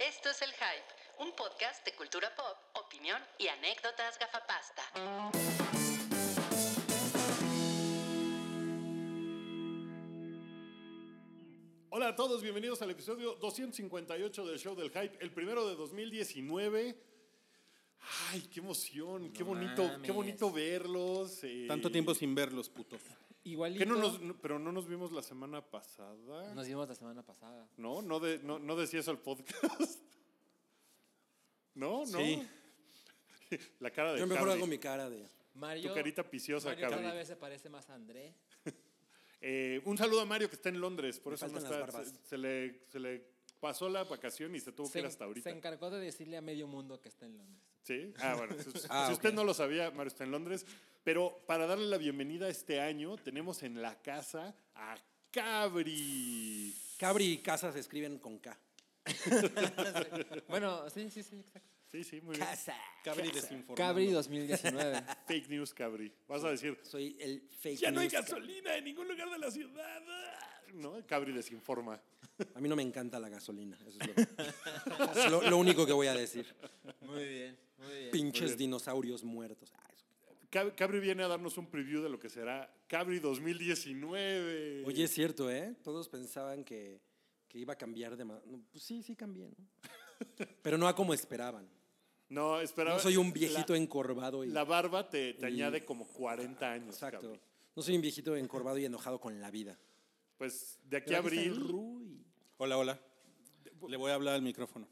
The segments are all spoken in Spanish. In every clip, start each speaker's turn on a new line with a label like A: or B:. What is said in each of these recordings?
A: Esto es El Hype, un podcast de cultura pop, opinión y anécdotas gafapasta.
B: Hola a todos, bienvenidos al episodio 258 del Show del Hype, el primero de 2019. Ay, qué emoción, qué bonito, qué
C: mames.
B: bonito verlos. eh,
D: Tanto tiempo sin verlos, putos.
C: Igualito.
B: que no nos, no- pero no nos vimos la semana pasada.
C: Nos vimos la semana pasada.
B: No, no, de, no, no decía eso el podcast. No, no.
D: Sí.
B: La cara de
D: Yo mejor
B: Cabri.
D: hago mi cara de.
C: Mario.
B: Tu carita piciosa,
C: Mario cada
B: Cabri.
C: vez se parece más a André.
B: Eh, un saludo a Mario que está en Londres, por
D: Me
B: eso no
D: faltan las
B: está. Se,
D: barbas.
B: se le, se le pasó la vacación y se tuvo que ir hasta ahorita.
C: se encargó de decirle a medio mundo que está en Londres.
B: Sí. Ah, bueno. Si, si
D: Ah,
B: usted
D: ok.
B: no lo sabía, Mario está en Londres. Pero para darle la bienvenida a este año, tenemos en la casa a Cabri.
D: Cabri y Casa se escriben con K.
C: bueno, sí, sí, sí, exacto.
B: Sí, sí, muy bien.
D: Cabri desinformado.
C: Cabri 2019.
B: Fake news, Cabri. Vas a decir,
D: Soy el fake
B: ya no hay
D: news.
B: gasolina en ningún lugar de la ciudad. Ah, No, Cabri desinforma.
D: A mí no me encanta la gasolina. Eso es lo, es lo- lo único que voy a decir.
C: muy bien, muy bien.
D: Pinches dinosaurios muertos. Ah, eso.
B: Cab- Cabri viene a darnos un preview de lo que será Cabri 2019.
D: Oye, es cierto, ¿eh? Todos pensaban que, que iba a cambiar de. ma- no, pues sí, sí cambié, ¿no? Pero no a como esperaban.
B: no, esperaba.
D: No soy un viejito
B: la,
D: encorvado y.
B: La barba te, te
D: y-
B: añade como 40 años.
D: Exacto.
B: Cabri.
D: No soy un viejito encorvado y enojado con la vida.
B: Pues de aquí a abril.
E: Hola, hola. Le voy a hablar al micrófono.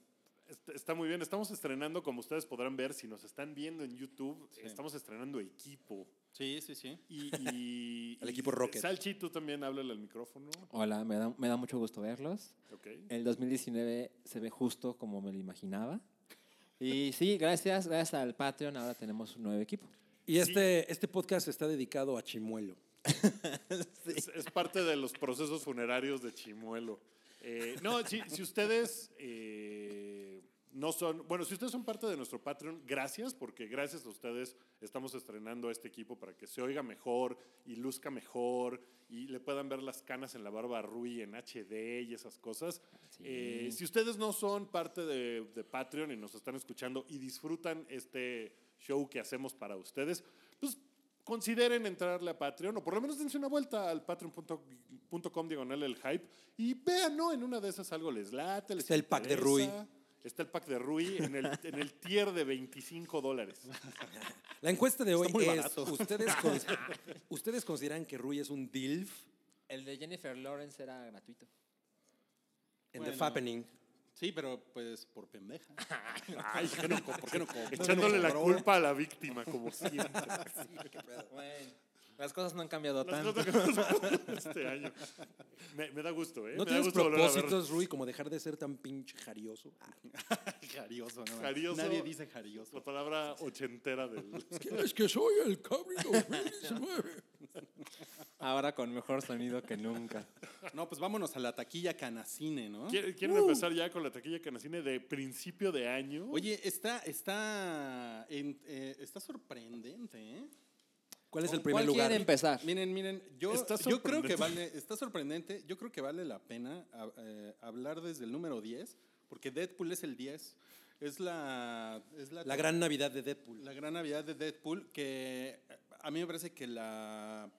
B: Est- Está muy bien, estamos estrenando, como ustedes podrán ver, si nos están viendo en YouTube, estamos estrenando equipo.
E: Sí, sí, sí.
B: Y, y-
D: El
B: y-
D: equipo Rocket.
B: Salchi, tú también háblale al micrófono.
C: Hola, me da, me da mucho gusto verlos.
B: Ok.
C: El 2019 se ve justo como me lo imaginaba. Y sí, gracias, gracias al Patreon ahora tenemos un nuevo equipo.
D: Y este, este podcast está dedicado a Chimuelo.
B: Es, es parte de los procesos funerarios de Chimuelo. Eh, no, si, si ustedes eh, no son, bueno, si ustedes son parte de nuestro Patreon, gracias, porque gracias a ustedes estamos estrenando este equipo para que se oiga mejor y luzca mejor y le puedan ver las canas en la barba a Rui en HD y esas cosas. Eh, si ustedes no son parte de, de Patreon y nos están escuchando y disfrutan este show que hacemos para ustedes, pues consideren entrarle a Patreon o por lo menos dense una vuelta al patreon.com diagonal el hype y vean, ¿no? En una de esas algo les late. Les
D: Está el pack de
B: interesa. Está el pack de Rui en el, en el tier de 25 dólares.
D: La encuesta de hoy
E: muy
D: es,
E: barato.
D: ¿ustedes, cons- ¿ustedes consideran que Rui es un DILF
C: El de Jennifer Lawrence era gratuito.
D: en The
E: Bueno.
D: Fappening?
B: eh,
E: Sí, pero pues por pendeja.
B: Ay, ¿por qué no, co- por qué no co- Echándole
E: Bueno,
B: la
E: cabrón.
B: culpa a la víctima, como siempre.
C: Bueno, las cosas no han cambiado
B: Las
C: tanto.
B: cosas que pasaron este año. Me, me da gusto, ¿eh? me
D: ¿No
B: da
D: tienes
B: gusto volver a ver-
D: propósitos, Rui, como dejar de ser tan pinche jarioso? Ah,
E: Jarioso, no.
B: Jarioso.
E: Nadie dice jarioso.
B: La palabra ochentera del.
D: es que soy el cabri 2019.
C: Ahora con mejor sonido que nunca.
E: No, pues vámonos a la taquilla canacine, ¿no?
B: ¿Quieren quieren empezar ya con la taquilla canacine de principio de año?
E: Oye, está, está, en- eh, está sorprendente, ¿eh?
D: ¿Cuál es el
C: ¿Con
D: primer
C: cuál
D: lugar?
C: quieren empezar?
E: Miren, miren, yo,
B: Está
E: yo creo
B: sorprendente.
E: que vale, está sorprendente, yo creo que vale la pena ah, eh, hablar desde el número 10, porque Deadpool es el 10, es la... Es la,
D: La gran Navidad de Deadpool.
E: La gran Navidad de Deadpool, que eh, a mí me parece que la,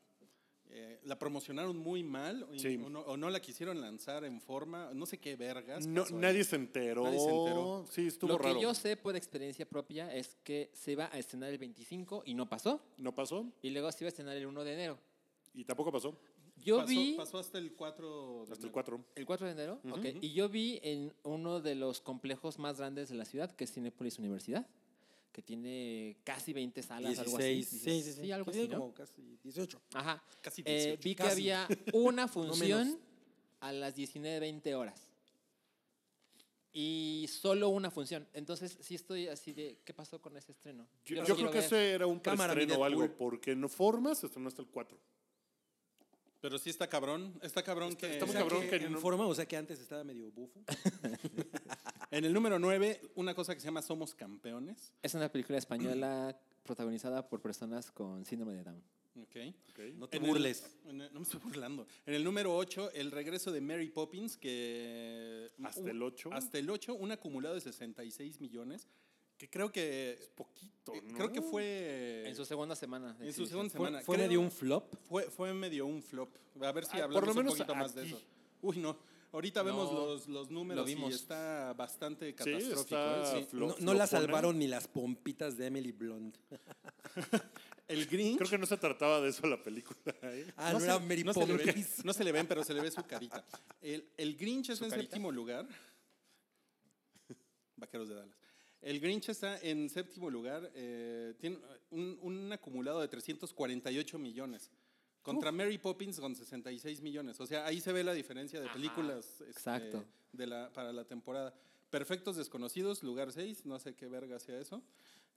E: eh, la promocionaron muy mal o-
B: Sí.
E: o, no, o no la quisieron lanzar en forma, no sé qué vergas.
B: No,
E: pasó ahí.
B: nadie se enteró.
E: Nadie se enteró.
B: Sí, estuvo
C: Lo
B: raro.
C: que yo sé por experiencia propia es que se iba a estrenar el 25 y no pasó.
B: No pasó
C: Y luego se iba a estrenar el 1 de enero.
B: y tampoco pasó.
C: Yo
E: pasó,
C: vi
E: pasó hasta el 4
B: Hasta
E: de
B: el
E: enero.
B: 4.
C: el 4 de enero, ok, y yo vi en uno de los complejos más grandes de la ciudad, que es Cinepolis Universidad, que tiene casi 20 salas, algo así.
D: 16. Sí, sí, sí.
C: algo
D: Sí,
C: así, ¿no?
D: como casi 18.
C: Ajá.
E: Casi
C: Eh,
E: 18,
C: vi que
D: casi.
C: había una función
D: menos.
C: a las 19, 20 horas. Y solo una función. Entonces, sí estoy así de, ¿qué pasó con ese estreno?
B: Yo,
C: lo
B: yo
C: quiero
B: creo que
C: ver.
B: ese era un
D: Cámara, mi
B: preestreno o
D: Deadpool.
B: algo, porque no formas, esto no hasta el 4.
E: Pero sí está cabrón, está cabrón que...
B: está
D: O
B: muy
D: sea
B: cabrón
D: que
B: que
D: en
B: no-
D: forma, o sea que antes estaba medio bufo.
E: En el número 9, una cosa que se llama Somos Campeones.
C: Es una película española protagonizada por personas con síndrome de Down.
E: Ok. Ok.
D: No te
E: En el-
D: burles.
E: en el- no me estoy burlando. En el número 8, el regreso de Mary Poppins, que... mm,
B: ¿Hasta
E: un-
B: el ocho?
E: Hasta el 8, un acumulado de 66 millones, que creo que...
B: Poquito,
E: eh,
B: ¿no?
E: Creo que fue...
C: En su segunda semana. de
E: Eh, en su
C: exhibición.
E: segunda
D: Fue,
E: semana.
D: fue
E: Creo-
D: medio un flop.
E: Fue, fue medio un flop. A ver si
B: Ah,
E: hablamos
B: por lo menos
E: un poquito más de
B: aquí.
E: eso. Uy, no. Ahorita vemos
C: No,
E: los, los números
C: lo vimos.
E: y está bastante catastrófico.
B: está
E: ¿eh? Sí.
B: Lo-
D: no
B: lo
D: no
B: ponen.
D: la salvaron ni las pompitas de Emily Blunt.
E: El Grinch...
B: Creo que no se trataba de eso la película. ¿eh?
D: Ah, no, era Mary
E: no se le ven,
D: Poppins.
E: no se le ven, pero se le ve su carita. El, el Grinch está en
C: carita?
E: séptimo lugar. Vaqueros de Dallas. El Grinch está en séptimo lugar. eh, tiene un, un acumulado de 348 millones. Contra Mary Poppins con 66 millones. O sea, ahí se ve la diferencia de películas este,
C: exacto.
E: de la, para la temporada. Perfectos Desconocidos, lugar 6. No sé qué verga sea eso.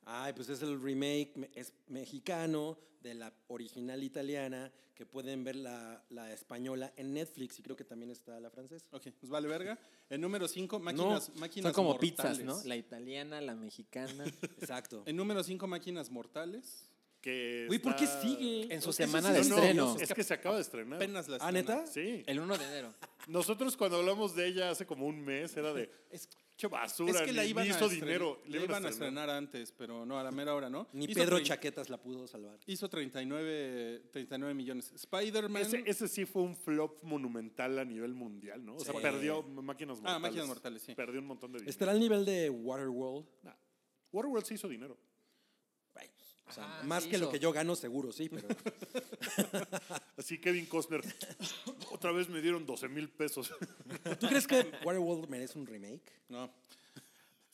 D: Ay, pues es el remake me- es mexicano de la original italiana que pueden ver la, la española en Netflix y creo que también está la francesa.
E: Ok, nos vale verga. El número 5, máquinas, máquinas
C: Son como
E: mortales.
C: pizzas, ¿no? La italiana, la mexicana.
D: Exacto.
E: El número 5, máquinas mortales.
B: Que
D: Güey, ¿por qué
B: está-
D: sigue?
C: en su
E: Eso
C: semana
E: sí
C: de
E: es
B: No, no,
C: estreno.
B: Es que se acaba de estrenar.
E: Apenas la
D: ¿Ah,
E: estrenan.
D: neta?
B: Sí.
C: El 1 de enero.
B: Nosotros cuando hablamos de ella hace como un mes era de
E: Es,
B: che basura,
E: es que la
B: ni-
E: iban,
B: ni
E: a,
B: hizo
E: estrenar-
B: dinero.
E: la iban a estrenar antes, pero no, a la mera hora, ¿no?
D: Ni
E: Hizo
D: Pedro
E: trein-
D: Chaquetas la pudo salvar.
E: Hizo 39, 39 millones. Spider-Man.
B: Ese, ese sí fue un flop monumental a nivel mundial, ¿no? O sea,
D: Sí.
B: perdió Máquinas Mortales.
E: Ah, Máquinas Mortales, sí.
B: Perdió un montón de dinero.
D: ¿Estará al nivel de Waterworld?
B: Nah. Waterworld se hizo dinero.
D: Ay, o sea,
C: Ah,
D: más
C: sí
D: que lo
C: hizo.
D: que yo gano, seguro, sí, pero.
B: Así Kevin Costner, otra vez me dieron 12 mil pesos.
D: ¿Tú crees que Waterworld merece un remake?
E: No.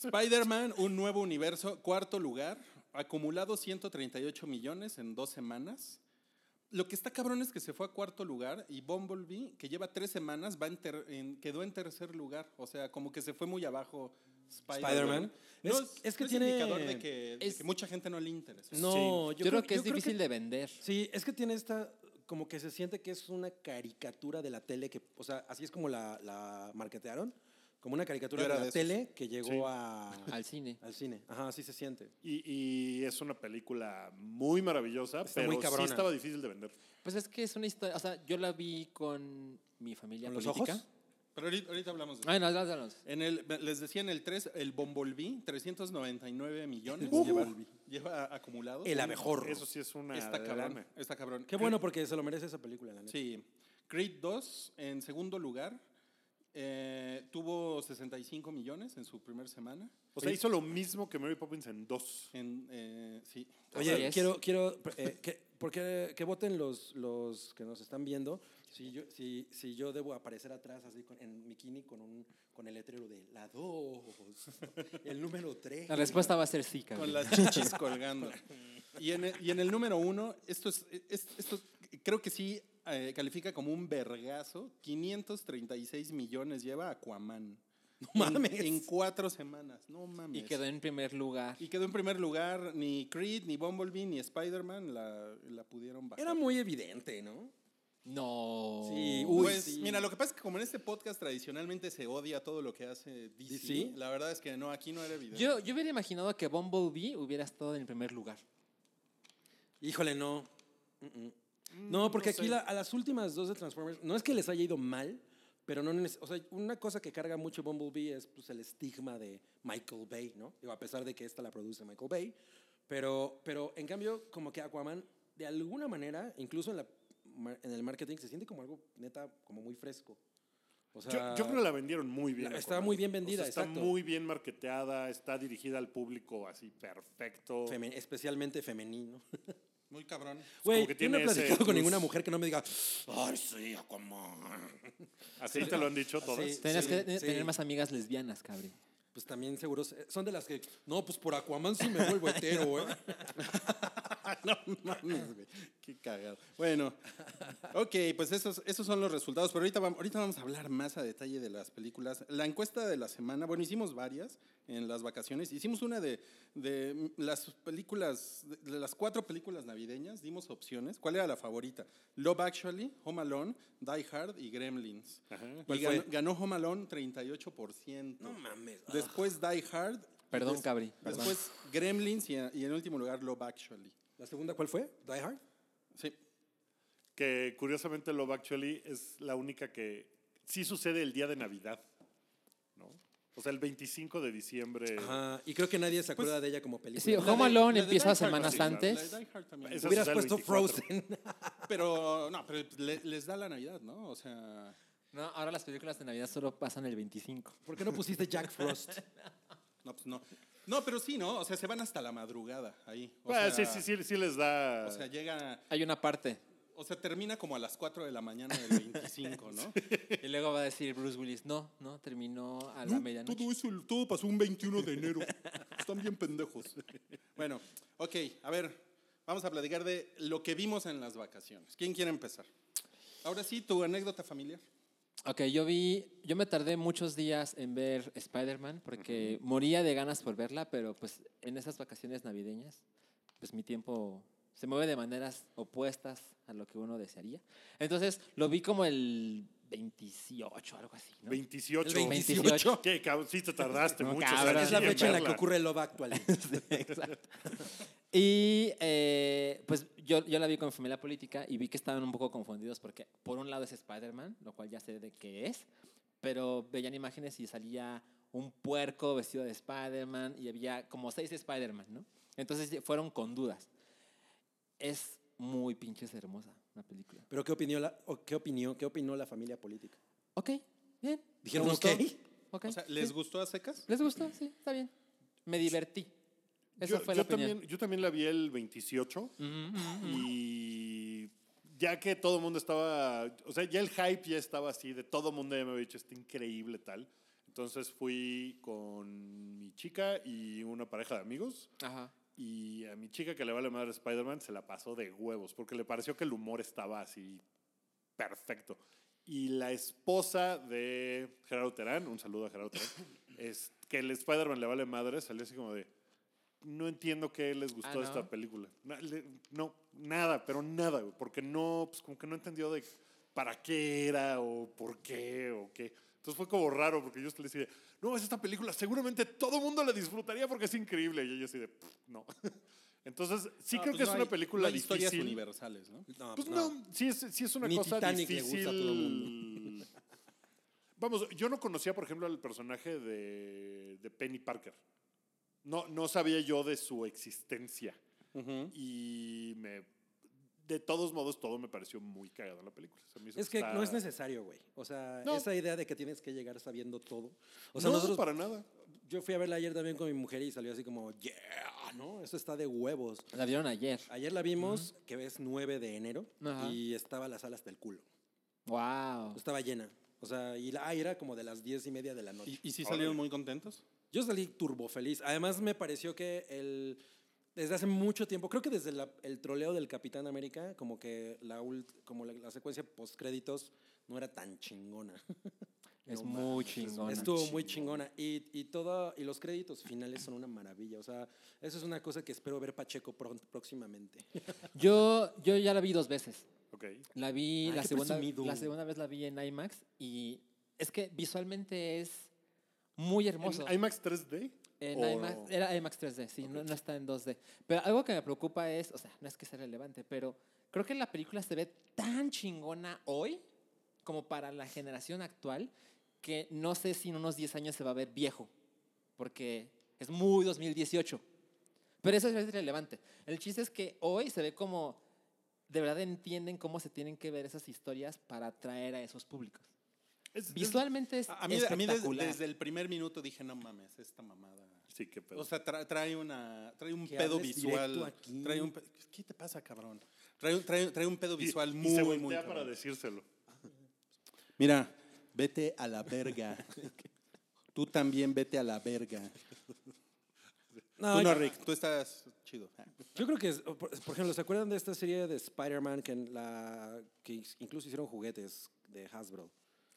E: Spider-Man, un nuevo universo, cuarto lugar, acumulado 138 millones en dos semanas. Lo que está cabrón es que se fue a cuarto lugar y Bumblebee, que lleva tres semanas, va en ter- en- quedó en tercer lugar. O sea, como que se fue muy abajo Spider-Man.
D: Spider-Man. Es- es que tiene-
E: indicador de que, de
C: es-
E: que mucha gente no le interesa.
D: No,
B: Sí.
D: yo,
C: Yo, creo que es difícil de vender.
D: Sí, es que tiene esta, como que se siente que es una caricatura de la tele, que, o sea, así es como la, la marketearon, como una caricatura
E: Yo era
D: de la
E: de esos.
D: tele que llegó
B: Sí.
D: a,
C: Al cine.
D: al cine. Ajá, así se siente.
B: Y, y es una película muy maravillosa,
D: Está
B: pero
D: muy
B: sí
D: cabrona.
B: estaba difícil de vender.
C: Pues es que es una historia. O sea, yo la vi con mi familia
D: ¿Con los
C: política.
D: ojos?
E: Pero ahorita, ahorita hablamos de
C: Ay, no, no, no, no.
E: En el, les decía en el 3, el Bombolví, 399 millones
D: Uh.
E: lleva, lleva acumulados.
D: El abejorro.
B: Eso sí es una.
E: Está
B: lana.
E: cabrón, está cabrón.
D: Qué bueno porque se lo merece esa película, la neta.
E: Sí. Creed 2, en segundo lugar, eh, tuvo 65 millones en su primera semana.
B: O sea, hizo lo mismo que Mary Poppins en dos.
E: En, eh, sí.
C: Así
D: Oye,
C: es.
D: quiero, quiero eh, que, porque, que voten los, los que nos están viendo si yo, si, si yo debo aparecer atrás así con- en bikini con, un, con el letrero de la 2, el número 3.
C: La respuesta va a ser sí, cabrón.
E: Con las chichis colgando. Y en el, y en el número uno, esto es, es- esto creo que sí eh, califica como un vergazo. 536 millones lleva Aquaman. No
D: mames.
E: En, cuatro semanas. No mames.
C: Y quedó en primer lugar.
E: Y quedó en primer lugar ni Creed, ni Bumblebee, ni Spider-Man la, la pudieron bajar.
D: Era muy evidente, ¿no?
C: No.
D: Sí, uy,
E: pues
D: sí.
E: mira, lo que pasa es que como en este podcast tradicionalmente se odia todo lo que hace DC,
D: DC.
E: la verdad es que no, aquí no era evidente.
C: Yo, yo hubiera imaginado que Bumblebee hubiera estado en el primer lugar.
D: Híjole, no. Mm, mm. No, porque
B: no
D: aquí
B: sé.
D: la- a las últimas dos de Transformers, no es que les haya ido mal, pero no neces- O sea, una cosa que carga mucho Bumblebee es pues, el estigma de Michael Bay, ¿no? Digo, a pesar de que esta la produce Michael Bay. Pero, pero en cambio, como que Aquaman, de alguna manera, incluso en, la, mar- en el marketing, se siente como algo neta, como muy fresco. O
B: Yo-
D: sea,
B: yo, creo que la vendieron muy bien.
D: la-
B: Aquaman.
D: está muy bien vendida,
B: está
D: exacto.
B: muy bien marketeada, está dirigida al público así perfecto.
D: femen- especialmente femenino.
E: Muy cabrón.
D: Güey,
B: que
D: yo no
B: tiene
D: he
B: ese
D: platicado con
B: plus.
D: ninguna mujer que no me diga, ay, sí, Aquaman.
B: Así te lo han dicho
D: Así.
B: todas.
C: Tenías
D: Sí,
C: que te-
D: sí.
C: tener más amigas lesbianas, cabrón.
D: Pues también seguro se- son de las que, no, pues por Aquaman sí me vuelvo hetero, ¿eh?
E: no mames, güey. Qué cagado. Bueno, ok, pues esos, esos son los resultados. Pero ahorita, vam- ahorita vamos a hablar más a detalle de las películas. La encuesta de la semana, bueno, hicimos varias en las vacaciones. Hicimos una de, de las películas, de de las cuatro películas navideñas. Dimos opciones. ¿Cuál era la favorita? Love Actually, Home Alone, Die Hard y Gremlins.
B: Ajá.
E: Y
D: ¿Cuál
E: ganó,
D: fue?
E: ganó Home Alone 38%.
D: No mames. ah.
E: Después Die Hard.
C: Perdón,
E: Des-
C: Cabri, perdón.
E: Después Gremlins y, y en último lugar Love Actually.
D: ¿La segunda cuál fue? ¿Die Hard?
E: Sí.
B: que curiosamente Love Actually es la única que sí sucede el día de Navidad, ¿no? O sea, el 25 de diciembre.
D: Ajá, y creo que nadie se
B: Pues,
D: acuerda de ella como película.
C: Sí,
E: La de-
C: Home Alone
E: la de Die
C: Pues empieza
E: Hard
C: semanas
E: también, la de
C: antes.
E: Die Hard también.
B: Esa
D: Hubieras
B: sucede el
D: puesto
B: 24.
D: Frozen.
E: Pero, no, pero le- les da la Navidad, ¿no? O sea,
C: No, ahora las películas de Navidad solo pasan el 25.
D: ¿Por qué no pusiste Jack Frost?
E: no, pues no. No, pero sí, ¿no? O sea, se van hasta la madrugada ahí. O
B: Bueno,
E: sea,
B: Ah, sí, sí, sí, sí les da.
E: O sea, llega,
C: Hay una parte.
E: o sea, termina como a las 4 de la mañana del 25, ¿no?
C: Y luego va a decir Bruce Willis, no, no, terminó a la medianoche.
E: Todo eso, todo pasó un 21 de enero. Están bien pendejos. Bueno, ok, a ver, vamos a platicar de lo que vimos en las vacaciones. ¿Quién quiere empezar? Ahora sí, tu anécdota familiar.
C: Ok, yo vi, yo me tardé muchos días en ver Spider-Man porque moría de ganas por verla, pero pues en esas vacaciones navideñas, pues mi tiempo se mueve de maneras opuestas a lo que uno desearía. Entonces lo vi como el 28, algo así. ¿no?
B: 28.
D: El 28.
B: ¿Qué, cabrón? Sí, te tardaste
C: No,
B: mucho.
C: cabrón.
B: o sea,
D: es la
B: sí, en
D: fecha en la que
B: verla.
D: ocurre Love Actually.
C: Sí, exacto. Y eh, pues yo, yo la vi con mi familia política y vi que estaban un poco confundidos porque por un lado es Spider-Man, lo cual ya sé de qué es, pero veían imágenes y salía un puerco vestido de Spider-Man y había como seis Spider-Man, ¿no? Entonces ya fueron con dudas. Es muy pinches hermosa la película.
D: Pero ¿qué opinó la, o qué opinó, qué opinó la familia política?
C: Ok, bien.
D: Dijeron,
C: ¿Les gustó?
D: ok.
C: Ok,
E: O sea, ¿les
C: sí.
E: gustó a secas?
C: ¿Les gustó? Sí, está bien. Me divertí. Esa
B: Yo,
C: fue
B: yo
C: la opinión.
B: también, yo también la vi el 28
C: Ujú, ujú.
B: y ya que todo el mundo estaba, o sea, ya el hype ya estaba así, de todo el mundo ya me había dicho, está increíble tal. Entonces fui con mi chica y una pareja de amigos
C: Ajá.
B: y a mi chica que le vale madre Spider-Man se la pasó de huevos porque le pareció que el humor estaba así perfecto. Y la esposa de Gerardo Terán, un saludo a Gerardo Terán, es que el Spider-Man le vale madre, salió así como de no entiendo qué les gustó
C: Ah,
B: de
C: ¿no?
B: esta película. No, le- no, nada, pero nada, güey, porque no pues como que no entendió de para qué era o por qué o qué. Entonces fue como raro porque yo le decía, no, es esta película, seguramente todo mundo la disfrutaría porque es increíble. Y ella así de, "Pff, no. Entonces, sí
E: No,
B: creo que
E: pues no
B: es
E: hay-
B: una película
E: no hay historias
B: difícil.
E: universales, ¿no?
D: No,
B: Pues
D: pues
B: no, sí es, sí es una
D: Ni
B: cosa
D: Titanic le
B: difícil.
D: gusta a todo el
B: Vamos, yo no conocía, por ejemplo, al personaje de, de Penny Parker. No, no sabía yo de su existencia. Y me, de todos modos, todo me pareció muy cagado en la película. Se me hizo
D: Es que
B: está-
D: no es necesario, güey. O sea,
B: No.
D: esa idea de que tienes que llegar sabiendo todo. O sea,
B: no,
D: nosotros,
B: para nada.
D: yo fui a verla ayer también con mi mujer y salió así como, yeah, ¿no? Eso está de huevos.
C: La vieron ayer.
D: Ayer la vimos, que es 9 de enero,
C: Ajá.
D: y estaba la sala hasta el culo.
C: Wow.
D: Estaba llena. O sea, y la, ah, era como de las 10 y media de la noche.
E: ¿Y, y sí
B: Órale.
E: salieron muy contentos?
D: Yo salí turbo feliz. Además, me pareció que el. Desde hace mucho tiempo, creo que desde la- el troleo del Capitán América, como que la, ult- como la, la secuencia postcréditos no era tan chingona.
C: Es
D: No
C: muy chingona.
D: Estuvo muy chingona. Y, y, todo, y los créditos finales son una maravilla. O sea, eso es una cosa que espero ver Pacheco pron- próximamente.
C: Yo, yo ya la vi dos veces.
B: Ok.
C: La vi
D: Ay,
C: la
D: qué
C: segunda
D: presumido.
C: la segunda vez la vi en IMAX y es que visualmente es muy hermoso.
B: ¿En IMAX 3D?
C: En
B: ¿O
C: IMAX- era IMAX 3D, sí, no, no está en 2D. Pero algo que me preocupa es, o sea, no es que sea relevante, pero creo que la película se ve tan chingona hoy como para la generación actual que no sé si en unos 10 años se va a ver viejo, porque es muy 2018. Pero eso es relevante. El chiste es que hoy se ve como, de verdad entienden cómo se tienen que ver esas historias para atraer a esos públicos.
B: es- es-
C: Visualmente es
E: A, a mí, a mí des-
C: espectacular.
E: desde, el primer minuto dije, no mames, esta mamada.
B: Sí, qué pedo.
E: O sea, tra- trae, una, trae un
D: Que
E: pedo
D: hables directo
E: visual.
D: aquí.
E: Trae un pe- ¿Qué te pasa, cabrón? Trae, un- trae, trae un pedo
B: Y-
E: visual
B: y
E: muy,
B: se
E: muy,
B: voltea
E: cabrón.
B: para decírselo.
E: Mira, vete a la verga. tú también vete a la verga.
D: No,
E: tú no,
D: yo-
E: Rick, tú estás chido.
D: Yo creo que, es, por, por ejemplo, ¿se acuerdan de esta serie de Spider-Man que, en la- que incluso hicieron juguetes de Hasbro?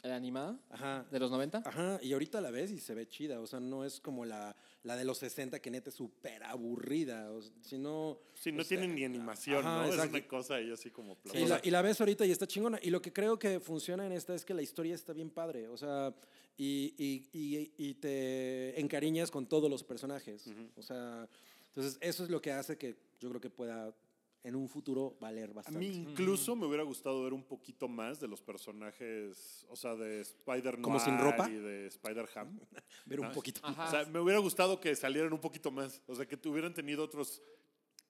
C: ¿El animado?
D: Ajá.
C: ¿De los 90?
D: Ajá, y ahorita la ves y se ve chida, o sea, no es como la, la de los 60 que neta es súper aburrida, o s- sino...
B: Sí, no
D: o sea,
B: tienen ni animación,
D: ajá,
B: ¿no? Es
D: exacto.
B: una cosa ahí así como
D: y,
B: plana.
D: la, y la ves ahorita y está chingona. Y lo que creo que funciona en esta es que la historia está bien padre, o sea, y, y- y- y te encariñas con todos los personajes, o sea, entonces eso es lo que hace que yo creo que pueda en un futuro valer
B: A
D: bastante.
B: mí incluso me hubiera gustado ver un poquito más de los personajes, o sea, de Spider-Man
D: ¿Como sin ropa?
B: y de Spider-Ham.
D: Ver un
B: Ah,
D: poquito.
C: Ajá.
B: O sea, me hubiera gustado que salieran un poquito más, o sea, que tuvieran tenido otros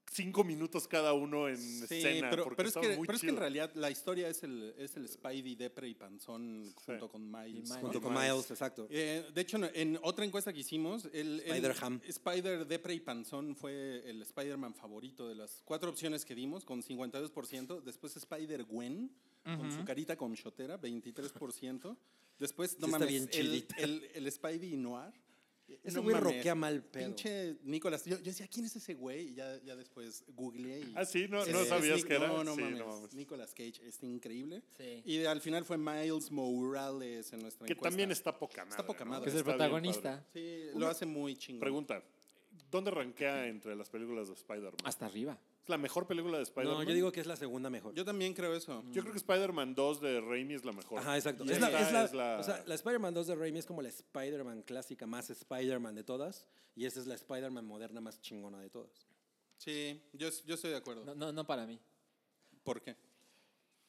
B: cinco minutos cada uno en
D: Mm,
E: Sí,
B: escena.
E: pero,
B: porque
E: pero es
B: estaba
E: que,
B: muy
E: pero es que en
B: chido.
E: realidad la historia es el, es el Spidey, Depre y Panzón junto con
C: Y
E: Miles.
C: Miles.
D: Junto con
B: Miles.
D: Miles, exacto.
E: Eh, de hecho, no, en otra encuesta que hicimos, el, el
D: Spider-Ham.
E: Spider Depre y Panzón fue el Spider-Man favorito de las cuatro opciones que dimos, con 52%. Después Spider-Gwen, con su carita con chotera, 23%. Después, no
D: Sí está
E: mames,
D: bien
E: el,
D: chidita.
E: el, el Spidey Noir.
D: Ese
E: No
D: güey
E: mames,
D: roquea mal pedo.
E: Pinche Nicolás. Yo, yo decía, ¿quién es ese güey? Y ya, ya después googleé. Y
B: Ah, sí, no,
E: Sí,
B: no
E: es
B: sabías
E: Nic-
B: que era.
E: No, no
B: Sí,
E: mames.
B: no mames.
E: Nicolas Cage es increíble.
C: Sí.
E: Y de- al final fue Miles Morales en nuestra
B: Que
E: encuesta.
B: también está poca madre.
E: poca
B: ¿no?
E: madre.
C: Que es el
B: Está bien
C: protagonista.
B: padre.
E: Sí, lo hace muy chingón.
B: Pregunta, ¿dónde rankea entre las películas de Spider-Man?
C: Hasta arriba.
B: ¿Es la mejor película de Spider-Man?
D: No, yo digo que es la segunda mejor.
E: Yo también creo eso.
C: Mm.
B: Yo creo que Spider-Man 2 de Raimi es la mejor.
D: Ajá, exacto.
B: Y
D: Es la,
B: esta
D: es la- O sea, la Spider-Man 2 de Raimi es como la Spider-Man clásica más Spider-Man de todas. Y esa es la Spider-Man moderna más chingona de todas.
E: Sí, yo, yo estoy de acuerdo.
C: No, no, no para mí.
E: ¿Por qué?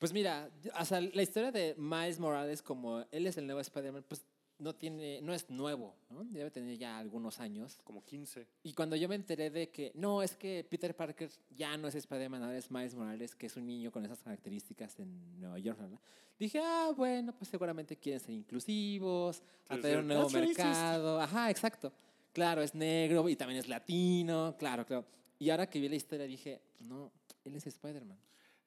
C: Pues mira, yo- o sea, la historia de Miles Morales como él es el nuevo Spider-Man, pues no tiene, no es nuevo, ¿no? Debe tener ya algunos años.
B: Como 15.
C: Y cuando yo me enteré de que no, es que Peter Parker ya no es Spider-Man, ahora es Miles Morales, que es un niño con esas características en Nueva York, ¿verdad? dije, ah, bueno, pues seguramente quieren ser inclusivos, atraer
B: sí.
C: un nuevo
B: That's racist.
C: mercado. Ajá, exacto. Claro, es negro y también es latino, claro, claro. Y ahora que vi la historia dije, no, él es Spider-Man.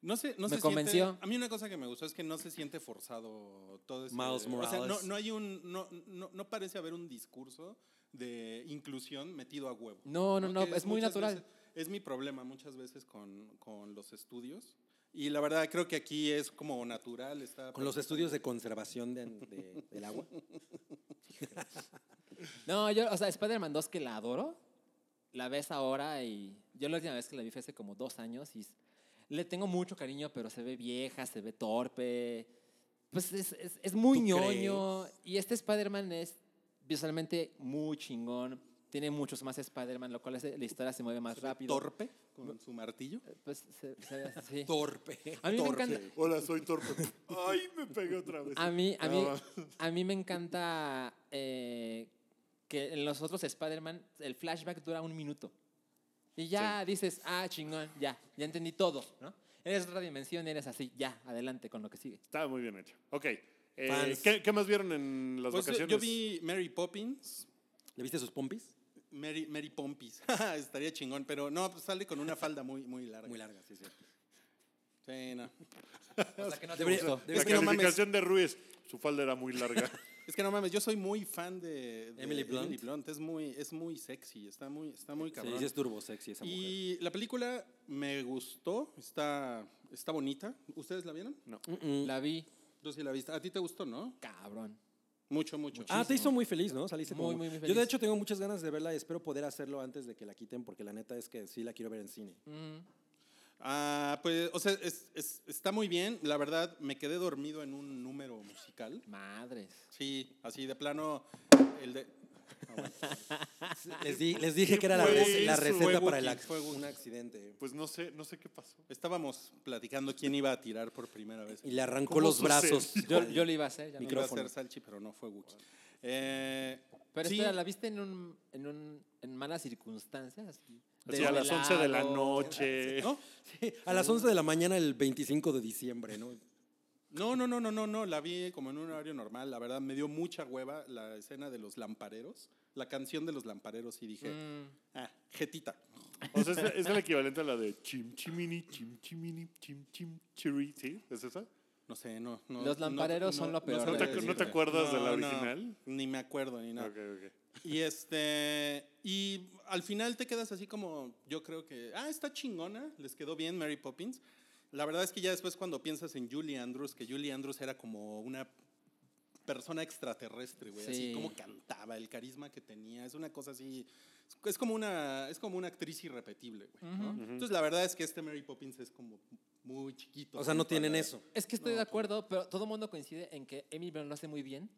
E: No sé, no
C: Me
E: se
C: convenció.
E: siente- a mí una cosa que me gustó es que no se siente forzado todo ese-
D: Miles
E: O sea, no,
D: Morales.
E: no hay un no, no, no parece haber un discurso de inclusión metido a huevo.
C: No, no, no,
E: Que
C: es muy
E: muchas
C: natural.
E: veces- es mi problema muchas veces con, con los estudios. Y la verdad creo que aquí es como natural. Está
D: Con los estudios de conservación de- de- del agua.
C: No, yo, o sea, Spider-Man 2 que la adoro, la ves ahora y yo la última vez que la vi fue hace como dos años y s- le tengo mucho cariño, pero se ve vieja, se ve torpe, pues es, es- es muy
D: ¿Tú
C: ñoño y este Spider-Man es visualmente muy chingón, tiene muchos más Spider-Man, lo cual hace la historia se mueve más rápido.
E: torpe con su martillo.
C: Pues se- se ve así.
D: Torpe.
C: A mí me
D: Torpe.
C: encanta,
B: Hola, soy torpe. Ay, me pegué otra vez.
C: A mí, a
B: No,
C: mí,
B: mames.
C: a mí me encanta eh, que en los otros Spider-Man el flashback dura un minuto. Y ya dices, ah, chingón, ya, ya entendí todo, ¿no? Eres otra dimensión, eres así, ya, adelante con lo que sigue.
B: Estaba muy bien hecho. Ok. eh,
D: Fans.
B: ¿qué, qué más vieron en las
E: Pues yo,
B: vacaciones?
E: yo vi Mary Poppins.
D: ¿Le viste sus pompis?
E: Mary, Mary Pompis. Estaría chingón, pero no, pues sale con una falda muy, muy larga.
D: Muy largas, sí, es cierto.
E: Sí, no.
C: O sea, que no te
D: Debería-
C: gustó.
E: es
B: La
E: que no mames.
B: calificación de Ruiz. Su falda era muy larga.
E: Es que no mames, yo soy muy fan de, de
D: Emily Blunt.
E: Es muy, es muy sexy, está muy, está muy
D: Sí,
E: cabrón.
D: sí es turbo sexy esa mujer.
E: y la película me gustó, está, está bonita. ¿Ustedes la vieron?
D: Mm,
C: La vi,
E: Yo sí la viste. A ti te gustó, ¿no?
C: cabrón.
E: Mucho, mucho.
D: Ah, te hizo muy feliz, ¿no? Saliste
C: Muy,
D: como-
C: muy, muy
D: Yo
C: feliz.
D: de hecho tengo muchas ganas de verla y espero poder hacerlo antes de que la quiten porque la neta es que sí la quiero ver en cine.
E: Ah, pues, o sea, es- es- está muy bien. La verdad, me quedé dormido en un número musical.
C: Madres.
E: Sí, así de plano, el de... Ah, bueno.
D: Les, di- les dije que era la,
B: Fue
D: rec- la
B: eso,
D: receta
E: fue
D: para el
E: Wookiee,
D: ac-
E: fue Wookiee.
D: un accidente.
B: Pues no sé, no sé qué pasó.
E: Estábamos platicando quién iba a tirar por primera vez.
D: Y le arrancó
B: ¿Cómo
D: los
B: sucedió?
D: brazos.
C: Yo, yo lo iba a hacer, ya no.
E: Iba a
D: micrófono.
E: ser Salchi, pero no fue Wookiee. Eh,
C: Pero
E: sí,
C: espera, ¿la viste en, un, en, un, en malas circunstancias? Así,
B: Así a las 11 de la
C: desvelado.
B: noche.
E: ¿no?
D: Sí, a las 11 de la mañana el 25 de diciembre, ¿no?
E: No, no, no, no, no, no, la vi como en un horario normal. La verdad, me dio mucha hueva la escena de los lampareros, la canción de los lampareros, y dije,
C: Mm.
E: ah, jetita.
B: O sea, es, es el equivalente a la de chim chimini, chim chimini, chim chim chiri, ¿sí? ¿Es esa?
E: No sé, no. no
C: Los
E: no-
C: lampareros son lo peor
E: sé
C: de
E: qué
C: la
E: decirte.
C: película. ¿No te
B: acuerdas de la
E: no,
B: original?
E: ni me acuerdo ni nada.
B: Ok, ok.
E: Y este. Y al final te quedas así como. Yo creo que. Ah, está chingona. Les quedó bien Mary Poppins. La verdad es que ya después, cuando piensas en Julie Andrews, que Julie Andrews era como una persona extraterrestre, güey. Así
C: Sí.
E: como cantaba, el carisma que tenía. Es una cosa así. Es como una, es como una actriz irrepetible, güey. ¿no? Entonces, la verdad es que este Mary Poppins es como muy chiquito.
D: O sea, no
E: así para-
D: tienen eso.
C: Es que estoy de acuerdo, pero todo el mundo coincide en que Emily Blunt lo hace muy bien.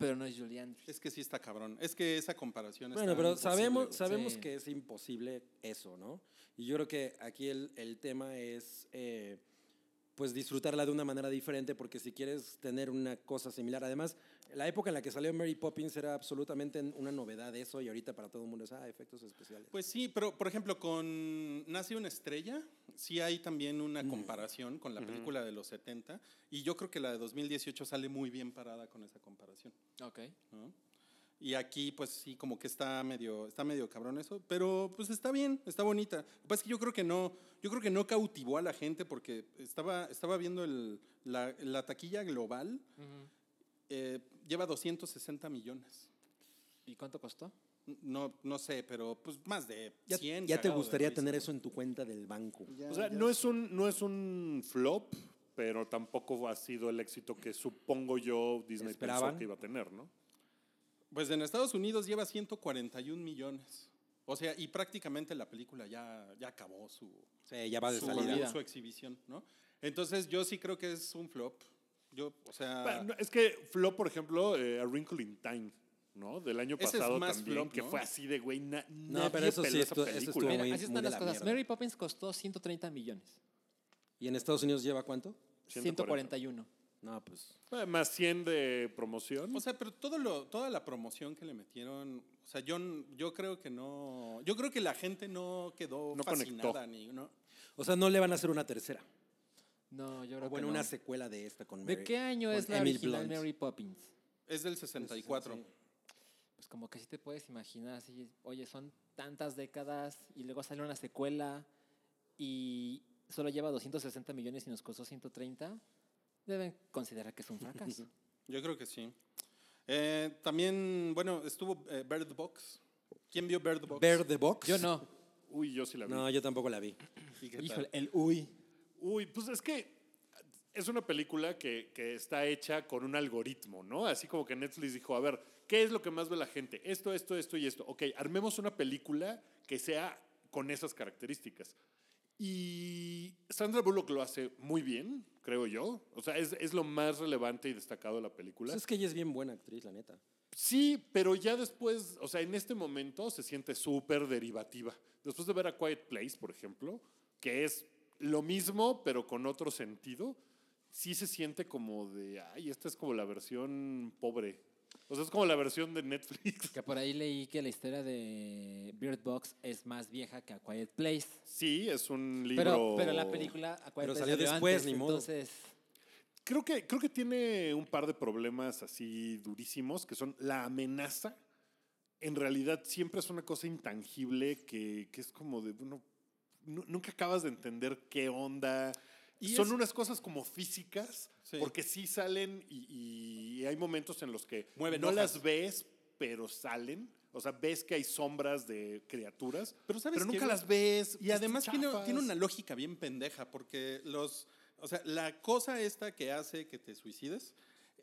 C: pero no es Julie Andrews.
E: Es que sí está cabrón. Es que esa comparación
D: Bueno,
E: está
D: pero
E: imposible,
D: sabemos,
E: güey.
D: sabemos
C: Sí.
D: que es imposible eso, ¿no? Y yo creo que aquí el, el tema es eh, pues disfrutarla de una manera diferente, porque si quieres tener una cosa similar, además, la época en la que salió Mary Poppins era absolutamente una novedad eso, y ahorita para todo el mundo es, ah, efectos especiales.
E: Pues sí, pero por ejemplo, con Nace una estrella, sí hay también una
D: Mm.
E: comparación con la película de los 70 y yo creo que la de 2018 sale muy bien parada con esa comparación.
C: Ok.
E: ¿no? Y aquí, pues sí, como que está medio, está medio cabrón eso, pero pues está bien, está bonita. Lo que pasa es que yo creo que no, yo creo que no cautivó a la gente porque estaba, estaba viendo el- la, la taquilla global, eh, lleva 260 millones.
C: ¿Y cuánto costó?
E: No, no sé, pero pues más de
D: Ya,
E: 100.
D: ya
E: cagados
D: te
E: de
D: gustaría
E: risa,
D: tener
E: güey.
D: eso en tu cuenta del banco.
E: Ya,
B: O sea,
E: ya.
B: no es, un, no es un flop, pero tampoco ha sido el éxito que supongo yo Disney
D: Esperaban.
B: pensó que iba a tener, ¿no?
E: Pues en Estados Unidos lleva 141 millones. O sea, y prácticamente la película ya, ya acabó su,
D: Sí, ya va de
E: su,
D: salida.
E: su exhibición, ¿no? Entonces yo sí creo que es un flop. Yo, o sea,
B: Bueno, no, es que flop, por ejemplo, eh, A Wrinkle in Time, ¿no? Del año
E: Ese es
B: pasado
E: más
B: también,
E: flop,
B: que
E: ¿no?
B: fue así de güey, na-
D: No,
B: nadie
D: pero eso sí
B: peló esa
D: estuvo- eso
B: película.
D: estuvo
C: Mira,
D: muy-
C: así
D: muy
C: están
D: de
C: las
D: la
C: cosas.
D: mierda.
C: Mary Poppins costó 130 millones.
D: ¿Y en Estados Unidos lleva cuánto?
B: 140.
C: 141.
D: No, pues.
B: Eh, Más 100 de promoción.
E: o sea, pero todo lo, toda la promoción que le metieron, o sea, yo, n- yo creo que no, yo creo que la gente no quedó
B: No
E: fascinada
B: conectó.
E: ni no.
D: O sea, no le van a hacer una tercera.
C: No, yo creo
D: O Ah, bueno,
C: que no.
D: una secuela de esta con Mary.
C: ¿De qué año
D: con
C: es la
D: Emily
C: original
D: Blunt.
C: Mary Poppins?
E: Es del 64.
D: Sí.
C: Pues como que sí te puedes imaginar, así, oye, son tantas décadas y luego sale una secuela y solo lleva 260 millones y nos costó 130. Deben considerar que es un fracaso.
E: Yo creo que sí. Eh, también, bueno, estuvo eh, Bird Box. ¿Quién vio Bird Box?
D: Bear the Box.
C: Yo no.
B: Uy, yo sí la vi.
D: No, yo tampoco la vi.
E: ¿Y qué tal?
C: Híjole, el uy.
B: Uy, pues es que es una película que, que está hecha con un algoritmo, ¿no? Así como que Netflix dijo, a ver, ¿qué es lo que más ve la gente? Esto, esto, esto y esto. Ok, armemos una película que sea con esas características. Y Sandra Bullock lo hace muy bien, creo yo. O sea, es, es lo más relevante y destacado de la película.
D: Pues es que ella es bien buena actriz, la neta.
B: Sí, pero ya después, o sea, en este momento se siente súper derivativa. Después de ver a Quiet Place, por ejemplo, que es lo mismo, pero con otro sentido, sí se siente como de, ay, esta es como la versión pobre. O sea, es como la versión de Netflix.
C: Que por ahí leí que la historia de Bird Box es más vieja que A Quiet Place.
B: Sí, es un libro.
C: Pero, pero la película A Quiet
D: Pero
C: Place
D: salió
C: salió
D: después,
C: antes,
D: ni modo.
C: Entonces,
B: Creo que, creo que tiene un par de problemas así durísimos, que son la amenaza. En realidad siempre es una cosa intangible que, que es como de, bueno, nu- nunca acabas de entender qué onda.
E: Y
B: son
E: es-
B: unas cosas como físicas,
E: Sí.
B: porque sí salen y, y hay momentos en los que
E: Mueven
B: no
E: hojas.
B: las ves, pero salen. O sea, ves que hay sombras de criaturas,
E: Pero ¿sabes qué,
B: nunca
E: güey?
B: las ves.
E: Y además tiene,
B: chafas.
E: tiene una lógica bien pendeja, porque los. O sea, la cosa esta que hace que te suicides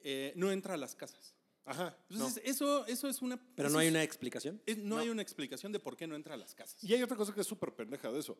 E: eh, no entra a las casas.
B: Ajá.
E: Entonces, eso, eso es una.
D: Pero
E: eso
D: no hay
E: es-
D: una explicación.
E: es- no, hay una explicación de por qué no entra a las casas.
B: Y hay otra cosa que es súper pendeja de eso.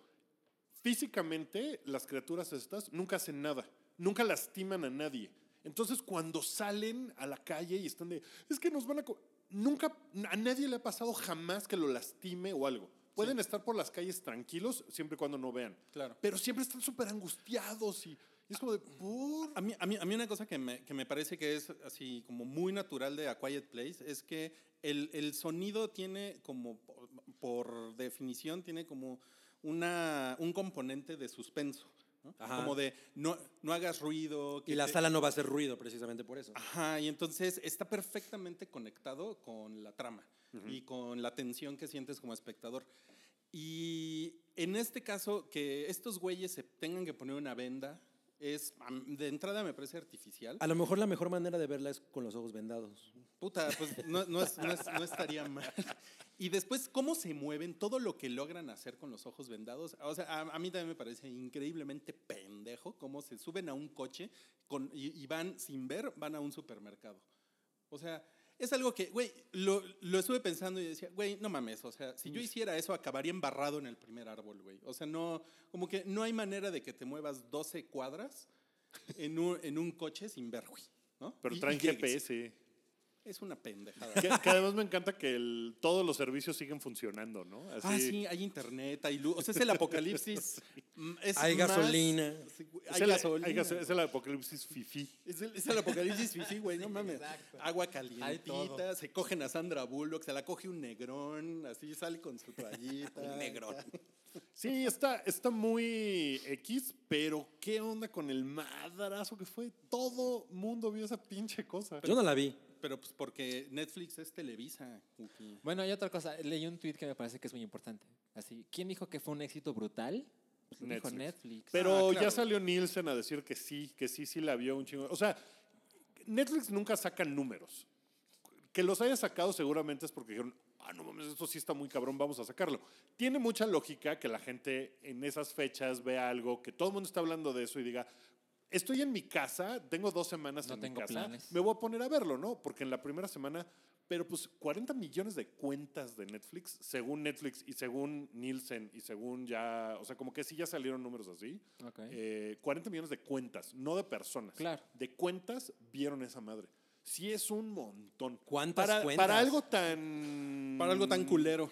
B: Físicamente, las criaturas estas nunca hacen nada, nunca lastiman a nadie. Entonces, cuando salen a la calle y están de, es que nos van a... co-". Nunca, a nadie le ha pasado jamás que lo lastime o algo. Pueden estar por las calles tranquilos siempre y cuando no vean.
E: Claro.
B: Pero siempre están súper angustiados y, y es como de, "Por".
E: A mí, a mí- a mí una cosa que me, que me parece que es así como muy natural de A Quiet Place es que el, el sonido tiene como, por, por definición, tiene como una, un componente de suspenso. ¿no?
D: Ajá.
E: Como de no, no hagas ruido.
D: Y la
E: te-
D: sala no va a hacer ruido precisamente por eso.
E: Ajá, y entonces está perfectamente conectado con la trama y con la tensión que sientes como espectador. Y en este caso, que estos güeyes se tengan que poner una venda, es am, de entrada me parece artificial.
D: A lo mejor la mejor manera de verla es con los ojos vendados.
E: Puta, pues no, no es- no es- no estaría mal. Y después, cómo se mueven, todo lo que logran hacer con los ojos vendados. O sea, a, a mí también me parece increíblemente pendejo cómo se suben a un coche con, y, y van sin ver, van a un supermercado. O sea, es algo que, güey, lo, lo estuve pensando y decía, güey, no mames, o sea, si yo
B: Mm.
E: hiciera eso acabaría embarrado en el primer árbol, güey. O sea, no, como que no hay manera de que te muevas 12 cuadras en un, en un coche sin ver, güey. ¿no?
B: Pero
E: Y- y
B: traen
E: llegues.
B: GPS.
E: Es una pendejada. Ah,
B: Que, que además me encanta que el- todos los servicios siguen funcionando, ¿no? Así,
E: Ah, sí, hay internet, hay luz. O sea, es el apocalipsis. mm, es
D: Hay
E: más-
D: gasolina.
E: Sí, güey,
B: Es
E: Hay
B: el,
E: gasolina.
B: hay gaso- es el apocalipsis fifi.
E: Es el, es el apocalipsis fifí, güey, no mames.
C: Exacto.
E: Agua
C: Hay todo.
E: calientita, se cogen a Sandra Bullock, se la coge un negrón, así sale con su toallita. un negrón.
B: Sí, está, está muy X, pero ¿qué onda con el madrazo que fue? Todo mundo vio esa pinche cosa.
D: Yo no la vi.
E: Pero pues porque Netflix es Televisa, Uki.
C: Bueno, hay otra cosa. Leí un tweet que me parece que es muy importante. Así, ¿quién dijo que fue un éxito brutal? Pues lo dijo
B: Netflix.
C: Netflix.
B: Pero
E: Ah, claro.
B: ya salió Nielsen a decir que sí, que sí, sí la vio un chingo. O sea, Netflix nunca saca números. Que los haya sacado seguramente es porque dijeron, ah, no mames, esto sí está muy cabrón, vamos a sacarlo. Tiene mucha lógica que la gente en esas fechas vea algo, que todo el mundo está hablando de eso y diga, estoy en mi casa, tengo dos semanas
C: No
B: en
C: tengo
B: mi casa,
C: planes.
B: me voy a poner a verlo, ¿no? Porque en la primera semana, pero pues 40 millones de cuentas de Netflix, según Netflix y según Nielsen y según ya, o sea, como que sí ya salieron números así.
C: Ok.
B: Eh, 40 millones de cuentas, no de personas.
C: Claro.
B: De cuentas vieron esa madre. Sí es un montón.
D: ¿Cuántas
B: para,
D: cuentas?
B: Para algo tan...
E: Para algo tan culero. O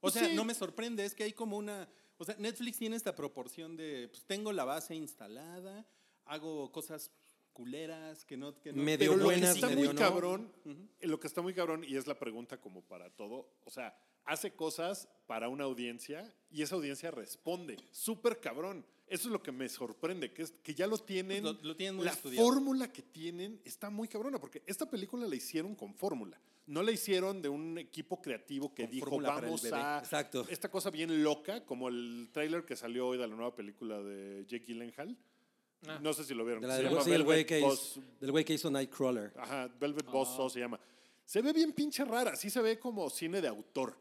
B: Pues
E: sea,
B: sí.
E: no me sorprende, es que hay como una... O sea, Netflix tiene esta proporción de, pues tengo la base instalada, hago cosas culeras que no... Que no
B: Pero
D: Medio
B: lo que
D: buenas,
B: está
D: medio
B: muy
D: no.
B: cabrón, lo que está muy cabrón, y es la pregunta como para todo, o sea, hace cosas para una audiencia y esa audiencia responde. Súper cabrón. Eso es lo que me sorprende, que, es, que ya lo tienen.
D: Pues
E: Lo- lo tienen muy
B: la
E: estudiado.
B: fórmula que tienen está muy cabrona, porque esta película la hicieron con fórmula. No la hicieron de un equipo creativo que
E: Con
B: dijo,
E: fórmula para el
B: vamos
E: bebé".
B: a
D: Exacto.
B: esta cosa bien loca, como el tráiler que salió hoy de la nueva película de Jake Gyllenhaal. No sé si lo vieron.
D: De la
B: que se
D: del,
B: llama
D: sí, el güey
B: Velvet
D: que
B: Buzz-
D: hizo, del güey que hizo Nightcrawler.
C: Ah.
B: Ajá, Velvet Buzzsaw se llama. Se ve bien pinche rara, sí se ve como cine de autor.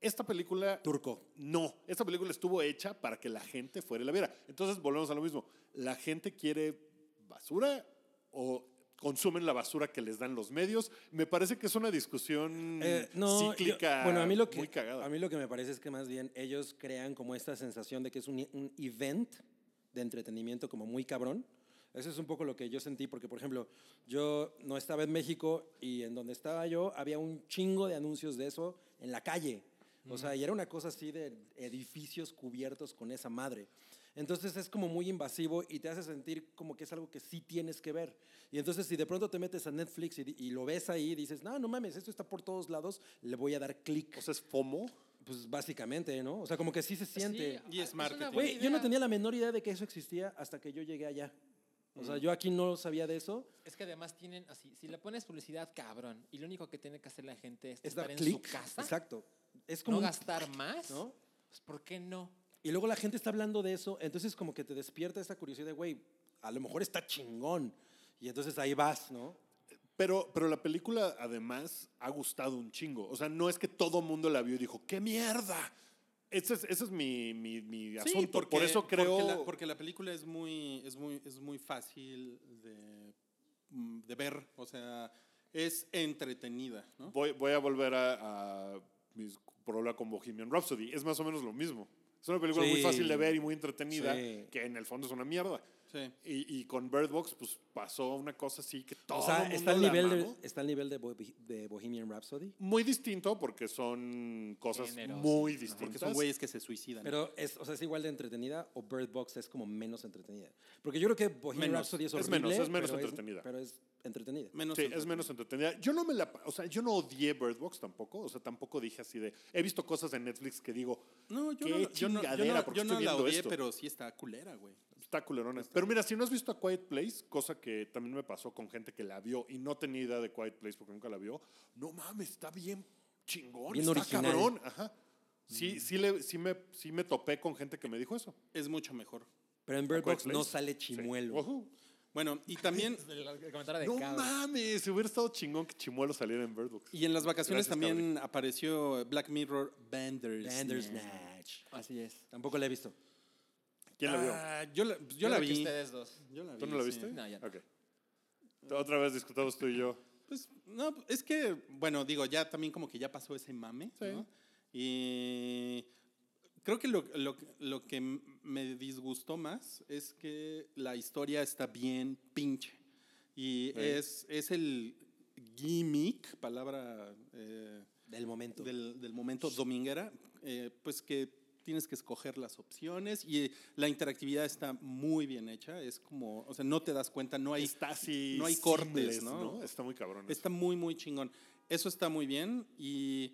B: Esta película...
D: Turco.
B: No, esta película estuvo hecha para que la gente fuera y la viera. Entonces volvemos a lo mismo. ¿La gente quiere basura o consumen la basura que les dan los medios? Me parece que es una
C: Mm,
B: discusión
D: Eh, no, yo-
B: cíclica
D: bueno, a mí lo que
B: muy cagada.
D: a mí lo que me parece es que más bien ellos crean como esta sensación de que es un, un event de entretenimiento como muy cabrón. Eso es un poco lo que yo sentí porque por ejemplo, yo no estaba en México y en donde estaba yo había un chingo de anuncios de eso en la calle. O sea, y era una cosa así de edificios cubiertos con esa madre. Entonces es como muy invasivo y te hace sentir como que es algo que sí tienes que ver. Y entonces si de pronto te metes a Netflix y, di- y lo ves ahí y dices, no, no mames, esto está por todos lados, le voy a dar clic.
B: O sea, es FOMO.
D: Pues básicamente, ¿no? O sea, como que sí
B: Pues
D: se siente.
C: ah,
E: Y es marketing.
D: Güey, yo no tenía la menor idea de que eso existía hasta que yo llegué allá. O sea, yo aquí no sabía de eso.
C: Es que además tienen, así, si le pones publicidad, cabrón, y lo único que tiene que hacer la gente es,
D: Es
C: estar
D: dar
C: en
D: clic.
C: su casa,
D: Exacto. Es como
C: no
D: un-
C: gastar más,
D: ¿no?
C: pues ¿por qué no?
D: Y luego la gente está hablando de eso, entonces como que te despierta esa curiosidad de, güey, a lo mejor está chingón. Y entonces ahí vas, ¿no?
B: Pero, pero la película además ha gustado un chingo. O sea, no es que todo mundo la vio y dijo, ¡qué mierda! Ese es, ese es mi, mi- mi asunto. Por eso creo.
E: Porque la, porque la película es muy, es muy, es muy fácil de, mm, de ver, o sea, es entretenida, ¿no?
B: voy, voy a volver a, a mis problema con Bohemian Rhapsody. Es más o menos lo mismo. Es una película muy
D: Sí.
B: fácil de ver y muy entretenida,
D: Sí.
B: que en el fondo es una mierda.
E: Sí.
B: Y, y con Bird Box, pues pasó una cosa así que todo.
D: o sea,
B: mundo
D: está al
B: la
D: nivel, de,
B: amamos.
D: está al nivel de, Bo- de Bohemian Rhapsody.
B: Muy distinto porque son cosas
C: Géneros.
B: muy
E: Porque
B: distintas.
E: son güeyes que se suicidan.
D: Pero es, o sea, es igual de entretenida o Bird Box es como menos entretenida. Porque yo creo que Bohemian
E: Menos.
D: Rhapsody es
B: Es
D: horrible.
B: menos, es menos
D: pero
B: entretenida.
D: pero es entretenida.
E: menos
B: Sí, es
E: entretenida.
B: menos entretenida. Yo no me la, o sea, yo no odié Bird Box tampoco, o sea, tampoco dije así de, he visto cosas en Netflix que digo,
E: No, yo
B: Qué
E: no, yo no, yo
B: chingadera,
E: no,
B: porque
E: yo
B: estoy
E: no la
B: viendo
E: odié,
B: esto.
E: pero sí está culera, güey.
B: está culerona. Pero mira, si no has visto a Quiet Place, cosa que también me pasó con gente que la vio y no tenía idea de Quiet Place porque nunca la vio, no mames, está bien chingón,
D: Bien
B: está
D: original.
B: cabrón, ajá. Sí, sí, le, sí, me, sí me topé con gente que me dijo eso.
E: Es mucho mejor.
D: Pero en Bird
B: Quiet
D: Box
B: Place.
D: no sale
B: Sí.
D: chimuelo.
B: Ujú.
E: Bueno, y también,
C: El, el comentario de
B: No
C: cabrón.
B: mames, hubiera estado chingón que Chimuelo saliera en Bird Box.
E: y en las vacaciones
B: Gracias,
E: también apareció Black Mirror Bandersnatch.
D: Bandersnatch.
C: Así es.
D: Tampoco la he visto.
B: ¿Quién la vio?
E: Ah, yo la, yo la
C: creo que
E: vi.
C: ustedes dos.
E: Yo la
B: ¿Tú
E: vi,
B: no la
E: sí.
B: viste?
C: No, ya no.
B: Ok. Otra vez discutamos tú y yo.
E: Pues, no, es que, bueno, digo, ya también como que ya pasó ese mame,
B: Sí.
E: ¿no? Y creo que lo, lo- lo que m- me disgustó más es que la historia está bien pinche. Y
B: Sí.
E: es, es el gimmick, palabra eh,
D: Del momento.
E: del, del momento dominguera, eh, pues que tienes que escoger las opciones y eh, la interactividad está muy bien hecha. Es como, o sea, no te das cuenta, no hay.
B: Está así.
E: no hay cortes,
B: seamless,
E: ¿no?
B: Está muy cabrón. eso.
E: Está muy, muy chingón. Eso está muy bien y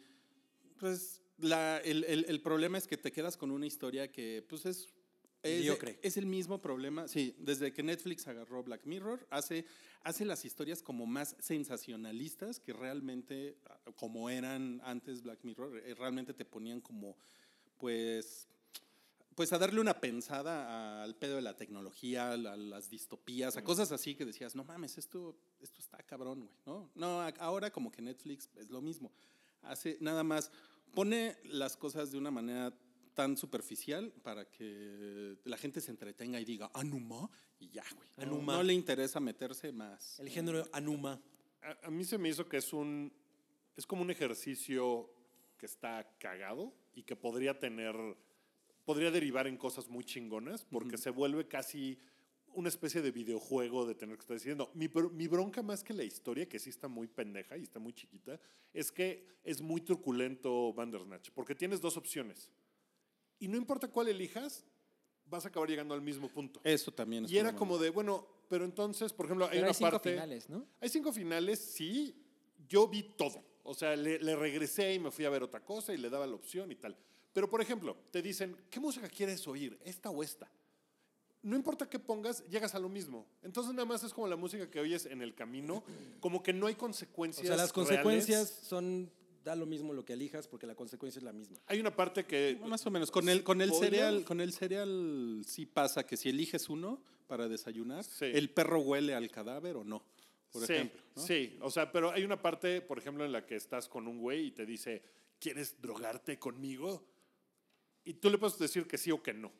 E: pues la, el, el- el problema es que te quedas con una historia que pues es... Es,
D: Mediocre.
E: es el mismo problema, sí, desde que Netflix agarró Black Mirror, hace, hace las historias como más sensacionalistas que realmente, ah, como eran antes Black Mirror, eh, realmente te ponían como, pues, pues a darle una pensada al pedo de la tecnología, a la- las distopías, a cosas así que decías, no mames, esto, esto está cabrón, güey, ¿no? No, a- ahora como que Netflix es lo mismo. Hace nada más, pone las cosas de una manera tan superficial para que la gente se entretenga y diga, Anuma, y ya, güey.
B: Ah,
E: No-
D: Anuma.
E: No le interesa meterse más.
D: El género Anuma.
B: A, a mí se me hizo que es un. Es como un ejercicio que está cagado y que podría tener. Podría derivar en cosas muy chingonas porque se vuelve casi una especie de videojuego de tener que estar diciendo. Mi, bro- mi bronca más que la historia, que sí está muy pendeja y está muy chiquita, es que es muy truculento Bandersnatch porque tienes dos opciones. Y no importa cuál elijas, vas a acabar llegando al mismo punto.
E: Eso también es
B: y era
E: problema.
B: como de, bueno, pero entonces, por ejemplo, hay
C: Pero
B: una
C: hay cinco
B: parte.
C: finales, ¿no?
B: Hay cinco finales, sí. Yo vi todo. O sea, le, le regresé y me fui a ver otra cosa y le daba la opción y tal. Pero, por ejemplo, te dicen, ¿qué música quieres oír? ¿Esta o esta? No importa qué pongas, llegas a lo mismo. Entonces, nada más es como la música que oyes en el camino, como que no hay
D: O
B: consecuencias.
D: sea,
B: reales.
D: las consecuencias son. Da lo mismo lo que elijas porque la consecuencia es la misma.
B: Hay una parte que.
E: Más o menos. Con el, con el
B: Spoiler.
E: cereal, con el cereal sí pasa que si eliges uno para desayunar,
B: Sí.
E: el perro huele al cadáver o no. Por
B: sí,
E: ejemplo. ¿no?
B: Sí, o sea, pero hay una parte, por ejemplo, en la que estás con un güey y te dice, ¿quieres drogarte conmigo? Y tú le puedes decir que sí o que no.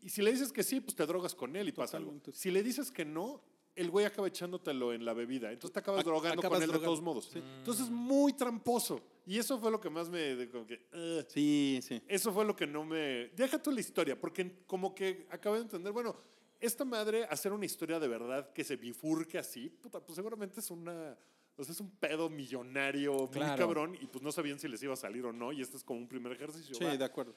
B: Y si le dices que sí, pues te drogas con él y pasa algo.
E: Totalmente.
B: Si le dices que no, el güey acaba echándotelo en la bebida. Entonces te acabas
E: Ac-
B: drogando
E: acabas
B: con él de
E: drogando,
B: todos modos. Entonces es muy tramposo. Y eso fue lo que más me... de- como que, "Ugh".
E: Sí, sí.
B: Eso fue lo que no me... Deja tú la historia, porque como que acabo de entender, bueno, esta madre hacer una historia de verdad que se bifurque así, puta, pues seguramente es una... O sea, es un pedo millonario muy
C: Claro.
B: cabrón y pues no sabían si les iba a salir o no y este es como un primer ejercicio.
E: Sí,
B: va.
E: de acuerdo.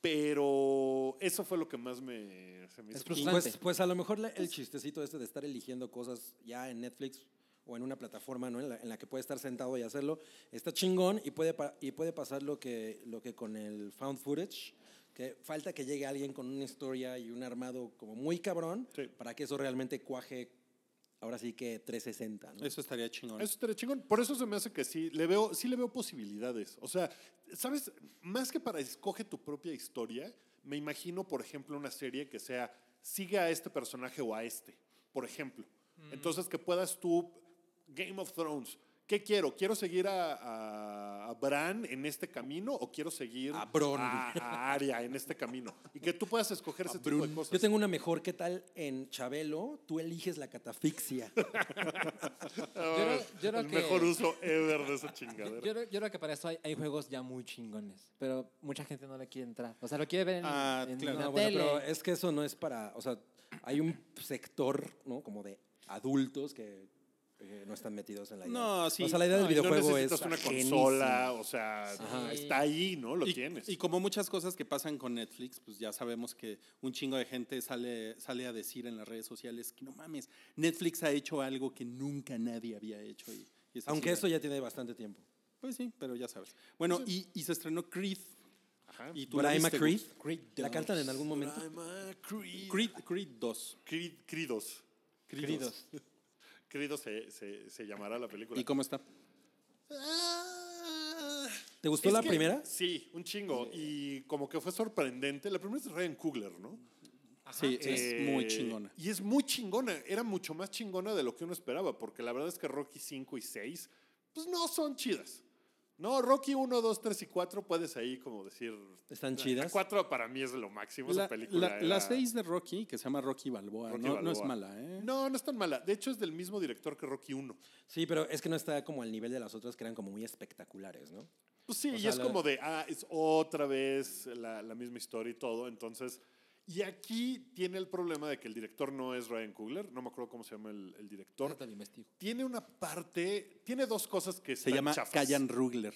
B: Pero eso fue lo que más me... Se me
C: Es
B: hizo-
C: frustrante.
D: Pues, pues a lo mejor la- el chistecito este de estar eligiendo cosas ya en Netflix o en una plataforma ¿no? en, la, en la que puede estar sentado y hacerlo, está chingón y puede, pa- y puede pasar lo que, lo que con el found footage, que falta que llegue alguien con una historia y un armado como muy cabrón
B: Sí.
D: para que eso realmente cuaje, ahora sí que 360. ¿no?
E: Eso estaría chingón.
B: Eso estaría chingón. Por eso se me hace que sí, le veo, sí le veo posibilidades. O sea, ¿sabes? Más que para escoge tu propia historia, me imagino, por ejemplo, una serie que sea sigue a este personaje o a este, por ejemplo. Entonces, que puedas tú, Game of Thrones, ¿qué quiero? ¿Quiero seguir a, a- a Bran en este camino o quiero seguir
D: A Bron.
B: a, a Arya en este camino? Y que tú puedas escoger ese tipo de cosas.
D: Yo tengo una mejor, ¿qué tal en Chabelo? Tú eliges la catafixia.
C: Yo creo, yo creo
B: Ah, El
C: que,
B: mejor uso ever de esa
C: yo,
B: chingadera.
C: creo- yo creo que para eso hay, hay juegos ya muy chingones, pero mucha gente no le quiere entrar. O sea, lo quiere ver en,
E: Ah,
C: en
E: claro.
C: la
D: No, bueno,
C: tele.
D: pero es que eso no es para, o sea, hay un sector, ¿no? Como de adultos que eh, no están metidos en la idea.
E: No, sí.
D: O sea, la idea
E: No,
D: del
E: y no
D: videojuego
B: no
D: es
B: necesitas una
D: ajenísima.
B: consola, o sea,
C: Ajá.
B: está ahí, ¿no? Lo
E: y,
B: tienes.
E: y como muchas cosas que pasan con Netflix, pues ya sabemos que un chingo de gente sale, sale a decir en las redes sociales que no mames, Netflix ha hecho algo que nunca nadie había hecho. y- y es así
D: Aunque
E: de-
D: eso ya tiene bastante tiempo.
E: Pues sí, pero ya sabes. Bueno, y, y se estrenó Creed.
B: Ajá.
E: Y tú la
D: Brian
E: viste,
D: Creed,
E: Gus.
D: ¿la cantan en algún momento?
B: Creed.
E: Creed, Creed 2.
B: Creedos.
E: Creedos.
B: Creedos se, se- se llamará la película.
E: ¿Y cómo está?
B: Ah.
D: ¿Te gustó
B: Es
D: la
B: que-
D: primera?
B: Sí, un chingo. Y como que fue sorprendente. La primera es Ryan Coogler, ¿no?
E: sí, es
B: Eh,
E: muy chingona.
B: Y es muy chingona. Era mucho más chingona de lo que uno esperaba, porque la verdad es que Rocky 5 y 6, pues no son chidas. No, Rocky 1, 2, 3 y 4 puedes ahí como decir... La-
D: ¿Están chidas?
B: La 4 para mí es lo máximo,
E: La,
B: esa película.
E: la-
B: era-
E: la seis de Rocky, que se llama Rocky Balboa,
B: Rocky
E: no, no es
B: Balboa.
E: mala, ¿eh?
B: No, no es tan mala. De hecho, es del mismo director que Rocky 1.
D: Sí, pero es que no está como al nivel de las otras que eran como muy espectaculares, ¿no?
B: Pues sí,
D: O
B: y
D: sea,
B: es
D: la-
B: como de, ah, es otra vez la, la misma historia y todo. Entonces, Y aquí tiene el problema de que el director no es Ryan Coogler, no me acuerdo cómo se llama el, el director.
C: Ahorita lo investigo.
B: Tiene una parte, tiene dos cosas que
E: Se llama Callan Rugler.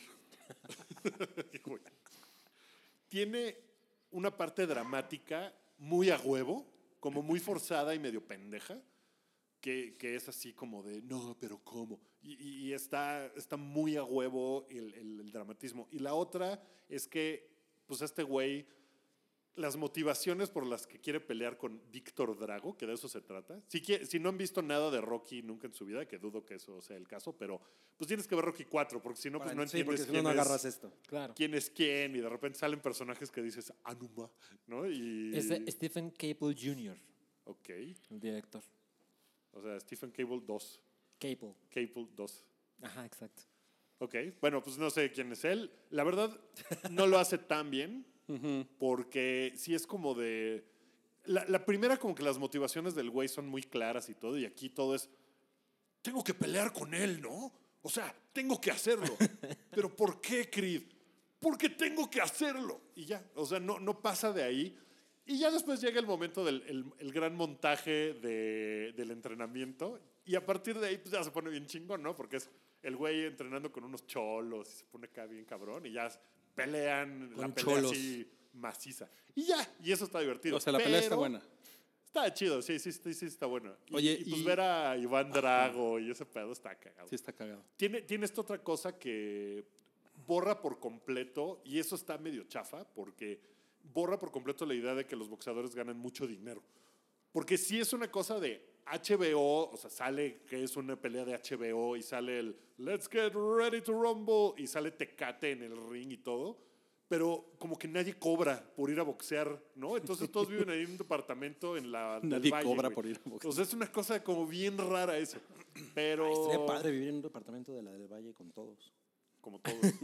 B: Güey. Tiene una parte dramática muy a huevo, como muy forzada y medio pendeja, que, que es así como de, no, pero ¿cómo? Y, y- y está, está muy a huevo el, el- el dramatismo. Y la otra es que, pues este güey, las motivaciones por las que quiere pelear con Víctor Drago, que de eso se trata. Si, quie- si no han visto nada de Rocky nunca en su vida, que dudo que eso sea el caso, pero pues tienes que ver Rocky 4, porque si no, pues
D: Para-
B: no
D: sí, porque
B: entiendes
D: si no, no
B: quién es-
D: agarras esto.
C: Claro.
B: quién es quién y de repente salen personajes que dices Anuma, ¿no? Y
C: Es de Stephen Cable Jr.,
B: ok,
C: el director.
B: o sea, Stephen Cable 2,
C: Cable.
B: Cable 2.
C: Ajá, exacto.
B: Ok, bueno, pues no sé quién es él. La verdad no lo hace tan bien porque sí es como de la, la primera como que las motivaciones del güey son muy claras y todo y aquí todo es tengo que pelear con él, ¿no? O sea, tengo que hacerlo. Pero ¿por qué, Creed? Porque tengo que hacerlo. Y ya, o sea, no, no pasa de ahí. Y ya después llega el momento del el, el gran montaje de- del entrenamiento. Y a partir de ahí pues, ya se pone bien chingón, ¿no? Porque es el güey entrenando con unos cholos y se pone acá bien cabrón y ya pelean la
D: Con
B: pelea
D: cholos.
B: así maciza. Y ya, y eso está divertido.
E: O sea, la pelea está
B: Pero-
E: buena.
B: Está chido, sí, sí, sí, sí está bueno. Y,
E: Oye,
B: y pues
E: y-
B: ver a Iván Drago y ese pedo está cagado.
E: Sí, está cagado.
B: Tiene, tiene esta otra cosa que borra por completo, y eso está medio chafa, porque borra por completo la idea de que los boxeadores ganan mucho dinero. Porque sí es una cosa de HBO, o sea, sale que es una pelea de HBO y sale el Let's get ready to rumble y sale Tecate en el ring y todo, pero como que nadie cobra por ir a boxear, ¿no? Entonces todos viven ahí en un departamento en la... del
E: Nadie
B: Valle,
E: cobra
B: güey.
E: por ir a boxear.
B: O sea, es una cosa como bien rara eso. Pero...
D: Ay, estaría padre vivir en un departamento de la del Valle con todos.
B: Como todos. o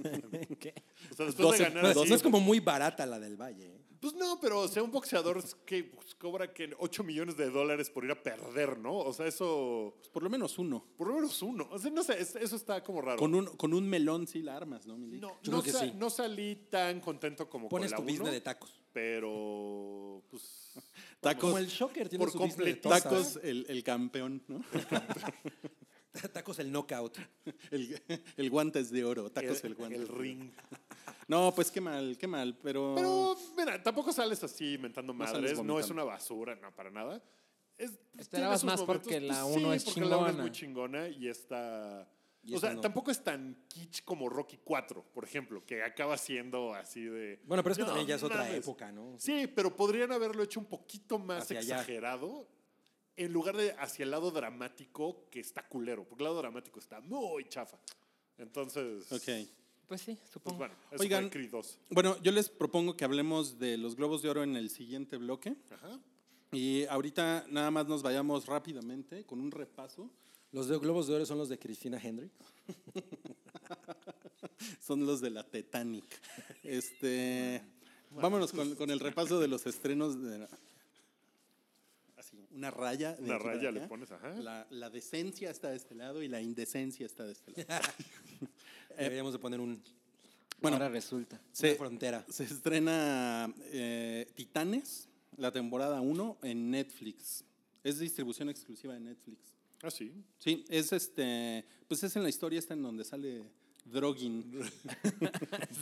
B: sea, después
E: Doce-
B: de ganar así,
E: doce-
D: No es como muy barata la del Valle. ¿eh?
B: Pues no, pero o sea, un boxeador es que pues, cobra que 8 millones de dólares por ir a perder, ¿no? O sea, eso.
E: Pues por lo menos uno.
B: Por lo menos uno. O sea, no sé, es- eso está como raro.
E: Con un, con un melón sí la armas, ¿no, Milik?
B: no,
D: Yo
B: no
D: creo que
B: sa-
D: sí.
B: no salí tan contento como
D: Pones
B: con
D: tu
B: la uno,
D: business de tacos.
B: pero pues
E: Tacos.
D: Como el Shocker tiene
B: Por
D: su business de
B: completo.
D: tosas.
E: Tacos, el, el campeón, ¿no?
D: Tacos el knockout.
E: El, el guantes de oro, tacos el, guantes. de oro.
B: ring.
E: No, pues qué mal, qué mal, pero...
B: Pero mira, tampoco sales así mentando
E: No sales
B: madres, no es
E: vomitando.
B: una basura, no para nada. Es,
C: Esperabas
B: tiene sus Pues
C: más porque la uno es
B: porque la uno es
C: chingona.
B: muy chingona y está
D: Y
B: o
D: esta
B: sea,
D: no.
B: tampoco es tan kitsch como Rocky 4, por ejemplo, que acaba siendo así de
D: Bueno, pero es que
B: "No
D: también ya es otra
B: mames".
D: época, ¿no?
B: Sí, pero podrían haberlo hecho un poquito más
D: Hacia allá.
B: exagerado en lugar de hacia el lado dramático que está culero, porque el lado dramático está muy chafa. Entonces,
E: Ok.
C: Pues sí,
B: pues
C: supongo.
B: bueno, eso
E: Oigan,
B: fue Creed 2.
E: Bueno, yo les propongo que hablemos de los globos de oro en el siguiente bloque.
B: Ajá.
E: Y ahorita nada más nos vayamos rápidamente con un repaso.
D: Los de Globos de Oro son los de Cristina Hendricks.
E: Son los de la Titanic. Este, vámonos con, con el repaso de los estrenos. De, así, una raya. de
B: Una
E: aquí para
B: raya le
E: acá.
B: pones, ¿eh? ajá.
E: La, la decencia está de este lado y la indecencia está de este lado.
D: Deberíamos de poner un,
E: Bueno,
C: Ahora resulta.
E: se,
D: una frontera.
E: se estrena eh, Titanes, la temporada 1, en Netflix. Es distribución exclusiva de Netflix.
B: Ah, sí.
E: Sí, es este, pues es en la historia esta en donde sale Drogin,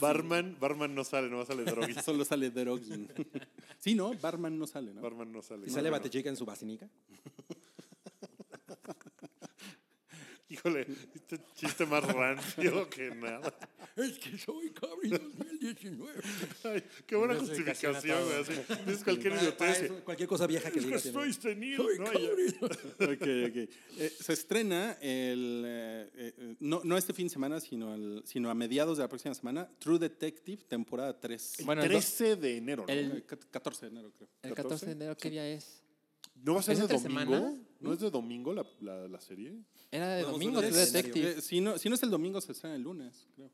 B: Barman, barman no sale, no sale droguis.
E: solo sale Drogin. Sí, ¿no? Barman no sale, ¿no?
B: barman no sale.
D: ¿Y sale
B: No, no.
D: Batechica en su vacinica?
B: Híjole, este chiste más rancio que nada.
D: Es que soy Cabri 2019.
B: Ay, qué buena
C: Una explicación a
B: justificación, güey,
C: todo.
B: así. Dices cualquier idiotez. y,
D: Cualquier cosa vieja que
B: Es que
D: diga.
B: estoy
D: tiene.
B: senil,
D: Soy
B: ¿no? Y ya.
D: Cabri.
E: Ok, ok. Eh, se estrena el, eh, eh, no, no este fin de semana, sino, al- sino a mediados de la próxima semana, True Detective, temporada 3.
C: Bueno, el do-
B: 13 de enero, ¿no?
C: el-
E: 14 de enero, creo.
C: El 14 de enero, ¿qué día es?
B: ¿No va a ser
C: ¿es
B: de
C: entre
B: domingo?
C: semana?
B: ¿No es de domingo la, la, la serie?
C: Era de
D: Podemos
C: domingo,
D: ver
C: True
D: el escenario.
C: Detective.
E: Eh, si, no, si no es el domingo, se estrena el lunes, creo.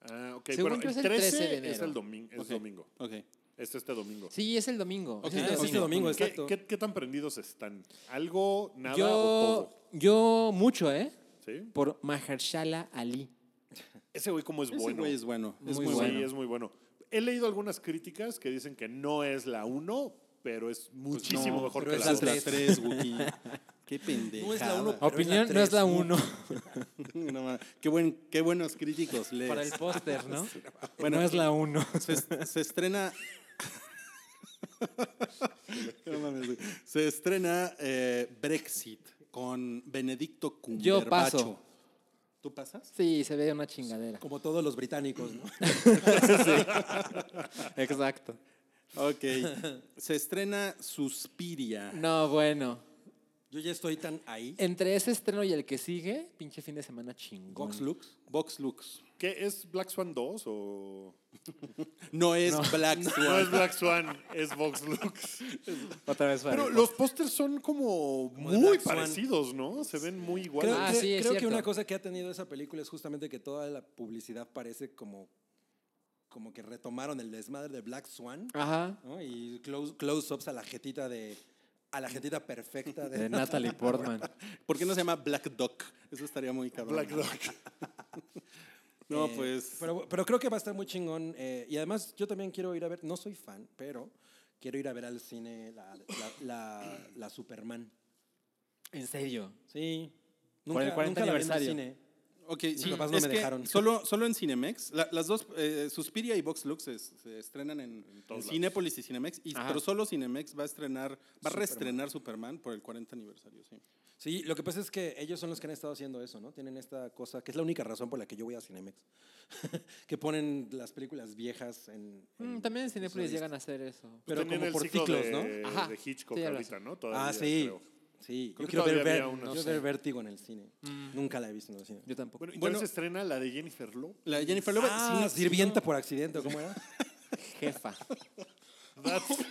B: Ah, ok.
C: Según
B: bueno,
C: yo
B: el
C: es el
B: 13,
C: 13 de
B: es
C: enero.
B: el domingo. Es
E: Ok.
B: domingo.
E: Ok.
B: Es este domingo.
C: Sí, es el domingo. es
E: Ok,
C: el
E: es este
C: domingo.
D: domingo,
B: ¿Qué-
D: exacto.
B: ¿Qué, qué tan prendidos están? ¿Algo, nada o
C: Yo,
B: todo?
C: yo mucho, ¿eh?
B: ¿Sí?
C: Por Mahershala Ali.
B: Ese güey como es
E: Ese
B: bueno.
E: güey es bueno. Es
C: Muy
E: muy
B: sí,
E: bueno.
B: es muy bueno. He leído algunas críticas que dicen que no es la 1, pero es muchísimo
E: No,
B: mejor
E: pero
B: que
E: es
B: la
E: la
B: otra.
E: tres, tres, Wookie. Qué pendejo.
D: No es la uno, Pero es la
C: Opinión no es la
D: tres,
C: uno
E: No, ma- qué, buen, qué buenos críticos lees.
C: para el póster, ¿no?
E: Bueno,
C: no es la uno
E: se, est- se estrena. No mames, güey. se estrena eh, Brexit con Benedicto Cumberbatch.
C: Yo paso.
E: ¿Tú pasas?
C: Sí, se ve una chingadera.
D: Como todos los británicos, ¿no?
C: Exacto.
E: Ok. Se estrena Suspiria.
C: No, bueno.
D: Yo ya estoy tan ahí.
C: Entre ese estreno y el que sigue, pinche fin de semana chingón.
D: Vox Lux.
E: Vox Lux.
B: ¿Qué es Black Swan 2 o
E: No es Black
B: no
E: Swan.
B: es Black Swan, es Vox Lux?
C: Otra vez
B: Pero los pósters son como,
D: de
B: muy
D: Black Swan.
B: parecidos, ¿no? Se ven muy iguales.
D: Creo,
C: Ah,
D: que-
C: sí, es
D: creo que
C: cierto.
D: una cosa que ha tenido esa película es justamente que toda la publicidad parece como, como que retomaron el desmadre de Black Swan
C: Ajá.
D: ¿no? y close- close-ups a la jetita de a la jetita perfecta de,
C: De Natalie Portman.
E: ¿Por qué no se llama Black Duck? Eso estaría muy cabrón.
B: Black Dog.
E: No,
D: Eh,
E: pues.
D: Pero, pero creo que va a estar muy chingón. eh, y además, yo también quiero ir a ver, no soy fan, pero quiero ir a ver al cine la, la, la- la Superman.
C: En serio.
D: Sí.
C: Por el 40
D: la vi en el
C: aniversario.
D: cine.
E: Ok, sí,
D: papás no
E: es
D: me
E: que
D: dejaron.
E: Solo, solo en Cinemex. la- las dos, eh, Suspiria y Vox Lux, se, se estrenan en,
B: todos
E: en
B: lados.
E: Cinépolis y Cinemex. y-
C: Ajá.
E: pero solo Cinemex va a estrenar, va a reestrenar Superman por el 40 aniversario. Sí.
D: Sí, lo que pasa es que ellos son los que han estado haciendo eso, ¿no? Tienen esta cosa, que es la única razón por la que yo voy a Cinemex. que ponen las películas viejas en. en
C: Mm, también en Cinepolis
D: episodios.
C: llegan a hacer eso.
D: Pero
B: Pues Tenían
D: como
B: el
D: por
B: ciclo
D: ciclos,
B: de,
D: ¿no?
C: Ajá,
B: de Hitchcock
C: tienes
B: ahorita, ¿no? Todavía,
D: ah, sí.
B: creo.
D: Sí,
B: Creo que
D: yo quiero ver,
B: todavía
D: ver-
B: había una,
D: yo
B: sí.
D: ver Vértigo en el cine.
C: Mm.
D: Nunca la he visto en el cine.
C: Yo tampoco.
B: Bueno, y
E: Bueno.
B: también se estrena la de Jennifer Lopez.
E: La de Jennifer Lopez.
D: Ah,
E: sí,
D: sirvienta por accidente, ¿o ¿cómo era?
C: Jefa.
B: That's-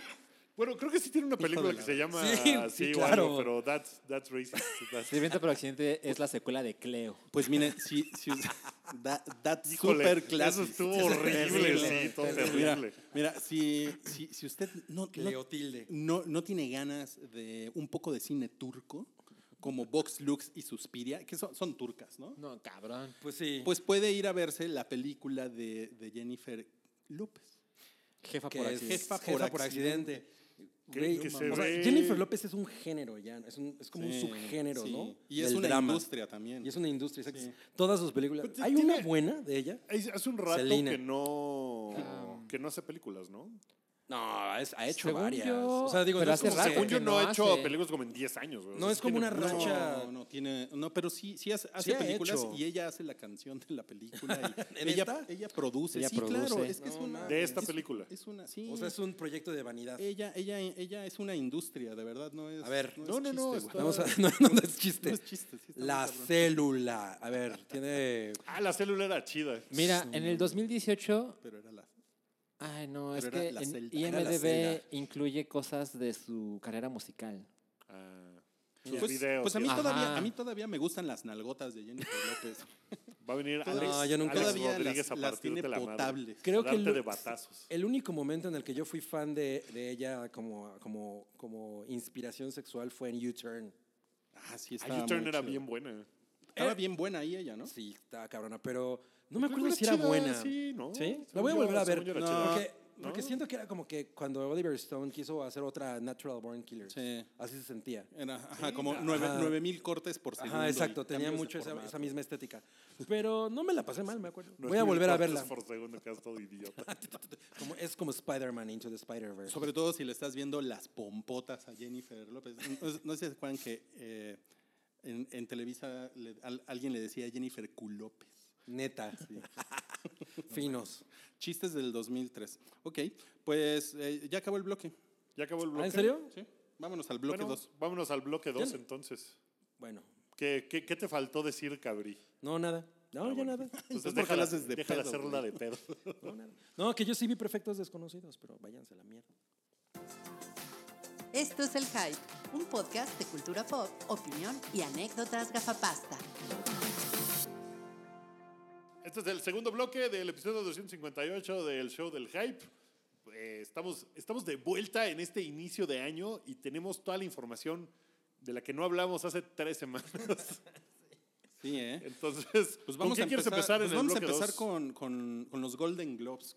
B: bueno, creo que sí tiene una película que se llama
D: Sí, sí,
B: así o
D: claro.
B: algo, pero That's, that's Racist. That's-
C: Sirvienta por accidente es la secuela de Cleo.
E: Pues miren, si, si da, that's
B: Híjole,
E: super
B: eso
E: classic.
B: estuvo horrible,
E: Terrible.
B: sí, todo
E: Mira,
B: terrible.
E: mira, si, si, si usted no, no,
D: Cleotilde.
E: no, no tiene ganas de un poco de cine turco, como Vox Lux y Suspiria, que son, son turcas, ¿no?
C: No, cabrón.
D: Pues sí.
E: Pues puede ir a verse la película de, de Jennifer López.
C: Jefa
D: que
C: por
D: es
C: accidente.
E: jefa
D: jefa,
E: por
D: por, accidente.
B: Que-
D: Güey,
B: que
D: no
B: se
D: mames. O sea,
B: ve-
D: Jennifer López es un género ya, es, un- es como un
E: Sí,
D: subgénero,
E: sí.
D: ¿no?
E: Y es
D: Del
E: una
D: drama.
E: industria Pues, también.
D: Y es una industria, exacto. Todas sus películas.
B: Pero
D: Hay
B: tiene-
D: una buena de ella.
B: Es- Hace un rato
D: Selena.
B: que no, que no hace películas, ¿no?
D: No, es- ha hecho
C: Según
D: varias.
C: yo-
D: o sea, digo,
C: pero
D: no es
C: hace
D: como-
C: rato
B: Según yo
C: que
B: no,
C: no
B: ha hecho
C: hace.
B: películas como en 10 años. güey. O
D: No
B: sea,
D: es como
B: tiene
D: una
B: mucho.
D: racha.
E: No, no tiene, no, pero sí, sí hace, hace
D: ha
E: películas
D: hecho.
E: y ella hace la canción de la película. y
D: ¿En
E: ella,
D: esta?
E: ella produce.
C: Ella
E: sí,
C: produce.
E: claro, es que es
D: No
E: una.
D: mames.
B: De esta
E: es-
B: película.
E: Es una, sí.
D: O sea, es un proyecto de vanidad.
E: ella, ella, ella es una industria, de verdad, no es.
D: A ver.
E: no,
B: No,
E: es
B: no, no,
E: chiste,
B: está-
E: güey.
D: Vamos a- no, no, no es chiste.
E: No es chiste, sí está muy
D: la
E: cabrón.
D: célula. A ver, tiene.
B: Ah, la célula era chida.
C: Mira, en el 2018
E: Pero era la.
C: Ay, no, es
E: Pero era
C: que
E: la
C: en
E: celda.
D: Era la
C: IMDB
D: celda.
C: incluye cosas de su carrera musical.
B: Ah, sus
E: Pues,
B: videos. ah,
E: pues a, mí
B: sí.
C: Ajá.
E: todavía, a mí todavía me gustan las nalgotas de Jennifer López.
B: Va a venir
E: No,
B: Alex,
D: yo nunca-
B: Alex
E: Todavía las-
B: Rodríguez a
E: las
B: partir
E: tiene
B: de la madre.
E: potables.
D: Creo
B: Darte
D: que el-
B: de batazos.
D: El único momento en el que yo fui fan de, de ella como, como, como inspiración sexual fue en U-Turn.
E: Ah, sí, estaba.
B: Ay, U-Turn
E: muy
B: era
E: chida.
B: bien buena.
E: Estaba bien buena ahí ella, ¿no?
D: Sí, estaba cabrona, pero no me acuerdo
B: Película
D: si era
B: chida,
D: buena.
B: Sí, ¿no?
D: ¿Sí? La
B: Según
D: voy a
B: yo-
D: volver a
B: según
D: ver.
B: yo era
E: No,
B: chida.
D: porque,
B: ¿no?
D: porque siento que era como que cuando Oliver Stone quiso hacer otra Natural Born Killers.
E: Sí.
D: Así se sentía.
E: Era ajá, como nueve-
D: Ajá.
E: 9000 cortes por segundo.
D: Ajá,
E: y
D: exacto. Tenía
E: cambios de
D: mucho esa,
E: formato.
D: esa misma estética. Pero no me la pasé mal, me acuerdo.
B: No
D: voy a
B: es
D: volver a
B: cortes
D: verla.
B: Por segundo, que es todo idiota.
D: Como- es como Spider-Man Into the Spider-Verse.
E: Sobre todo si le estás viendo las pompotas a Jennifer López. No- No sé si se acuerdan que eh, en, en Televisa le- al- alguien le decía Jennifer Culópez.
D: Neta. Finos.
E: Chistes del 2003. Ok, pues eh, ya acabó el bloque.
B: ¿Ya acabó el
D: ¿Ah,
B: bloque?
D: ¿En serio?
E: Sí, Vámonos al bloque
B: Bueno,
E: 2.
B: vámonos al bloque 2
D: Ya-
B: entonces.
D: Bueno.
B: ¿Qué, qué, qué te faltó decir, Cabri?
D: No, nada. No,
B: Ah,
D: ya
B: bueno.
D: nada.
E: ¿por
B: Entonces
E: qué
B: déjala,
E: la haces de
B: déjala
E: pedo,
B: hacerla
E: güey?
B: de pedo.
D: No, nada. No, que yo sí vi Perfectos Desconocidos, pero váyanse a la mierda.
A: Esto es El Hype, un podcast de cultura pop, opinión y anécdotas gafapasta.
B: Este es el segundo bloque del episodio 258 del show del hype. Eh, estamos, estamos de vuelta en este inicio de año y tenemos toda la información de la que no hablamos hace tres semanas.
E: Sí, ¿eh?
B: Entonces,
E: Pues vamos
B: ¿con qué
E: a
B: quieres empezar en
E: empezar, pues
B: el
E: vamos a
B: bloque
E: empezar
B: dos?
E: con, con- con los Golden Globes.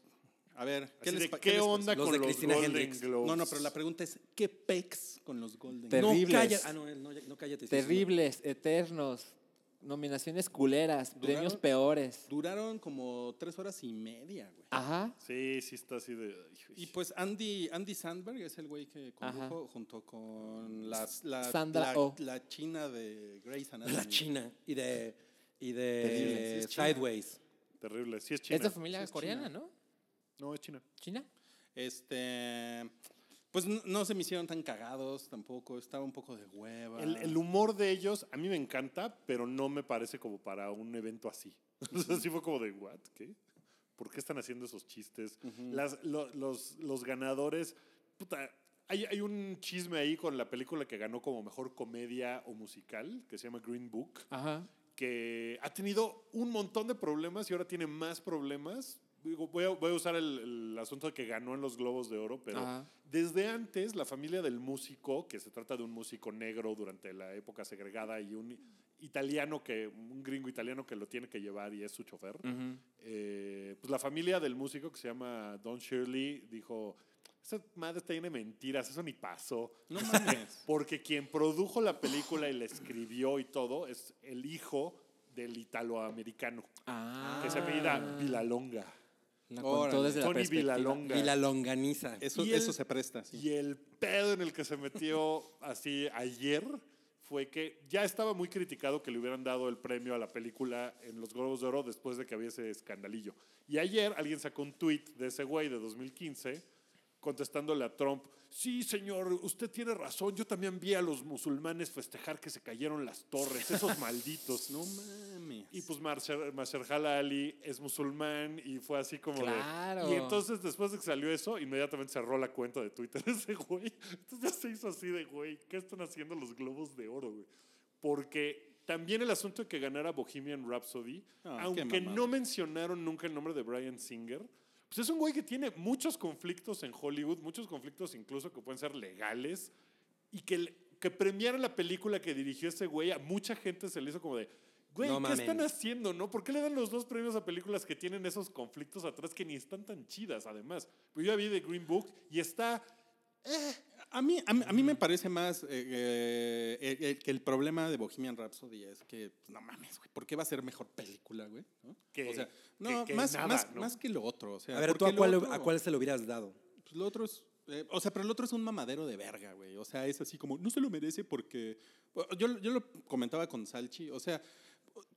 E: A ver,
B: Así de,
E: les
B: ¿Qué,
E: pa- les
B: onda
D: Los
B: con
D: de
B: los
D: Cristina
B: Golden
D: Hendricks.
B: Globes?
E: No, no, pero la pregunta es, ¿qué pex con los Golden
C: Te-
E: Globes?
C: Terribles.
D: No, calla- Ah, no, él no, ya- no cállate. estoy
C: Terribles, eternos, nominaciones culeras, premios
E: Duraron-
C: peores.
E: Duraron como tres horas y media, güey.
C: Ajá.
B: Sí, sí está así de... ay, güey.
E: Y pues Andy, Andy Sandberg es el güey que condujo junto con la, la,
C: Sandra
E: la,
C: Oh.
E: la china de Grey's
D: diciendo-
E: Anatomy.
D: La China. Y de, y
E: Terrible, sí
D: de
E: es China.
D: Sideways.
B: Terrible. Sí es China.
C: Es de familia
E: Sí, es
C: coreana,
E: china.
C: ¿no?
B: No, es China.
C: ¿China?
E: Este, pues no, no se me hicieron tan cagados tampoco, estaba un poco de hueva.
B: El, el humor de ellos a mí me encanta, pero no me parece como para un evento así. O sea, sí fue como de, ¿what? ¿Qué? ¿Por qué están haciendo esos chistes? Las- lo- los, los ganadores. Puta, hay, hay un chisme ahí con la película que ganó como mejor comedia o musical, que se llama Green Book,
C: Ajá.
B: que ha tenido un montón de problemas y ahora tiene más problemas. Digo, voy, a, voy a usar el, el asunto que ganó en los Globos de Oro, pero
C: Ajá.
B: desde antes la familia del músico, que se trata de un músico negro durante la época segregada y un italiano que, un gringo italiano que lo tiene que llevar y es su chofer, eh, pues la familia del músico que se llama Don Shirley dijo, esa madre está llena de mentiras, eso ni pasó.
E: No mames.
B: Porque quien produjo la película y la escribió y todo es el hijo del italoamericano,
C: Ah.
B: que se apellida Vilalonga.
C: La
E: Órale.
C: contó desde la
B: Tony
C: perspectiva.
B: Vilalonga.
D: Y la longaniza.
E: Eso,
B: y el-
E: eso se presta. sí.
B: Y el pedo en el que se metió así ayer fue que ya estaba muy criticado que le hubieran dado el premio a la película en los Globos de Oro después de que había ese escandalillo. Y ayer alguien sacó un tweet de ese güey de 2015 contestándole a Trump, sí señor, usted tiene razón, yo también vi a los musulmanes festejar que se cayeron las torres, esos malditos.
E: No mames.
B: Y pues Marcer, Maserjala Ali es musulmán y fue así como de-
C: Claro.
B: Y entonces después de que salió eso, inmediatamente cerró la cuenta de Twitter ese güey. Entonces ya se hizo así de güey, ¿qué están haciendo los globos de oro, güey? Porque también el asunto de que ganara Bohemian Rhapsody,
E: Ah, qué
B: aunque
E: mamada.
B: no mencionaron nunca el nombre de Brian Singer, pues es un güey que tiene muchos conflictos en Hollywood, muchos conflictos incluso que pueden ser legales y que, el- que premiaron la película que dirigió ese güey, a mucha gente se le hizo como de, güey,
D: No
B: ¿qué
D: mamen.
B: están haciendo, no? ¿Por qué le dan los dos premios a películas que tienen esos conflictos atrás que ni están tan chidas, además? Pero yo ya vi The Green Book y está...
E: A mí, a, mí, a mí me parece más eh, eh, el- el- que el problema de Bohemian Rhapsody es que, pues, no mames, güey, ¿por qué va a ser mejor película, güey? ¿No?
B: Que-
E: o sea,
B: que-
E: no,
B: que
E: más,
B: nada,
E: más,
B: ¿no?
E: más que lo otro. O sea,
D: A ver, ¿tú
E: porque
D: a
E: lo
D: cuál,
E: otro-
D: a cuál se lo hubieras dado?
E: pues, lo otro es. eh, o sea, pero el otro es un mamadero de verga, güey. O sea, es así como, no se lo merece porque. Yo, yo lo comentaba con Salchi. O sea,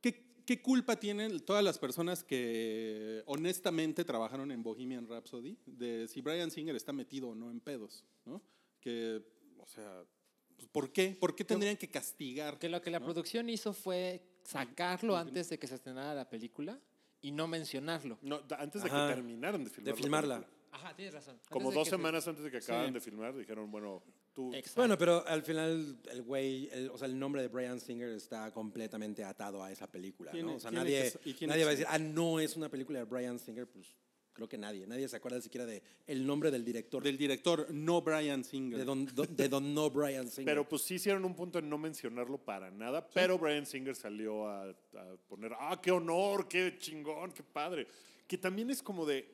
E: ¿qué, qué culpa tienen todas las personas que honestamente trabajaron en Bohemian Rhapsody de si Brian Singer está metido o no en pedos? ¿No? Que, o sea, pues, ¿por qué? ¿Por qué tendrían que castigar?
C: Que lo que la producción hizo fue sacarlo antes de que se estrenara la película y no mencionarlo.
B: No, da- antes
D: Ajá.
B: de que terminaran de filmar.
D: De
B: la
D: filmarla.
B: película.
C: Ajá, tienes razón.
B: Como dos semanas antes de que acabaran
E: Sí.
B: de filmar, dijeron, bueno, tú...
D: Bueno, pero al final el güey, el- o sea, el nombre de Brian Singer está completamente atado a esa película,
E: Tiene-
D: ¿no? O sea,
E: tiene
D: nadie,
E: que- y tiene
D: nadie
E: que
D: va a decir,
E: ser.
D: ah, no, es una película de Brian Singer, pues creo que nadie. Nadie se acuerda siquiera de el nombre del director,
E: Del director, no Brian Singer.
D: de, don, do- de don no Brian Singer.
B: Pero pues sí hicieron un punto en no mencionarlo para nada, pero Brian Singer salió a, a poner, ah, qué honor, qué chingón, qué padre. Que también es como de,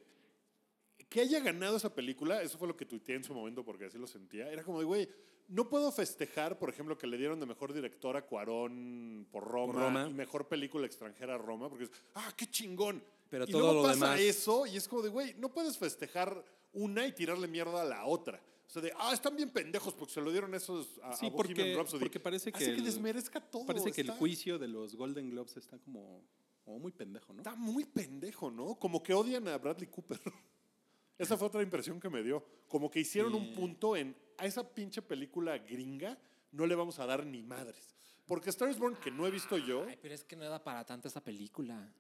B: que haya ganado esa película, eso fue lo que tuiteé en su momento porque así lo sentía, era como de, güey, no puedo festejar, por ejemplo, que le dieron de mejor director a Cuarón por Roma,
D: Por Roma.
B: y mejor película extranjera a Roma, porque es, ah, qué chingón.
D: Pero
B: y
D: todo
B: luego
D: lo
B: pasa
D: demás-
B: eso y es como de, güey, no puedes festejar una y tirarle mierda a la otra. O sea, de, ah, están bien pendejos porque se lo dieron esos a,
E: Sí,
B: a Bohemian
E: porque-
B: Rhapsody".
E: porque parece
B: Hace
E: que
B: que
E: el-
B: desmerezca todo.
E: Parece que el
B: está-
E: juicio de los Golden Globes está como, como muy pendejo, ¿no?
B: Está muy pendejo, ¿no? Como que odian a Bradley Cooper. Esa fue otra impresión que me dio. Como que hicieron un punto en a esa pinche película gringa no le vamos a dar ni madres. Porque Star is Born, que no he visto yo.
C: Ay, pero es que no era para tanto esa película.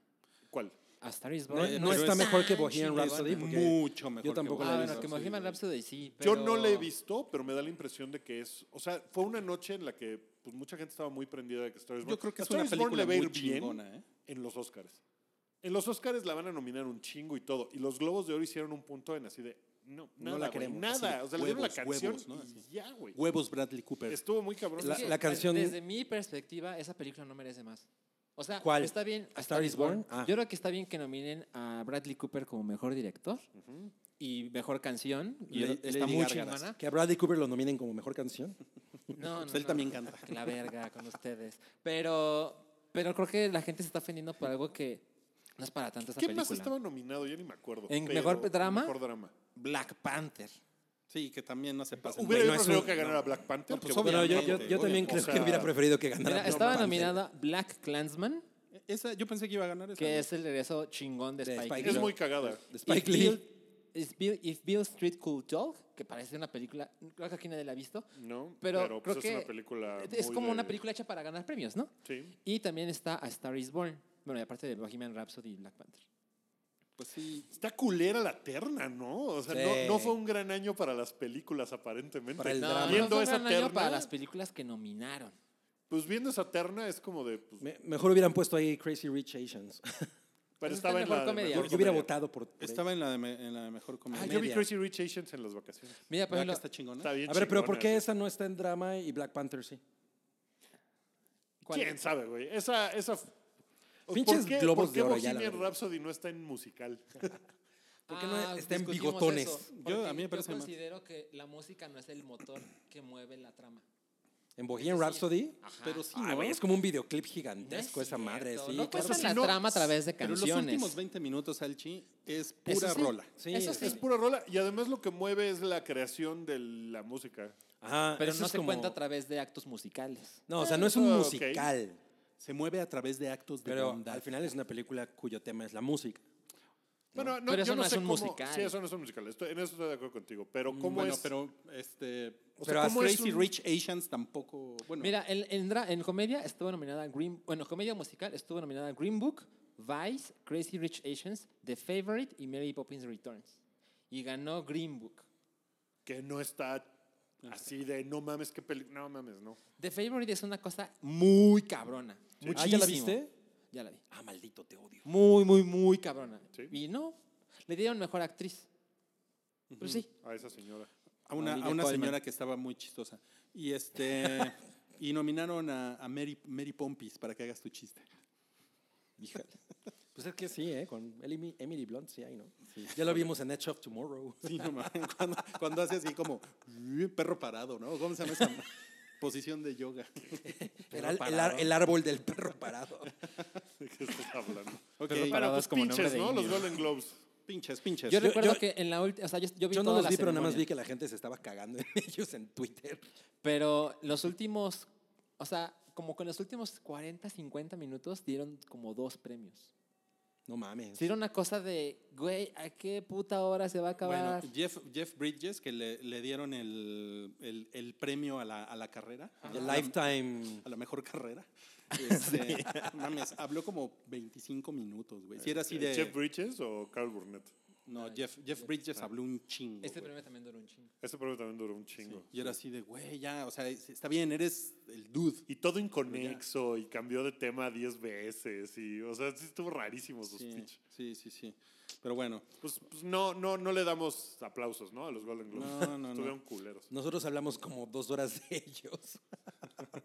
B: ¿Cuál?
C: A Star is
D: no,
C: Born.
D: no
E: pero Eh,
D: está
E: es
D: mejor que
C: tan
D: Bohemian
C: chingona.
D: Rhapsody. porque
E: Mucho mejor.
D: yo tampoco
E: Bohemian
C: Ah,
D: la he
C: bueno,
D: visto,
C: que Bohemian Rhapsody sí.
B: Yo no la he visto, pero me da la impresión de que es. O sea, fue una noche en la que pues, mucha gente estaba muy prendida de que Star is Born.
E: Yo creo que
B: A
E: es
B: Star
E: una
B: is Born le
E: película
B: va a ir
E: muy
B: bien
E: chingona, ¿eh?
B: en los Oscars. En los Oscars la van a nominar un chingo y todo. Y los Globos de Oro hicieron un punto en así de. No,
D: No
B: nada,
D: la
B: güey,
D: queremos,
B: Nada.
E: así de
B: O sea, le dieron la
E: huevos,
B: canción
E: huevos, ¿no?
B: y
E: Así.
B: ya, güey.
E: Huevos Bradley Cooper.
C: Pues
B: Estuvo muy cabrón.
D: La-
B: eso.
D: la canción-
C: Desde mi perspectiva, esa película no merece más. O sea,
D: ¿Cuál?
C: está bien.
D: ¿A Star is Born? Ah.
C: Yo creo que está bien que nominen a Bradley Cooper como mejor director y mejor canción. Y
E: Le-
C: está
E: Lady
C: muy
E: Gárgaras.
C: chingona.
D: Que a Bradley Cooper lo nominen como mejor canción.
C: No,
E: Pues él también canta.
C: que La verga con ustedes. Pero, pero creo que la gente se está ofendiendo por algo que no es para tanto esa
B: ¿Quién más
C: película.
B: estaba nominado? Ya ni me acuerdo.
C: ¿En
B: pero-
C: mejor drama?
B: Mejor drama.
C: Black Panther.
E: Sí, que también no se pasa.
B: Hubiera
D: no
B: yo
D: es
B: preferido
D: un-
B: que ganara Black Panther.
E: No, pues
B: que
D: Bueno,
E: obviamente,
D: yo,
B: Black
D: yo,
B: Panther.
D: yo también
E: obviamente.
D: creo
B: O sea,
D: que hubiera preferido que ganara.
C: Mira,
D: Black
C: estaba
D: Panther.
C: nominada Black Klansman,
E: Esa, yo pensé que iba a ganar esa.
C: que
E: ¿no?
C: es el regreso chingón de,
D: De
C: Spike,
D: Spike
C: Lee.
B: Es muy cagada.
D: De Spike
C: If
D: Lee.
C: Bill- is Bill- If Bill Street Could Talk, que parece una película, creo que aquí nadie la ha visto,
B: ¿no?
C: pero,
B: pues,
C: creo que
B: es una película.
C: es
B: Ah, muy
C: como
B: de-
C: una película hecha para ganar premios, ¿no?
B: Sí.
C: Y también está A Star Is Born. Bueno, y aparte de Bohemian Rhapsody y Black Panther.
E: Pues sí.
B: Está culera la terna, ¿no? O sea,
D: Sí.
B: no, no fue un gran año para las películas, aparentemente.
D: Para el
C: No,
D: drama.
C: no
B: Viendo
C: fue un
B: esa
C: gran año
B: terna,
C: para las películas que nominaron.
B: pues viendo esa terna es como de. Pues,
D: Me- mejor hubieran puesto ahí Crazy Rich Asians.
B: pero
C: Esa
B: estaba
C: es
B: en
C: mejor
B: la. de
C: comedia.
B: mejor
D: Yo hubiera
B: comedia.
D: votado por. por
E: Estaba en la, de me- en la de mejor
B: Ah,
E: comedia.
B: yo vi
D: Comedia.
B: Crazy Rich Asians en las vacaciones.
C: Mira, por
E: ¿Verdad que
C: ejemplo,
E: está chingona?
B: Está bien.
D: A ver, pero ¿por
B: chingona,
D: qué
B: sí.
D: esa no está en drama y Black Panther sí?
C: ¿cuál?
B: ¿Quién sabe, güey? Esa. esa ¿Por
D: Pinches
B: qué-
D: globos
B: ¿Por qué
D: de oro, ya la
B: Bohemian
D: verdad.
B: Rhapsody no está en musical?
D: ¿Por qué no
C: Ah,
D: está en
C: discutimos
D: bigotones?
C: eso,
E: Yo-
C: porque
E: a mí me parece
C: Yo
E: más.
C: considero que la música no es el motor que mueve la trama.
D: ¿En Bohemian Rhapsody?
C: Ajá.
E: Pero sí,
D: Ah,
E: ¿no?
D: güey, es como un videoclip
C: No es
D: gigantesco esa
C: cierto,
D: madre, sí.
C: No
D: claro.
C: cuentan
B: si
C: la
B: no-
C: trama a través de
E: Pero los
C: canciones.
E: últimos 20 minutos, Alchi, es pura
C: Eso sí.
E: rola.
D: Sí,
C: Eso
D: es-
C: sí.
B: Es pura rola. Y además lo que mueve es la creación de la música.
D: Ajá,
C: Pero
D: eso
C: no
D: es
C: se
D: como-
C: cuenta a través de actos musicales.
D: No, o sea, no es un
B: Ah, ok.
D: musical,
E: Se mueve a través de actos de
D: pero
E: bondad.
D: al final es una película cuyo tema es la música.
B: Bueno, no,
C: Pero
B: yo
C: eso
B: no,
C: no es
B: sé
C: un
B: cómo-
C: musical.
B: Sí, eso no es un musical. Estoy- en eso estoy de acuerdo contigo. Pero
D: Mm,
B: ¿cómo
E: bueno,
B: es?
E: pero este,
B: O sea,
E: pero a
B: ¿cómo es
E: Crazy
B: un-
E: Rich Asians tampoco, bueno,
C: Mira, en, en dra- en comedia estuvo nominada Green... Bueno, comedia musical estuvo nominada Green Book, Vice, Crazy Rich Asians, The Favorite y Mary Poppins Returns. Y ganó Green Book.
B: que no está así de no mames, qué película. No mames, no.
C: The Favorite es una cosa muy cabrona.
D: Ah, ¿ya
C: Muchísimo.
D: la viste?
C: Ya la vi.
D: Ah, maldito, te odio.
C: Muy, muy, muy cabrona.
B: Sí.
C: Y no, le dieron mejor actriz. Pero sí.
B: A esa señora.
E: a una,
D: Olivia
E: a una
D: Colman.
E: señora que estaba muy chistosa. Y este y nominaron a, a Mary, Mary Pompis para que hagas tu chiste.
D: Híjole. Pues es que sí, ¿eh? Con Emily, Emily Blunt sí hay, ¿no? Ya lo vimos en Edge of Tomorrow.
E: Sí, no mames, cuando, cuando hace así como "Uh, perro parado, ¿no? ¿Cómo se llama esa posición de yoga?
D: El, al- el ar- el árbol del perro parado.
B: ¿De qué estás hablando?
E: Ok,
B: Pero pues,
C: paradas como nombre
B: pinches,
C: de
B: ¿no? Los
C: indio.
B: Golden Globes.
E: pinches, pinches.
C: Yo,
D: Yo-
C: recuerdo
D: yo-
C: que en la última, o sea, yo, yo vi
D: Yo no
C: toda
D: los
C: la
D: vi, pero nada más
C: ceremonia.
D: vi que la gente se estaba cagando en ellos en Twitter.
C: Pero los últimos, o sea, como con los últimos 40, 50 minutos dieron como dos premios.
D: No mames.
C: Sí, era una cosa de, güey, ¿a qué puta hora se va a
E: Bueno,
C: acabar?
E: Jeff, Jeff Bridges, que le, le dieron el, el- el premio a la, a la carrera.
D: The Lifetime.
E: a la mejor carrera. Este, mames, habló como 25 minutos, güey. Si era
C: Eh,
E: así de...
B: Eh, ¿Jeff Bridges o Carl Burnett?
E: no, Jeff, Jeff Bridges habló un chingo,
C: este
E: güey.
C: premio también duró un chingo.
B: Ese programa también duró un chingo.
E: Y era así de, güey, ya, o sea, es- está bien, eres el dude.
B: Y todo inconexo y cambió de tema 10 veces. Y, o sea, sí estuvo rarísimo su
E: Sí,
B: speech.
E: sí, sí, sí. Pero bueno,
B: Pues, pues, no, no, no le damos aplausos, ¿no? A los Golden Globes.
E: No, no, no.
B: Estuvieron culeros.
D: Nosotros hablamos como dos horas de ellos.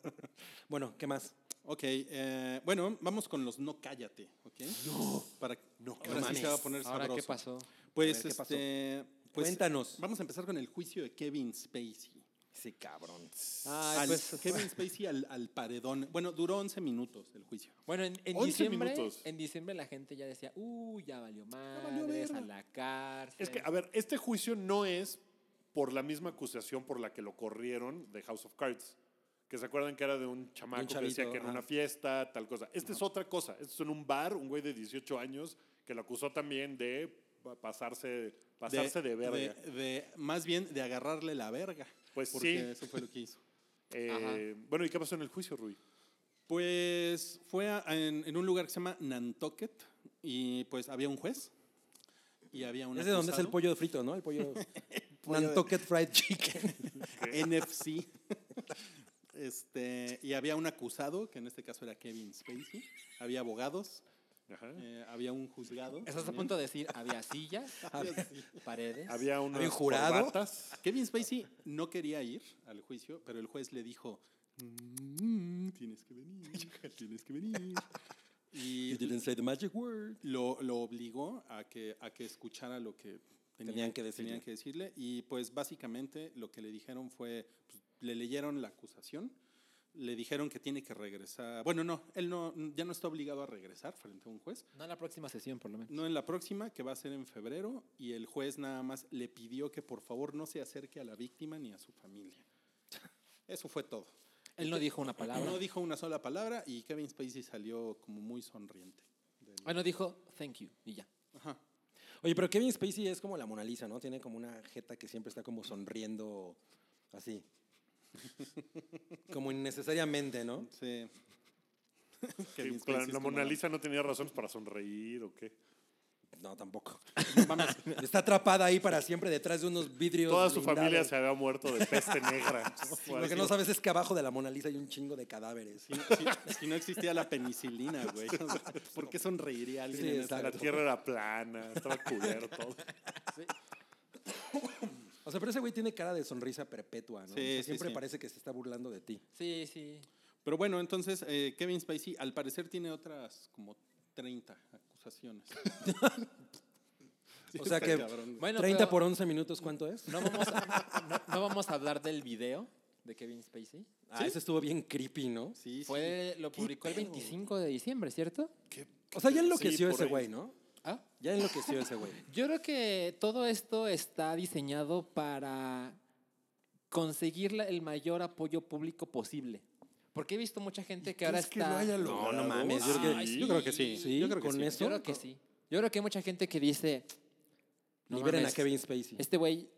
D: bueno, ¿qué más?
E: ok. eh, bueno, vamos con los no cállate, ¿ok? No. Para, no, ahora sí
D: mames.
E: se va a poner
C: Ahora, ¿qué
E: sabroso.
C: pasó?
E: Pues,
D: A ver, ¿qué pasó?
E: este... pues,
D: Cuéntanos.
E: Vamos a empezar con el juicio de Kevin Spacey.
D: Sí, cabrón.
C: Ay,
E: Al-
C: pues,
E: Kevin Spacey al, al paredón. Bueno, duró 11 minutos el juicio.
C: bueno, en, en
B: 11
C: diciembre,
B: minutos.
C: en diciembre la gente ya decía, uy, ya valió
E: valió
C: madres, a
E: verga".
C: la cárcel.
B: Es que, a ver, este juicio no es por la misma acusación por la que lo corrieron de House of Cards. Que se acuerdan que era de un chamaco
D: Un
B: que decía
D: chavito,
B: que en
D: ajá.
B: una fiesta, tal cosa. Este es otra cosa. Este es en un bar, un güey de 18 años que lo acusó también de pa- pasarse, pasarse de, verga.
E: de- de- más bien de agarrarle la verga.
B: Pues
E: porque
B: sí.
E: eso fue lo que hizo.
B: Eh, bueno, ¿y qué pasó en el juicio, Rui?
E: Pues fue a- en, en un lugar que se llama Nantucket y pues había un juez y había un
D: Es de donde es el
E: acusado.
D: pollo de frito, ¿no? El pollo. Nantucket Fried Chicken.
E: NFC. este, y había un acusado, que en este caso era Kevin Spacey. Había abogados,
B: Ajá.
E: eh, había un juzgado.
C: Estás a
E: también.
C: punto de decir, había sillas,
E: Había-
C: paredes.
B: Había unas
D: un jurado?
B: corbatas.
E: Kevin Spacey no quería ir al juicio, pero el juez le dijo, "Mm, tienes que venir, tienes que venir. Y
D: You didn't say the magic word.
E: lo, lo obligó a que, a que escuchara lo que tenían,
D: Tenían que
E: que
D: decirle.
E: tenían que decirle. Y pues básicamente lo que le dijeron fue, pues, le leyeron la acusación, le dijeron que tiene que regresar. Bueno, no, él no, ya no está obligado a regresar frente a un juez.
C: No en la próxima sesión, por lo menos.
E: No en la próxima, que va a ser en febrero, y el juez nada más le pidió que por favor no se acerque a la víctima ni a su familia. Eso fue todo.
C: Él no dijo una palabra.
E: No dijo una sola palabra y Kevin Spacey salió como muy sonriente. del-
C: Ah, no dijo thank you y ya.
E: Ajá.
D: Oye, pero Kevin Spacey es como la Mona Lisa, ¿no? Tiene como una jeta que siempre está como sonriendo así. como innecesariamente, ¿no?
E: Sí.
B: Sí,
E: Kevin
B: claro,
E: Spacey es
B: la
E: como
B: Mona Lisa no tenía razones para sonreír o qué.
D: No, tampoco. Mames, está atrapada ahí para siempre detrás de unos vidrios.
B: Toda su
D: blindados.
B: familia se había muerto de peste negra. O
D: Lo que
B: algo.
D: no sabes es que abajo de la Mona Lisa hay un chingo de cadáveres.
E: Si, si- si no existía la penicilina, güey. o sea, ¿Por qué sonreiría alguien?
D: Sí,
E: en esa-
D: exacto.
B: La tierra era plana, estaba culero todo.
D: O sea, pero ese güey tiene cara de sonrisa perpetua, ¿no?
E: Sí,
D: O sea,
E: sí,
D: siempre
E: sí.
D: parece que se está burlando de ti.
C: Sí, sí.
E: Pero bueno, entonces eh, Kevin Spacey al parecer tiene otras como 30 acusaciones. Sí,
D: O sea
E: está
D: que-
E: cabrón, güey.
C: Bueno,
D: 30
C: pero
D: por 11 minutos, ¿cuánto es?
C: No vamos, a, no- no vamos a hablar del video de Kevin Spacey.
D: Ah, ese estuvo bien creepy, ¿no?
E: Sí, sí.
C: Fue, lo publicó el 25 de diciembre, ¿cierto?
D: O sea, ya
B: Sí,
D: enloqueció
B: por
D: ese
B: ahí.
D: güey, ¿no?
C: Ah.
D: Ya enloqueció ese güey.
C: Yo creo que todo esto está diseñado para conseguir la- el mayor apoyo público posible. Porque he visto mucha gente que ahora
B: ¿Crees que lo
C: está.
B: haya
D: No, no
B: logrado?
D: mames. Yo creo que,
C: Ay,
E: Yo creo que sí.
D: Sí,
E: Yo creo que
D: con
E: sí.
D: eso.
C: Yo creo que sí. Yo creo que hay mucha gente que dice. "No
D: Liberen
C: mames,
D: a Kevin Spacey.
C: Este güey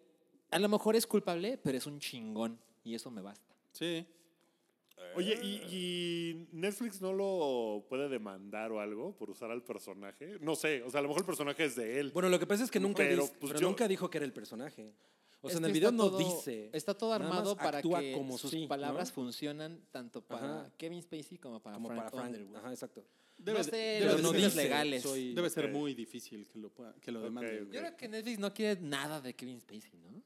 C: a lo mejor es culpable, pero es un chingón. Y eso me basta.
E: Sí.
B: Oye, ¿y, y Netflix no lo puede demandar o algo por usar al personaje? No sé, o sea, a lo mejor el personaje es de él.
D: Bueno, lo que pasa es que nunca,
B: Pero,
D: dis-
B: pues,
D: pero
B: yo-
D: nunca dijo que era el personaje. O
C: Es
D: sea, en
C: que
D: el video
C: está
D: no
C: todo-
D: dice.
C: Está todo
D: Nada más
C: armado para
D: actúa
C: que
D: como
C: sus
D: sí, ¿no?
C: palabras funcionan tanto para
D: Ajá.
C: Kevin Spacey como para
D: como
C: Frank
D: para Frank.
C: Underwood.
D: Ajá, exacto.
E: Debe
C: no
E: de-
C: sé
E: debe
C: los
E: de ser-
D: no
E: este,
C: medios
D: dice,
C: legales.
D: soy-
E: Debe ser
B: Ok.
E: muy difícil que lo, pueda- que lo
B: Ok,
E: demande.
B: ok.
E: güey.
C: Yo creo que Netflix no quiere nada de Kevin Spacey, ¿no?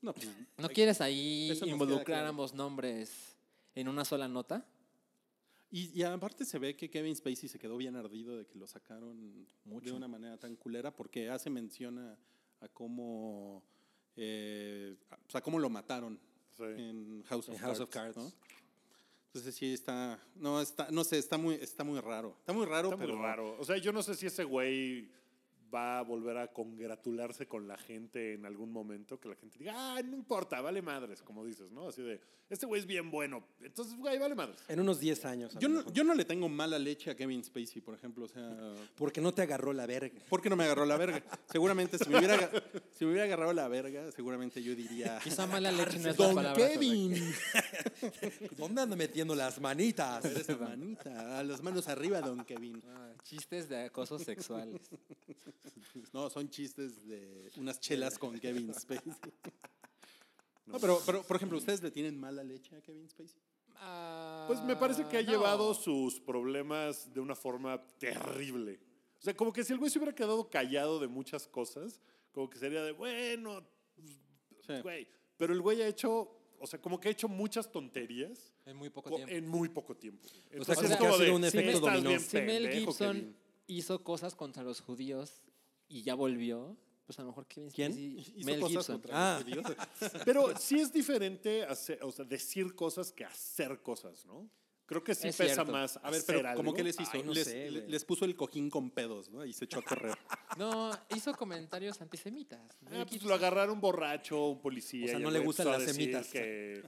E: No, pues,
C: ¿No quieres ahí
E: Eso nos queda
C: involucrar
E: claro.
C: ambos nombres en una sola nota?
E: Y, y aparte se ve que Kevin Spacey se quedó bien ardido de que lo sacaron de
C: Mucho.
E: una manera tan culera porque hace mención a, a cómo eh, a- pues, a cómo lo mataron
B: Sí.
E: en House of
D: En
E: Cards.
D: House of Cards.
E: ¿no? Entonces sí está no está no sé está muy está muy raro está muy raro
B: Está
E: pero
B: muy raro. O sea, yo no sé si ese güey va a volver a congratularse con la gente en algún momento, que la gente diga, ah, no importa, vale madres, como dices, ¿no? Así de, este güey es bien bueno, entonces, güey, vale madres.
D: En unos 10 años. a
E: yo
D: lo
E: no,
D: mejor.
E: yo no le tengo mala leche a Kevin Spacey por ejemplo o sea
D: Porque no te agarró la verga.
E: ¿Por qué no me agarró la verga? Seguramente si me hubiera, aga- si me hubiera agarrado la verga, seguramente yo diría...
C: Quizá mala leche no es la
E: Don
C: palabra. correcta.
E: Kevin.
D: ¿Dónde anda metiendo las manitas?
E: Eres hermanita, a las manos arriba, don Kevin.
C: Ah, Chistes de acosos sexuales.
E: No, son chistes de unas chelas con Kevin Spacey. No, pero, pero, por ejemplo, ¿ustedes le tienen mala leche a Kevin Spacey?
B: Pues me parece que ha
C: Ah, no.
B: llevado sus problemas de una forma terrible. O sea, como que si el güey se hubiera quedado callado de muchas cosas, como que sería de, bueno,
E: Sí.
B: güey. Pero el güey ha hecho, o sea, como que ha hecho muchas tonterías
C: En muy poco
B: co-
C: tiempo.
B: en muy poco tiempo.
D: sea,
B: Entonces,
C: como que ha
D: sido un
B: "Sí,
D: efecto
B: estás
D: dominó".
B: bien
C: Si Mel
B: pendejo,
C: Gibson
B: Kevin.
C: hizo cosas contra los judíos y ya volvió, pues a lo mejor Kevin
D: ¿Quién?
C: Spacey.
E: Hizo
C: Mel
E: cosas
C: Gibson.
E: contra
D: Ah.
E: los judíos.
B: Pero sí es diferente hacer- o sea, decir cosas que hacer cosas, ¿no? Creo que sí
C: Es
B: pesa
C: cierto.
B: más.
E: A ver, pero
B: hacer
E: ¿cómo
B: algo.
E: que les hizo?
D: Ay, no
E: les,
D: sé,
E: le-
D: güey.
E: les puso el cojín con pedos, ¿no? Y se echó a correr.
C: No, hizo comentarios antisemitas. Mel
B: Ah, pues
C: Gibson.
B: lo agarraron borracho, un policía.
D: O sea,
B: y el
D: no le
B: güey
D: gustan
B: empezó a
D: las
B: decir
D: semitas.
B: Que,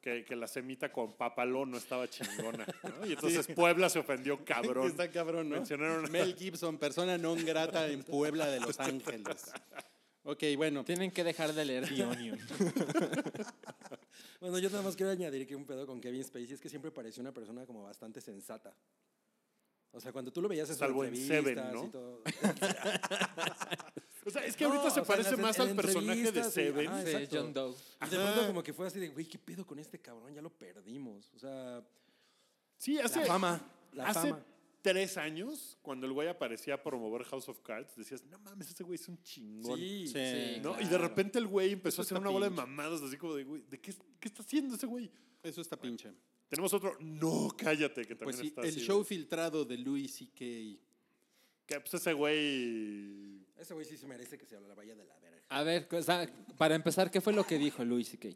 B: que- que la semita con papalón no estaba chingona. ¿no? Y entonces Puebla se ofendió cabrón.
E: Está cabrón, ¿no?
B: Mencionaron-
E: Mel Gibson, persona non grata en Puebla de Los Ángeles. Ok, bueno.
C: Tienen que dejar de leer The Onion.
D: Bueno, yo nada más quiero añadir que un pedo con Kevin Spacey es que siempre pareció una persona como bastante sensata. O sea, cuando tú lo veías en sus
B: Salvo en Seven,
D: entrevistas
B: ¿no?
D: y todo.
B: O sea, es que
D: No,
B: ahorita
D: o
B: se
D: sea, en
B: parece
D: las-
B: más
D: en
B: al personaje de
D: entrevistas, sí,
B: Seven.
D: ajá,
C: de
D: exacto.
C: John Doe.
D: Y de pronto como que fue así de, güey, ¿qué pedo con este cabrón? Ya lo perdimos. O sea,
B: Sí, hace,
D: la fama, la
B: hace
D: fama.
B: tres años, cuando el güey aparecía a promover House of Cards, decías, no mames, ese güey es un chingón.
D: Sí,
E: Sí.
C: Sí,
B: ¿no? Y de
C: claro.
B: repente el güey empezó
E: Eso
B: a hacer
E: está
B: una bola de
E: pinche.
B: mamadas, así como de, güey, ¿de qué, qué está haciendo ese güey?
E: Eso está pinche.
B: Tenemos otro, no, cállate, que también
E: Pues sí,
B: está
E: el
B: así,
E: show
B: güey.
E: filtrado de Louis C.K.
B: Que, pues ese güey...
D: Ese güey sí se merece que se la vaya de la verga.
C: A ver, o sea, para empezar, ¿qué fue lo que dijo Louis C.K.?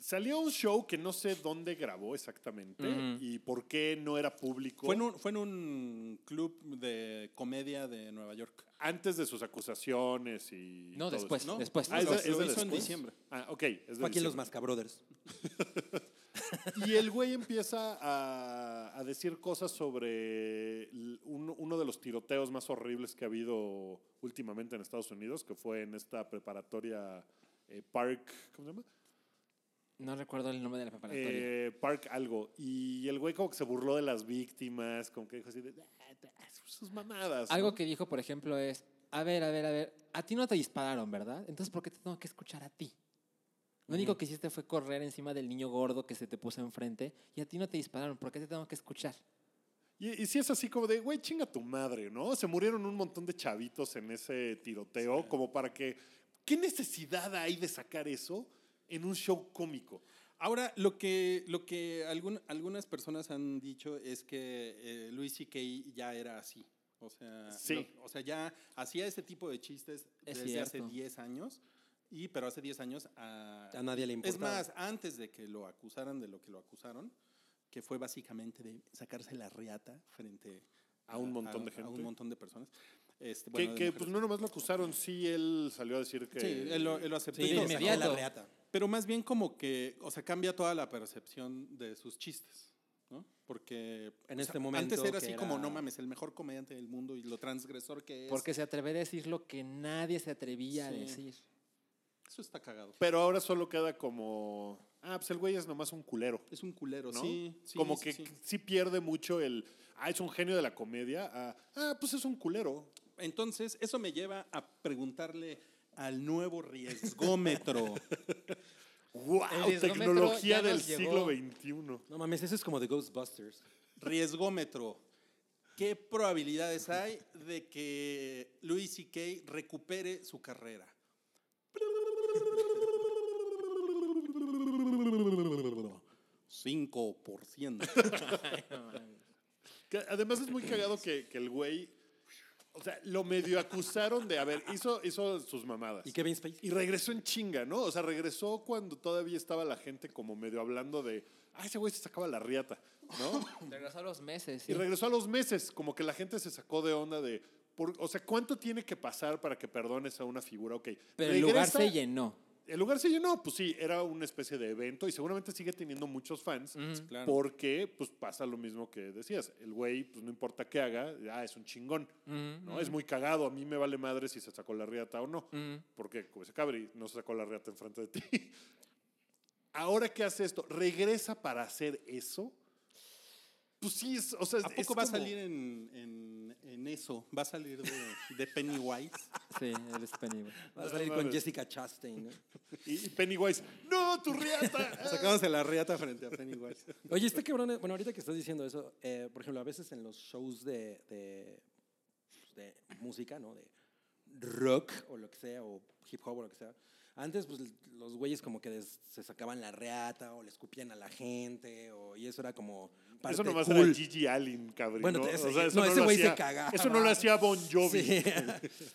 B: Salió un show que no sé dónde grabó exactamente
C: Ujú.
B: y por qué no era público.
E: Fue en, un, fue en un club de comedia de Nueva York.
B: antes de sus acusaciones y.
C: No,
B: todo
C: después,
B: eso.
E: ¿no?
C: después.
B: Ah, es de-
E: Lo-
B: es de
E: lo hizo en
B: después.
E: diciembre.
B: Ah, ok. es de
D: Fue aquí en los
B: diciembre.
D: Mascabrothers.
B: Y el güey empieza a, a decir cosas sobre l- un- uno de los tiroteos más horribles que ha habido últimamente en Estados Unidos, que fue en esta preparatoria eh, Park. ¿Cómo se llama?
C: No recuerdo el nombre de la preparatoria.
B: Eh, Park algo. Y el güey como que se burló de las víctimas, como que dijo así de. "Ah, ah, Sus mamadas. ¿no?
C: Algo que dijo, por ejemplo, es, a ver, a ver, a ver, a ti no te dispararon, ¿verdad? Entonces, ¿por qué te tengo que escuchar a ti? Lo único que hiciste fue correr encima del niño gordo que se te puso enfrente y a ti no te dispararon, ¿por qué te tengo que escuchar?
B: Y, y si es así como de, güey, chinga tu madre, ¿no? Se murieron un montón de chavitos en ese tiroteo, como para que... ¿Qué necesidad hay de sacar eso en un show cómico?
E: Ahora, lo que, lo que algún- algunas personas han dicho es que eh, Louis C.K. ya era así. O sea,
B: Sí.
E: lo- o sea, ya hacía ese tipo de chistes
C: Es
E: desde hace
C: cierto.
E: 10 años, y, pero hace 10 años ah, a,
D: A nadie le importa.
E: Es más, antes de que lo acusaran de lo que lo acusaron, que fue básicamente de sacarse la riata frente
B: A un montón de gente.
E: A un montón de personas. Este,
B: Que-
E: bueno, de
B: que
E: mujeres.
B: pues no nomás lo acusaron, sí, él salió a decir que...
E: Sí, él lo, él lo aceptó.
C: Sí,
E: y lo
C: de
E: sacó.
C: inmediato.
D: la reata.
E: Pero más bien como que, o sea, cambia toda la percepción de sus chistes, ¿no? Porque
D: En
E: o
D: este
E: sea,
D: momento
E: Antes era
D: que
E: así como,
D: era-
E: no mames, el mejor comediante del mundo y lo transgresor que es.
C: Porque se atreve a decir lo que nadie se atrevía
E: Sí.
C: a decir.
E: eso está cagado.
B: Pero ahora solo queda como... Ah, pues el güey es nomás un culero.
E: Es un culero,
B: ¿no?
E: sí, sí,
B: como
E: sí,
B: que
E: sí.
B: sí. pierde mucho el... Ah, es un genio de la comedia. Ah, ah, pues es un culero.
E: Entonces, eso me lleva a preguntarle al nuevo riesgómetro.
B: ¡Wow!
C: El riesgómetro
B: Tecnología
C: ya
B: del
C: nos
B: siglo
C: llegó.
B: XXI.
D: No mames, eso es como de Ghostbusters.
E: riesgómetro. ¿Qué probabilidades hay de que Louis C.K. recupere su carrera? ¿5%?
B: Que además es muy cagado que, que el güey, o sea, lo medio acusaron de, a ver, hizo, hizo sus mamadas.
D: ¿Y Kevin Spacey?
B: Y regresó en chinga, ¿no? O sea, regresó cuando todavía estaba la gente como medio hablando de, ah, ese güey se sacaba la riata, ¿no?
C: Regresó a los meses.
B: Y regresó a los meses, como que la gente se sacó de onda de, por- o sea, ¿cuánto tiene que pasar para que perdones a una figura? Ok.
C: Pero el lugar
B: regresa-
C: se llenó.
B: El lugar se llenó, pues sí, era una especie de evento y seguramente sigue teniendo muchos fans.
E: Claro.
B: Porque pues pasa lo mismo que decías. El güey, pues no importa qué haga, ah, es un chingón. ¿no? Es muy cagado. A mí me vale madre si se sacó la riata o no. Porque como ese cabri no se sacó la riata enfrente de ti. Ahora que hace esto, regresa para hacer eso. Pues sí, es, o sea,
E: ¿A
B: es-
E: poco
B: es
E: va a
B: como-
E: salir en, en- en eso? ¿Va a salir de, de Pennywise?
C: Sí, él es Pennywise.
D: Va a salir con
B: mames.
D: Jessica Chastain. ¿no?
B: Y, y Pennywise, ¡no, tu riata! Ah,
E: Sacándose la riata frente a Pennywise.
D: Oye, este cabrón, es- bueno, ahorita que estás diciendo eso, eh, por ejemplo, a veces en los shows de, de, de música, ¿no? De rock o lo que sea, o hip hop o lo que sea. Antes, pues, l- los güeyes como que des- se sacaban la reata o le escupían a la gente, o, y eso era como parte
B: Eso nomás
D: cool.
B: era Gigi Allen, cabrón.
D: Bueno,
B: ¿no?
D: te-
B: O
D: ese-
B: sea, eso
D: no, ese
B: lo
D: güey se
B: hacía-
D: cagaba.
B: Eso no lo hacía Bon Jovi.
D: Sí.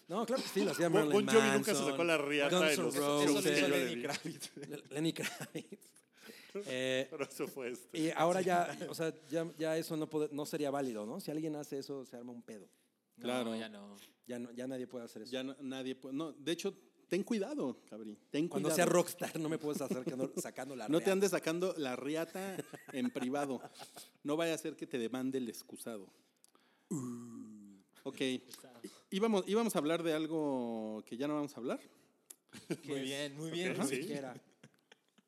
D: No, claro que sí, lo hacía
B: Bon-
D: Marilyn
B: Bon Jovi nunca se
D: Manson,
B: sacó la riata
D: Guns
B: de
D: N'
B: los
D: Roses,
B: shows que yo le
D: Lenny
B: vi.
D: Kravitz. Lenny Kravitz. Eh,
B: Pero eso fue este.
D: Y ahora ya, o sea, ya, ya eso no, puede- no sería válido, ¿no? Si alguien hace eso, se arma un pedo.
E: Claro.
C: ya no.
D: Ya, no- ya nadie puede hacer eso.
E: Ya no- nadie puede... No, de hecho, ten cuidado, cabrín. Ten
D: Cuando
E: cuidado.
D: sea rockstar, no me puedes estar sacando, sacando la
E: No te
D: reata.
E: andes sacando la riata en privado. No vaya a ser que te demande el excusado.
B: Uh.
E: Ok. Íbamos, íbamos a hablar de algo que ya no vamos a hablar.
C: Muy bien, muy bien.
B: Ok, sí.
D: Siquiera.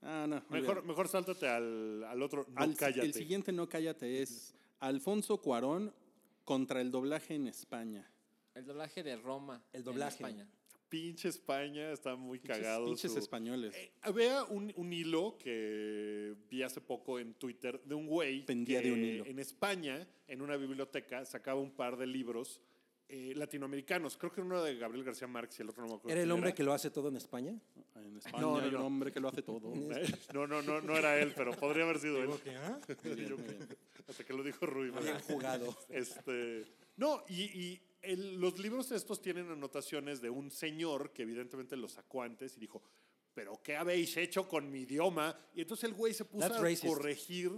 E: Ah, no.
B: Mejor,
E: olvídalo.
B: mejor sáltate al, al otro. No,
E: Al-
B: cállate.
E: El siguiente no cállate es Alfonso Cuarón contra el doblaje en España.
C: El doblaje de Roma.
D: El
C: en
D: doblaje.
C: España.
B: Pinche España está muy
E: Pinches-
B: cagado.
E: Pinches
B: su-
E: españoles.
B: Eh, había un, un hilo que vi hace poco en Twitter de un güey
E: Pendía
B: que
E: de un hilo.
B: en España, en una biblioteca, sacaba un par de libros eh, latinoamericanos. Creo que uno de Gabriel García Márquez y el otro no me acuerdo.
D: ¿Era el
B: quién
D: hombre
B: era.
D: que lo hace todo en España?
E: En España
B: No, no,
E: hay un
B: no. Eh.
E: hombre que lo hace todo.
B: No, no, no, no era él, pero podría haber sido él.
E: Muy bien, muy bien.
B: Hasta que lo dijo Rui. ¿verdad?
D: Bien jugado.
B: Este, no, y, y el- los libros estos tienen anotaciones de un señor que evidentemente los sacó antes y dijo, pero ¿qué habéis hecho con mi idioma? Y entonces el güey se puso
D: That's
B: a
D: racist.
B: corregir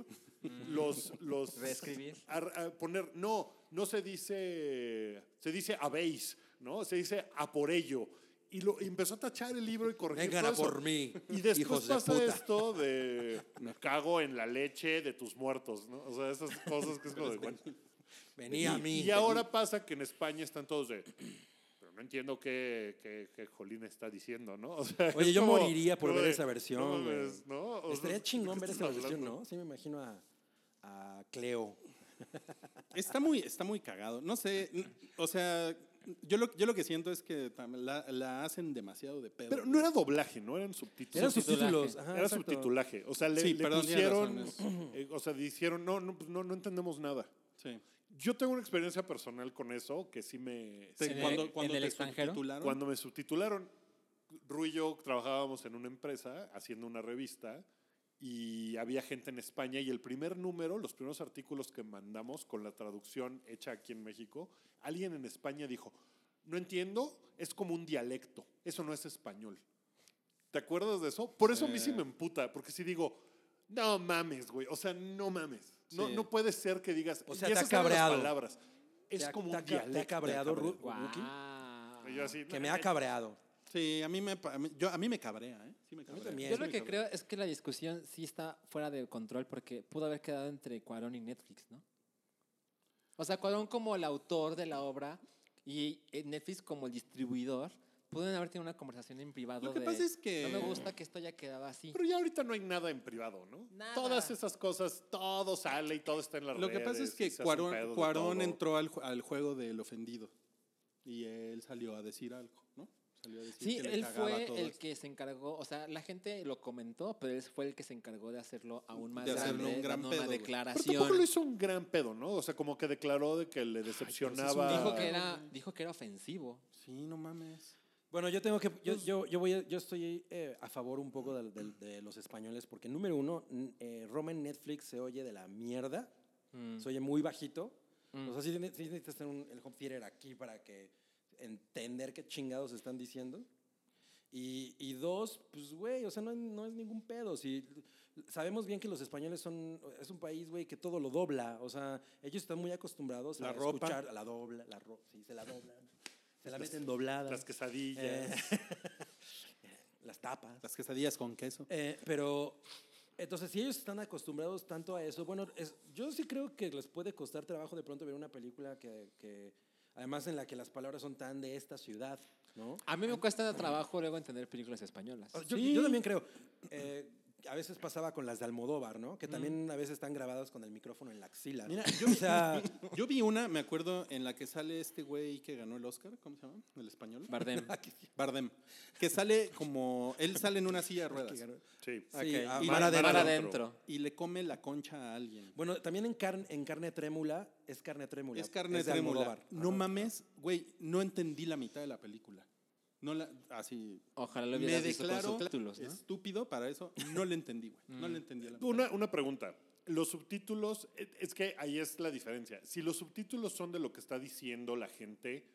B: los... los
C: Reescribir.
B: A, a poner, no, no se dice, se dice habéis, ¿no? Se dice a por ello. Y lo y empezó a tachar el libro y corregir
D: Vengan
B: todo
D: a por
B: eso.
D: mí,
B: Y después
D: hijos de
B: pasa
D: puta.
B: esto de me cago en la leche de tus muertos, ¿no? O sea, esas cosas que es como de, bueno,
D: Vení a mí.
B: y ahora pasa que en España están todos de. Pero no entiendo qué, qué, qué Jolín está diciendo, ¿no? O sea,
D: Oye,
B: es
D: yo moriría por
B: como
D: ver
B: de,
D: esa versión,
B: No,
D: güey.
B: mames, pues, ¿no? O sea,
D: Estaría
B: ¿de qué
D: chingón ver
B: estás
D: esa versión,
B: hablando?
D: ¿no? Sí, me imagino a, a Cleo.
E: Está muy, está muy cagado. No sé, n- o sea, yo lo, yo lo que siento es que tam- la, la hacen demasiado de pedo.
B: Pero
E: güey.
B: no era doblaje, no eran subtítulos.
D: Eran
C: subtitulaje.
D: subtítulos. ajá,
B: Era
D: exacto.
B: subtitulaje. O sea, le,
E: Sí,
B: le
E: perdón, tienes
B: pusieron.
E: razón,
B: eh, o sea, dijeron, no, no, pues no, no entendemos nada.
E: Sí.
B: Yo tengo una experiencia personal con eso que sí me.
E: Te-
C: ¿En el-
E: cuando,
C: en
E: cuando
C: el
E: te
C: extranjero?
E: subtitularon,
B: Cuando me subtitularon, Rui y yo trabajábamos en una empresa haciendo una revista y había gente en España y el primer número, los primeros artículos que mandamos con la traducción hecha aquí en México, alguien en España dijo, no entiendo, es como un dialecto, eso no es español. ¿Te acuerdas de eso? Por eso a mí sí
E: Sí.
B: me emputa, porque si digo, no mames, güey, o sea, no mames. No,
E: Sí.
B: no puede ser que digas,
D: O sea,
B: y
D: te ha
B: esas eran las
D: cabreado.
B: palabras. Es
D: Te ha-
B: como
D: te
B: un
D: ha ca- te ha
B: dialecto.
D: cabreado, Ru-
C: Guau.
B: Y yo así,
D: Que me
B: "Nah,
D: ha cabreado.
E: Sí, a mí me, pa- a mí- yo, a mí me cabrea, ¿eh? Sí me cabrea.
D: también.
C: Yo
D: Eso
C: lo
D: me
C: que
D: cabrea.
C: creo es que la discusión sí está fuera de control porque pudo haber quedado entre Cuarón y Netflix, ¿no? O sea, Cuarón como el autor de la obra y eh, Netflix como el distribuidor, pueden haber tenido una conversación en privado.
E: Lo que
C: de,
E: pasa es que-
C: No me gusta que esto haya quedado así.
B: Pero ya ahorita no hay nada en privado, ¿no?
C: Nada.
B: Todas esas cosas, todo sale y todo está en la
E: Lo que pasa es que Cuarón, Cuarón entró al, ju- al juego del ofendido y él salió a decir algo, ¿no? Salió a decir
C: Sí,
E: que le
C: él
E: cagaba
C: fue
E: todo
C: el
E: esto.
C: que se encargó, o sea, la gente lo comentó, pero él fue el que se encargó de hacerlo aún más
E: De hacerlo
C: grande,
E: un gran
C: dando
E: pedo,
C: una
E: güey.
B: Pero tampoco lo
C: declaración.
B: hizo un gran pedo, ¿no? O sea, como que declaró de que le decepcionaba.
C: Dijo que, era, dijo que era ofensivo.
E: Sí, no mames.
D: Bueno, yo tengo que. Yo, yo, yo, voy a- yo estoy eh, a favor un poco del- del- de, los españoles, porque número uno, n- eh, Roma en Netflix se oye de la mierda. Se oye muy bajito. O sea, sí, tiene- sí necesitas tener un- el home theater aquí para que entender qué chingados están diciendo. Y, y dos, pues, güey, o sea, no, no es ningún pedo. Si, sabemos bien que los españoles son, es un país, güey, que todo lo dobla. O sea, ellos están muy acostumbrados
E: La
D: a
E: ropa.
D: escuchar. La dobla, la ropa, sí, se la doblan. Se la meten doblada.
B: Las
C: Eh.
B: quesadillas.
D: Eh, las tapas.
E: Las quesadillas con queso.
D: Eh, pero entonces, si ellos están acostumbrados tanto a eso, bueno, es- yo sí creo que les puede costar trabajo de pronto ver una película que, que, además en la que las palabras son tan de esta ciudad, ¿no?
C: A mí me cuesta trabajo luego entender películas españolas.
D: Ah, Yo, yo también creo. eh, a veces pasaba con las de Almodóvar, ¿no? Que también a veces están grabadas con el micrófono en la axila.
E: Mira,
D: Mm. yo, o sea,
E: Yo vi una, me acuerdo, en la que sale este güey que ganó el Oscar, ¿cómo se llama? El español.
C: Bardem.
E: Bardem. Que sale como, él sale en una silla de ruedas.
B: Sí.
D: Ah, Sí,
E: Ok,
D: a
E: y-
D: Mar adentro.
C: Mar
E: Y le come la concha a alguien.
D: bueno, también en, carne en Carne Trémula, es Carne Trémula.
E: Es carne
D: de
E: trémula.
D: Almodóvar.
E: No
D: Ajá.
E: mames, güey, no entendí la mitad de la película. No la, así.
C: Ojalá lo
E: Me
C: hubieras visto con
E: declaro
C: subtítulos, ¿no?
E: estúpido para eso. No le entendí, güey. No le entendí a la mitad.
B: Una, una pregunta. Los subtítulos, eh, es que ahí es la diferencia. Si los subtítulos son de lo que está diciendo la gente,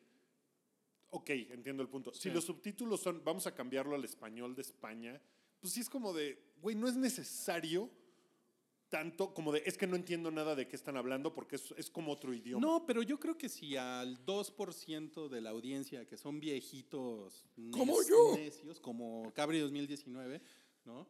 B: ok, entiendo el punto. Si los subtítulos son, vamos a cambiarlo al español de España, pues sí es como de, güey, no es necesario tanto como de, es que no entiendo nada de qué están hablando porque es, es como otro idioma.
E: No, pero yo creo que si al 2% de la audiencia que son viejitos
D: Como
E: nec-
D: yo.
E: necios, como Cabri 2019, ¿no?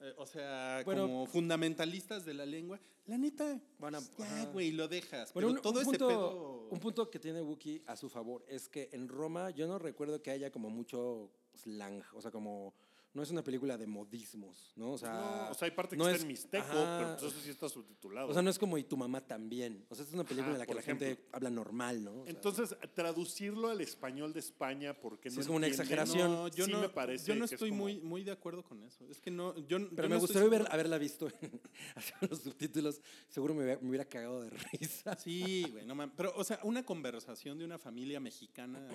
E: Eh, o sea,
D: Bueno.
E: como fundamentalistas de la lengua, la neta,
D: Van a-
E: pues ya,
D: ajá.
E: güey, lo dejas.
D: Bueno,
E: pero
D: un,
E: todo
D: un
E: ese
D: punto,
E: pedo.
D: un punto que tiene Wookiee a su favor es que en Roma yo no recuerdo que haya como mucho slang, o sea, como no es una película de modismos, ¿no? O sea,
B: No, o sea, hay parte que
D: no
B: está
D: es-
B: en Mixteco,
D: Ajá.
B: pero pues eso sí está subtitulado.
D: O sea, no es como y tu mamá también. O sea, esta es una película
B: Ajá,
D: en la que
B: por
D: la gente habla normal, ¿no? O sea,
B: Entonces, traducirlo al español de España, porque
D: Sí,
B: no
D: es como una
B: entienden.
D: exageración.
B: No, yo
E: sí
B: no,
E: me
B: parece
E: yo no
B: que es
E: estoy
B: como-
E: muy, muy de acuerdo con eso. Es que no. Yo,
D: pero me gustaría ver- haberla visto haciendo los subtítulos. Seguro me hubiera, me hubiera cagado de risa.
E: Sí, güey, no mames. Pero, o sea, una conversación de una familia mexicana.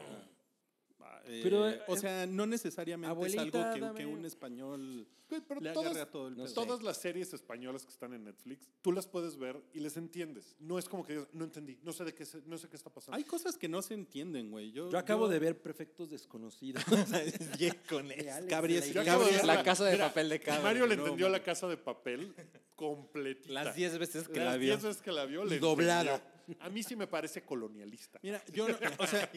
E: eh,
D: Pero, eh,
E: o sea, no necesariamente
D: abuelita,
E: es algo que- que,
D: dame-
E: un español
B: Güey, Pero
E: le agarre
B: todas,
E: a todo el
D: no
E: pedo.
D: sé.
B: todas las series españolas que están en Netflix, tú las puedes ver y les entiendes. No es como que digas, no entendí, no sé de qué, se- no sé qué está pasando.
E: Hay cosas que no se entienden, güey. Yo,
D: Yo acabo de ver Perfectos Desconocidos.
E: con
D: Alex
E: Cabri
D: de
E: es
B: Yo
D: la
E: Cabri
B: acabo de
E: es
B: verla.
E: la
C: la casa de
B: Mira,
C: papel de cabra.
B: Mario le
E: no,
B: entendió
E: mames.
B: la casa de papel completita.
C: Las 10 veces que
B: Las
C: la vio.
B: 10 veces que la vio, le
D: Doblada.
B: entendió. A mí sí me parece colonialista.
E: Mira, yo no, o sea,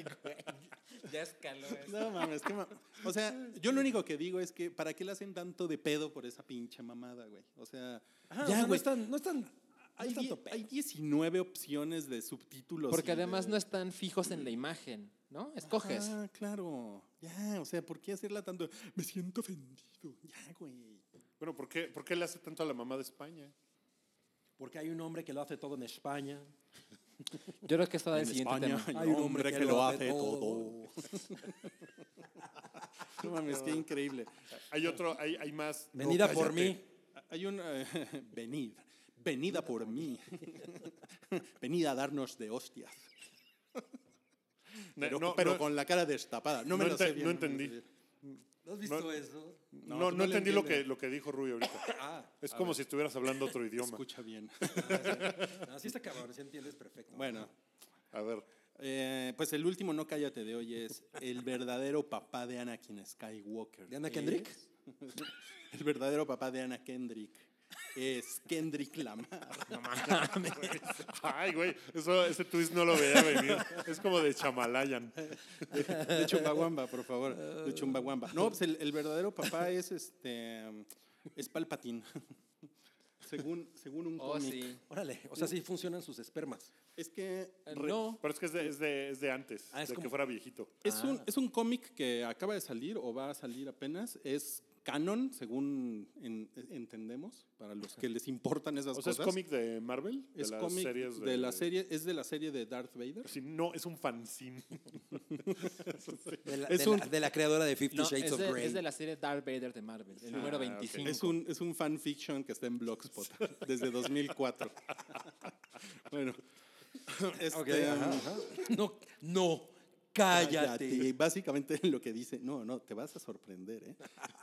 C: Ya escaló.
E: no mames, qué ma- O sea, yo lo único que digo es que ¿para qué le hacen tanto de pedo por esa pinche mamada, güey? O sea,
D: Ajá, o
E: ya,
D: sea, no
E: güey.
D: están, no están,
E: hay,
D: no es tanto
E: die-
D: pedo.
E: hay 19 opciones de subtítulos.
C: Porque además no están fijos en la imagen, ¿no? Escoges.
E: Ah, claro. Ya, o sea, ¿por qué hacerla tanto? Me siento ofendido. Ya, güey.
B: Bueno, ¿por qué, ¿por qué le hace tanto a la mamá de España?
D: Porque hay un hombre que lo hace todo en España.
C: Yo creo que eso da el
E: En
C: siguiente
E: España
C: tema.
E: hay un hombre que lo hace todo. No mames, qué increíble.
B: Hay otro, hay, hay más. No,
D: Venida
B: cállate.
D: por mí.
E: Hay un eh, venid, venida por mí. Venid a darnos de hostias.
B: No,
E: Pero,
B: no,
E: pero
B: no,
E: con la cara destapada. No me
B: no
E: lo
B: ente-
E: sé bien,
B: no
E: me lo sé
B: entendí.
E: bien.
D: ¿No has visto
B: No-
D: eso?
B: no,
E: no,
B: no
E: tú no le
B: entendí lo que,
E: entiendes.
B: lo que dijo Rubio ahorita.
D: Ah,
B: Es
E: a
B: como
E: ver.
B: si estuvieras hablando otro idioma.
E: Escucha bien.
D: así está cabrón, si entiendes perfecto.
E: Bueno,
B: A ver.
E: eh, pues el último no cállate de hoy es el verdadero papá de Anakin Skywalker.
D: ¿De Ana
E: es-
D: Kendrick?
E: El verdadero papá de Ana Kendrick es Kendrick Lamar.
B: Ay, güey. Eso, ese twist no lo veía venir. Es como de Chamalayan.
E: De Chumbawamba, por favor. De Chumbawamba. No, pues el, el verdadero papá es este. Es Palpatín. Según, según un
C: Oh,
E: cómic.
C: sí.
D: Órale, o sea, sí funcionan sus espermas.
E: Es que.
C: Eh,
E: re-
C: No.
B: Pero es que es de, es de- es de antes,
D: Ah, es
B: de que
D: como-
B: fuera viejito.
E: Es un, es un cómic que acaba de salir o va a salir apenas. Es canon, según en- entendemos, para los que les importan esas
B: O sea,
E: cosas.
B: es cómic de Marvel. De
E: Es
B: las
E: cómic
B: series
E: de la serie, es de la serie de Darth Vader.
B: Sí, no, es un fanzine.
D: De la,
E: Es
D: de
E: un-
D: la- de la creadora de Fifty
C: No,
D: Shades
C: es,
D: of
C: de,
D: Grey.
C: es de la serie Darth Vader de Marvel, el número
B: ok.
C: 25.
E: Es un, es un fanfiction que está en Blogspot desde 2004. bueno.
D: Ok,
E: este,
D: ajá, ajá. No, no, cállate.
E: Cállate. Básicamente lo que dice, no, no, te vas a sorprender, ¿eh?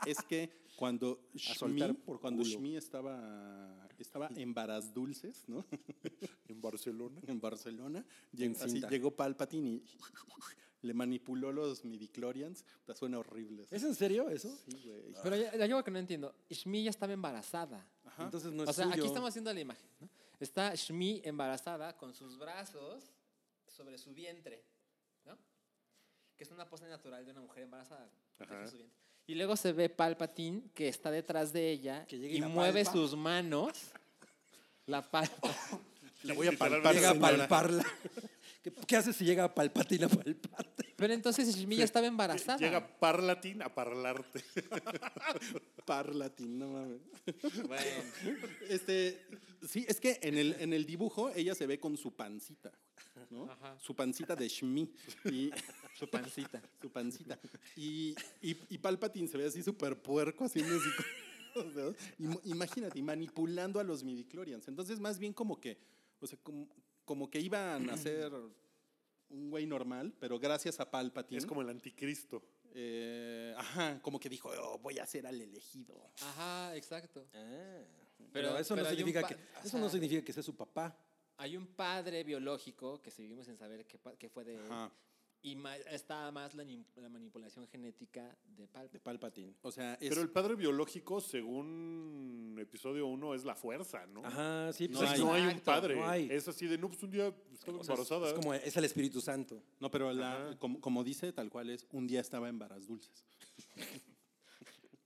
E: es que cuando Shmi,
D: soltar por
E: cuando
D: culo.
E: Shmi estaba, estaba en Varas Dulces, ¿no?
B: En Barcelona.
E: en Barcelona, llegó, así,
D: cinta.
E: llegó Palpatine y le manipuló los midichlorians. Te suena horrible. eso.
D: ¿Es Ah, en serio eso?
E: Sí, güey.
C: Pero ya, ya llevo que no entiendo. Shmi ya estaba embarazada.
D: Entonces no es
C: o sea, aquí
D: suyo.
C: estamos haciendo la imagen. ¿no? Está Shmi embarazada con sus brazos sobre su vientre, ¿no? Que es una pose natural de una mujer embarazada. deja
B: Ajá.
C: su vientre. Y luego se ve Palpatine que está detrás de ella
D: Que llega y
C: y
D: la
C: mueve
D: palpa.
C: sus manos. La palpa.
B: Le voy a
E: palpar,
D: Llega a
E: señora.
D: palparla. ¿Qué, qué haces si llega a palparte y la palparte?
C: Pero entonces Shmi ya estaba embarazada.
B: Llega Parlatín a parlarte.
E: Parlatín, no mames. Este, sí, es que en el, en el dibujo ella se ve con su pancita, ¿no?
C: Ajá.
E: Su pancita de Shmi. Y,
C: Su pancita.
E: su pancita. Y, y, y Palpatine se ve así súper puerco haciendo así con los dedos. Im- Imagínate, y manipulando a los midichlorians. Entonces, más bien como que, o sea, como, como que iban a ser un güey normal, pero gracias a Palpatine.
B: Es como el anticristo.
E: eh, ajá, como que dijo, "Oh, voy a ser al elegido.
C: Ajá, exacto.
D: Pero, eso,
C: Ah. pero
D: no
C: hay un
D: significa
C: pa-
D: que, eso no
C: ajá.
D: significa que sea su papá.
C: Hay un padre biológico que seguimos sin saber qué, pa- qué fue de él.
E: Ajá,
C: Y ma- está más la, nim- la manipulación genética de
D: De
C: Palpatine.
D: Palpatine.
E: O sea, es,
B: Pero el padre biológico, según episodio 1 es la fuerza, ¿no?
D: Ajá, sí.
B: No,
D: pues,
B: hay,
D: es-
B: no hay un
C: Exacto,
B: padre.
D: no hay.
B: Es así de, no, pues un día estaba
D: o sea, es-
B: embarazada.
D: Es, como, es el Espíritu Santo.
E: no, pero la- como, como dice, tal cual es, un día estaba en Varas Dulces.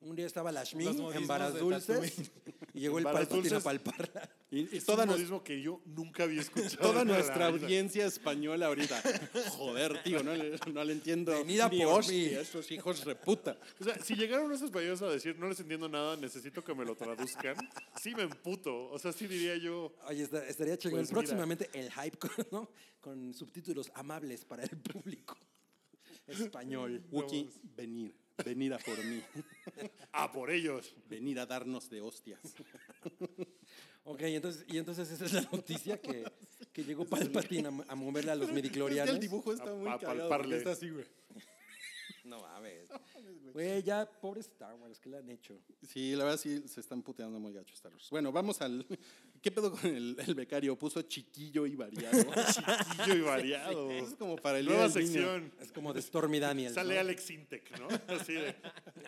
D: Un día estaba Lashmi
E: Los modismos
D: en Varas
E: de
D: Dulces Y llegó el
B: Varas
D: Palpatine a
B: dulces.
D: palparla.
E: Y, y
B: Es Todo
E: toda,
B: un
E: nues-
B: modismo que yo nunca había escuchado.
E: toda
B: en la
E: nuestra
B: vida.
E: audiencia española ahorita. Joder, tío, no le, no le entiendo.
D: Venida
E: ni
D: por
E: hostia,
D: mí.
E: Esos hijos reputa.
B: O sea, si llegaron esos españoles a decir, no les entiendo nada, necesito que me lo traduzcan, sí me emputo. O sea, sí diría yo,
D: Oye, esta- estaría chingón.
B: Pues mira.
D: Próximamente el hype con, ¿no? con subtítulos amables para el público español.
E: Wookie, venir. Venir a por mí.
B: a "Ah, por ellos.
E: Venir a darnos de hostias.
D: Ok, entonces, y entonces esa es la noticia que, que llegó Palpatine a, mo- a moverle a los midiclorianos.
E: el dibujo
B: está
E: está
B: A- muy
E: muy
B: a cagado, porque palparle. está
E: así, güey.
D: No mames. Güey, ya, pobre Star Wars, ¿qué le han hecho?
E: Sí, la verdad sí se están puteando muy gacho Star Wars. Bueno, vamos al. ¿Qué pedo con el, el becario? Puso chiquillo y variado.
B: Chiquillo y variado.
E: Eso es como para el día
B: Nueva
E: del niño.
B: sección.
D: Es como de Stormy Daniels.
B: Sale
D: ¿no?
B: Alex Intec, ¿no? Así de,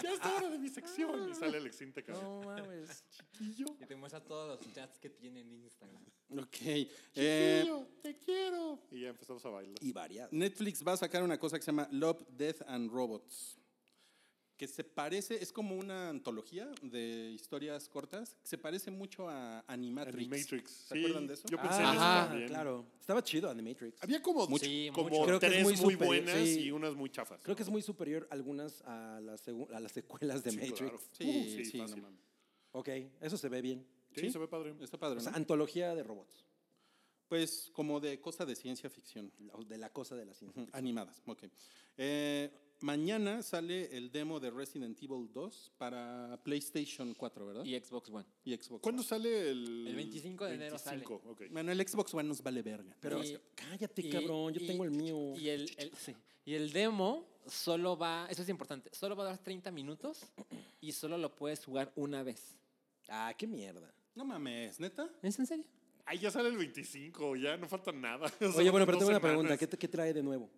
B: ya es hora de mi sección. Y sale Alex Intec.
D: No mames.
C: Y te muestra todos los chats que tiene en Instagram.
E: Ok. eh,
B: te quiero. Y ya empezamos a bailar.
D: Y varias.
E: Netflix va a sacar una cosa que se llama Love, Death and Robots. Que se parece, es como una antología de historias cortas. Que se parece mucho a Animatrix.
B: Animatrix.
E: ¿Se
B: sí,
E: acuerdan de eso?
B: Yo pensé en eso
D: Ah,
B: también.
D: claro. Estaba chido Animatrix.
B: Había como,
E: Mucho.
C: Sí,
B: como
C: mucho.
D: Creo que es
B: tres
D: muy
B: muy,
D: superior,
B: buenas
D: sí.
B: y unas muy chafas.
D: Creo que es muy superior algunas a las, segu- a las secuelas de
B: Sí,
D: Matrix.
B: claro.
E: Sí,
B: Uh,
E: sí, no
B: fácil.
E: mames.
D: Ok, eso se ve bien.
B: Sí,
E: Sí.
B: se ve padre.
E: Está padre,
D: O
E: ¿no?
D: sea, antología de robots.
E: Pues como de cosa de ciencia ficción.
D: la- De la cosa de la ciencia.
E: Animadas, ok. Eh, mañana sale el demo de Resident Evil 2 para PlayStation 4, ¿verdad?
C: Y Xbox One.
E: Y Xbox
B: ¿Cuándo
E: One.
B: sale el...?
C: El 25 de enero sale.
B: 25, ok.
E: Bueno, el Xbox One nos vale verga.
D: Pero
C: Y-
D: cállate,
C: y-
D: cabrón, yo
C: y-
D: tengo el mío.
C: Y el, el- sí. Y el demo solo va, eso es importante, solo va a dar 30 minutos y solo lo puedes jugar una vez.
D: Ah, qué mierda.
E: No mames, ¿neta?
C: ¿Es en serio?
B: Ay, ya sale el 25, ya no falta nada.
D: Oye, bueno,
B: Faltan dos
D: pero tengo una
B: semanas.
D: pregunta. ¿Qué, te- qué trae de nuevo?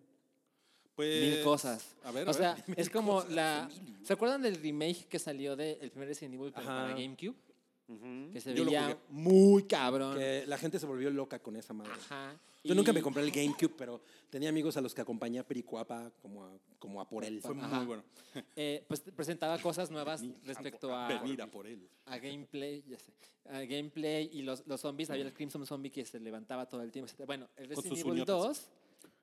E: Pues...
D: Eh,
C: Mil cosas.
E: A ver,
C: o
E: a
C: sea,
E: ver.
C: es como la... ¿Se acuerdan del remake que salió del primer Resident Evil pero
D: Ajá.
C: para GameCube? Que se
E: Yo lo
C: veía
E: jugué.
C: muy cabrón.
D: Que la gente se volvió loca con esa madre.
C: Ah. Ajá.
D: Yo
C: Y-
D: nunca me compré el GameCube, pero tenía amigos a los que acompañé a Pericuapa como a, como a por él.
E: Fue
C: Ajá.
E: muy bueno.
C: eh, pues presentaba cosas nuevas respecto
D: ah,
C: a,
D: pues,
E: Venir a por él.
C: a gameplay, ya sé, a gameplay y los, los zombies, había el Crimson Zombie que se levantaba todo el tiempo. etcétera. Bueno, el
E: Con sus
C: Resident Evil
E: uñotas.
C: 2,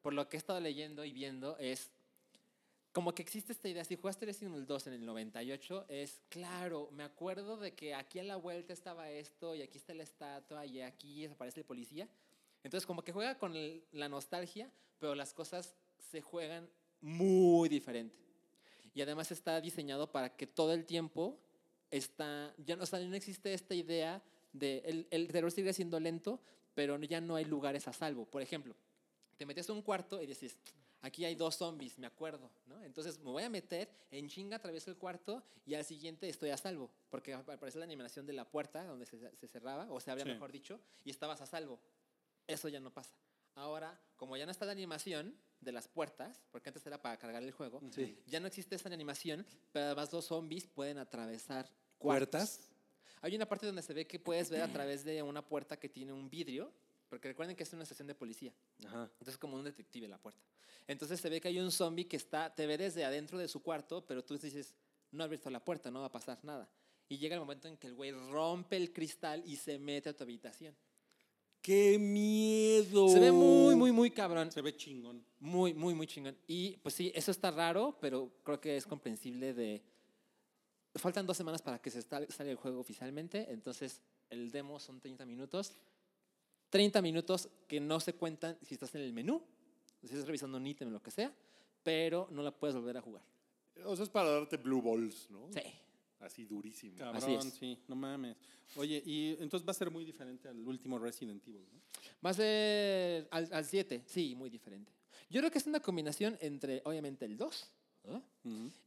C: por lo que he estado leyendo y viendo, es como que existe esta idea, si jugaste Resident Evil 2 en el 98, es claro, me acuerdo de que aquí a la vuelta estaba esto y aquí está la estatua y aquí aparece el policía. Entonces como que juega con el- la nostalgia, pero las cosas se juegan muy diferente. Y además está diseñado para que todo el tiempo está, ya no, o sea, ya no existe esta idea de el, el terror sigue siendo lento, pero ya no hay lugares a salvo. Por ejemplo, te metes a un cuarto y dices, aquí hay dos zombies, me acuerdo, ¿no? Entonces me voy a meter, en chinga atravieso el cuarto y al siguiente estoy a salvo, porque ap- aparece la animación de la puerta donde se, se cerraba, o se abría
E: Sí.
C: mejor dicho, y estabas a salvo. Eso ya no pasa. Ahora, como ya no está la animación de las puertas, porque antes era para cargar el juego,
D: Sí.
C: ya no existe esa animación, pero además los zombies pueden atravesar cuartos.
D: ¿Puertas?
C: Hay una parte donde se ve que puedes ver a través de una puerta que tiene un vidrio, porque recuerden que es una estación de policía.
D: Ajá.
C: Entonces, como un detective la puerta. Entonces, se ve que hay un zombie que está, te ve desde adentro de su cuarto, pero tú dices, no ha abierto la puerta, no va a pasar nada. Y llega el momento en que el güey rompe el cristal y se mete a tu habitación.
D: ¡Qué miedo!
C: Se ve muy, muy, muy cabrón.
E: Oh. Se ve chingón.
C: Muy, muy, muy chingón. Y pues sí, eso está raro, pero creo que es comprensible de... Faltan dos semanas para que se estal- salga el juego oficialmente, entonces el demo son 30 minutos. 30 minutos que no se cuentan si estás en el menú, si estás revisando un ítem o lo que sea, pero no la puedes volver a jugar.
B: O sea, es para darte blue balls, ¿no?
C: Sí.
B: Así durísimo.
E: Cabrón,
C: Así es.
E: sí, no mames. Oye, y entonces va a ser muy diferente al último Resident Evil, ¿no?
C: Va a ser al al 7, sí, muy diferente. Yo creo que es una combinación entre, obviamente, el 2 ¿eh?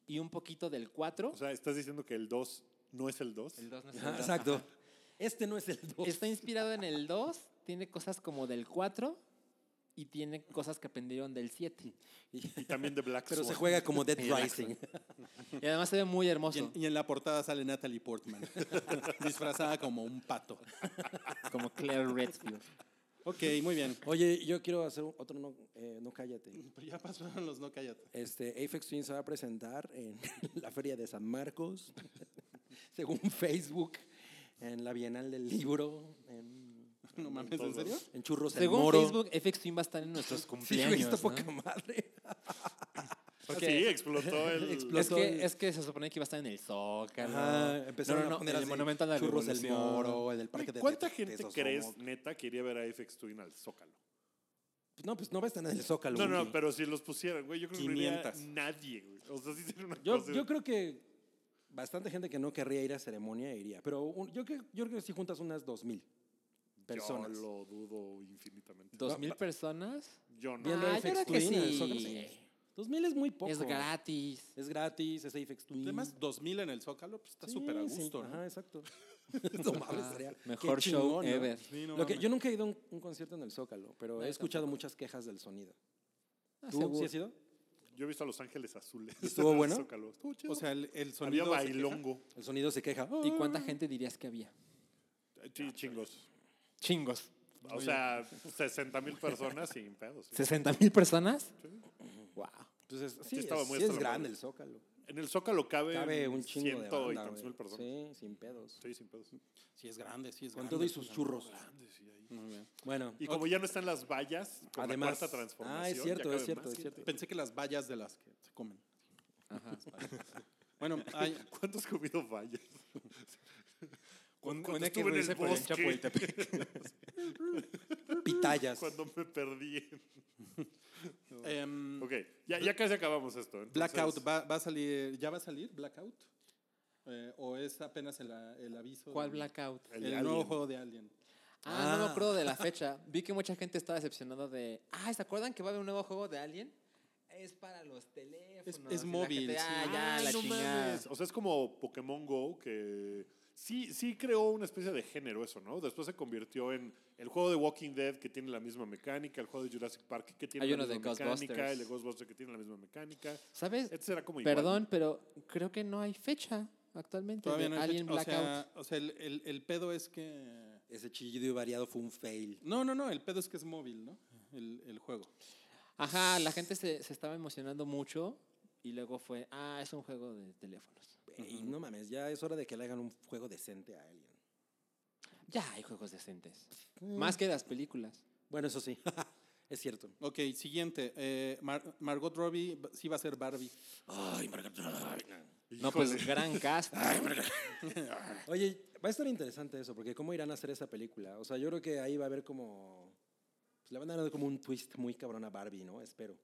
C: y un poquito del 4.
B: O sea, ¿estás diciendo que el 2 no es el 2?
C: el 2 no es el
D: Ajá,
C: dos.
D: Exacto. Este no es el 2.
C: Está inspirado en el 2, tiene cosas como del 4 y tiene cosas que aprendieron del 7.
B: Y también de Black
D: Pero se
B: Swan.
D: juega como Dead
C: Exacto.
D: Rising.
C: Y además se ve muy
E: Y
C: hermoso,
E: en, y en la portada sale Natalie Portman, disfrazada como un pato.
C: como Claire Redfield.
E: Ok, muy bien.
D: Oye, yo quiero hacer otro no, eh, no cállate.
E: Pues ya pasaron los no cállate.
D: Este, Apex Twin se va a presentar en la feria de San Marcos, según Facebook. en la Bienal del Libro, en,
E: No mames, ¿en serio?
D: en Churros el
C: Según
D: Moro.
C: Facebook, FX Twin va a estar en nuestros
D: Sí,
C: cumpleaños.
D: güey, está
C: ¿no?
D: poca madre.
B: Ah, Sí, explotó el.
D: Explotó.
C: Es que, es que se supone que iba a estar en el Zócalo.
D: Ajá,
C: empezaron
D: empezaron
C: no, no,
D: a poner
C: en el
D: así,
C: Monumento a la
D: Churros del
C: Revolución.
D: Moro, el del Parque de
B: ¿Cuánta
D: de-
B: gente
D: de
B: crees,
D: Sosomó?
B: neta, quería ver a FX Twin al Zócalo?
D: Pues No, pues no va a estar en el Zócalo.
B: No, no,
D: güey.
B: pero si los pusieran, güey, yo creo que no iría
E: 500.
B: nadie, güey. O sea, sí sería una
D: Yo,
C: pues,
B: cosa-
D: yo creo que bastante gente que no querría ir a ceremonia iría. Pero un- yo, creo- yo creo que si juntas unas 2.000 personas.
B: Yo lo dudo infinitamente.
C: ¿Dos mil personas?
B: Yo no.
D: Viendo
C: Ah, yo
D: FX
C: creo que
D: Twin en el
C: sí.
D: Zócalo, sí. 2.000 es muy poco.
C: Es gratis.
D: Es gratis, es FX Twin.
E: Además, 2000 en el Zócalo, pues está
D: Sí,
E: súper a
D: sí,
E: gusto, ¿no?
D: Ajá, exacto. No mames,
C: Ajá,
D: estaría- qué
C: mejor show
D: chingón, ¿no?
C: ever.
E: Sí, no
D: Lo que,
E: mames.
D: yo nunca he ido a un, un concierto en el Zócalo, pero
C: No,
D: he
C: yo
D: escuchado muchas quejas del sonido.
C: Ah,
D: ¿Tú
C: seguro.
D: sí has ido?
B: Yo he visto a Los Ángeles Azules.
D: ¿Y estuvo
B: en el
D: bueno?
B: Zócalo. Estuvo chido.
E: O sea, el, el
B: había
E: sonido... se queja.
B: bailongo.
D: El sonido se queja.
C: ¿Y cuánta gente dirías que había?
D: Ah,
B: Sí, chingos.
C: Chingos.
B: O sea, 60 mil personas sin pedos. sí.
C: ¿60 mil personas? Wow.
D: Entonces, sí,
B: estaba
D: es,
B: muy
D: sí es
B: hasta la
D: grande
B: madre.
D: el Zócalo.
B: En el Zócalo cabe,
D: Cabe un chingo de
B: ciento y
D: banda,
B: tantos
D: güey.
B: mil personas. Sí.
D: Sí, sin pedos.
B: sin pedos.
E: Sí, es grande, sí es
D: Con
E: grande.
D: todo y sus
E: es
D: churros.
B: Grande, sí, ahí.
E: grande. Muy bien.
D: Bueno,
B: Y como ya no están las vallas, con
D: Además-
B: la cuarta transformación.
D: Ah, es cierto,
B: ya cabe
D: es cierto,
B: más
D: es cierto.
B: gente.
E: Pensé que las vallas de las que se comen. bueno, hay,
B: ¿Cuánto has comido vallas? Cuando
F: un
B: estuve en el
F: X-Racer por allá en
B: bosque.
F: Chapultepec.
D: pitayas.
B: Cuando me perdí.
E: em,
B: Ok, ya, ya casi acabamos esto. entonces-
E: Blackout va, va a salir, ¿ya va a salir Blackout? Eh, ¿O es apenas el, a- el aviso?
C: ¿Cuál
E: del-
C: blackout?
E: El,
B: de
E: nuevo
B: Alien.
E: juego de Alien.
C: Ah, no
D: Ah.
C: me acuerdo de la fecha. Vi que mucha gente estaba decepcionada de. Ah, ¿se acuerdan que va a haber un nuevo juego de Alien? Es para los teléfonos.
E: Es- es
C: y la gente,
E: móvil,
C: Ah,
E: sí.
C: ya,
B: Ay,
C: la
B: no
C: chingada".
B: mames. O sea, es como Pokémon Go que sí, sí creó una especie de género eso, ¿no? Después se convirtió en el juego de Walking Dead que tiene la misma mecánica, el juego de Jurassic Park que tiene
C: Hay
B: la
C: uno
B: misma
C: de
B: mecánica,
C: Ghostbusters.
B: el de Ghostbusters que tiene la misma mecánica.
C: ¿Sabes?
B: Este será como igual.
C: Perdón, pero creo que no hay fecha actualmente.
E: Todavía
C: de
E: no hay
C: Alien
E: fecha. O
C: Blackout.
E: sea, o sea, el, el- el pedo es que...
D: Ese chillido y variado fue un fail.
E: No, no, no, el pedo es que es móvil, ¿no? El, el juego.
C: Ajá, la gente se, se estaba emocionando mucho y luego fue. Ah, es un juego de teléfonos.
D: Ey, no mames, ya es hora de que le hagan un juego decente a Alien.
C: Ya hay juegos decentes.
E: Mm.
C: Más que las películas.
D: Bueno, eso sí, es cierto.
E: Ok, siguiente. eh, Mar- Margot Robbie va- sí va a ser Barbie.
D: Ay, Margot Robbie.
C: No, pues gran cast.
D: Oye, va a estar interesante eso, porque cómo irán a hacer esa película. O sea, yo creo que ahí va a haber como... Pues le van a dar como un twist muy cabrón a Barbie, ¿no? Espero.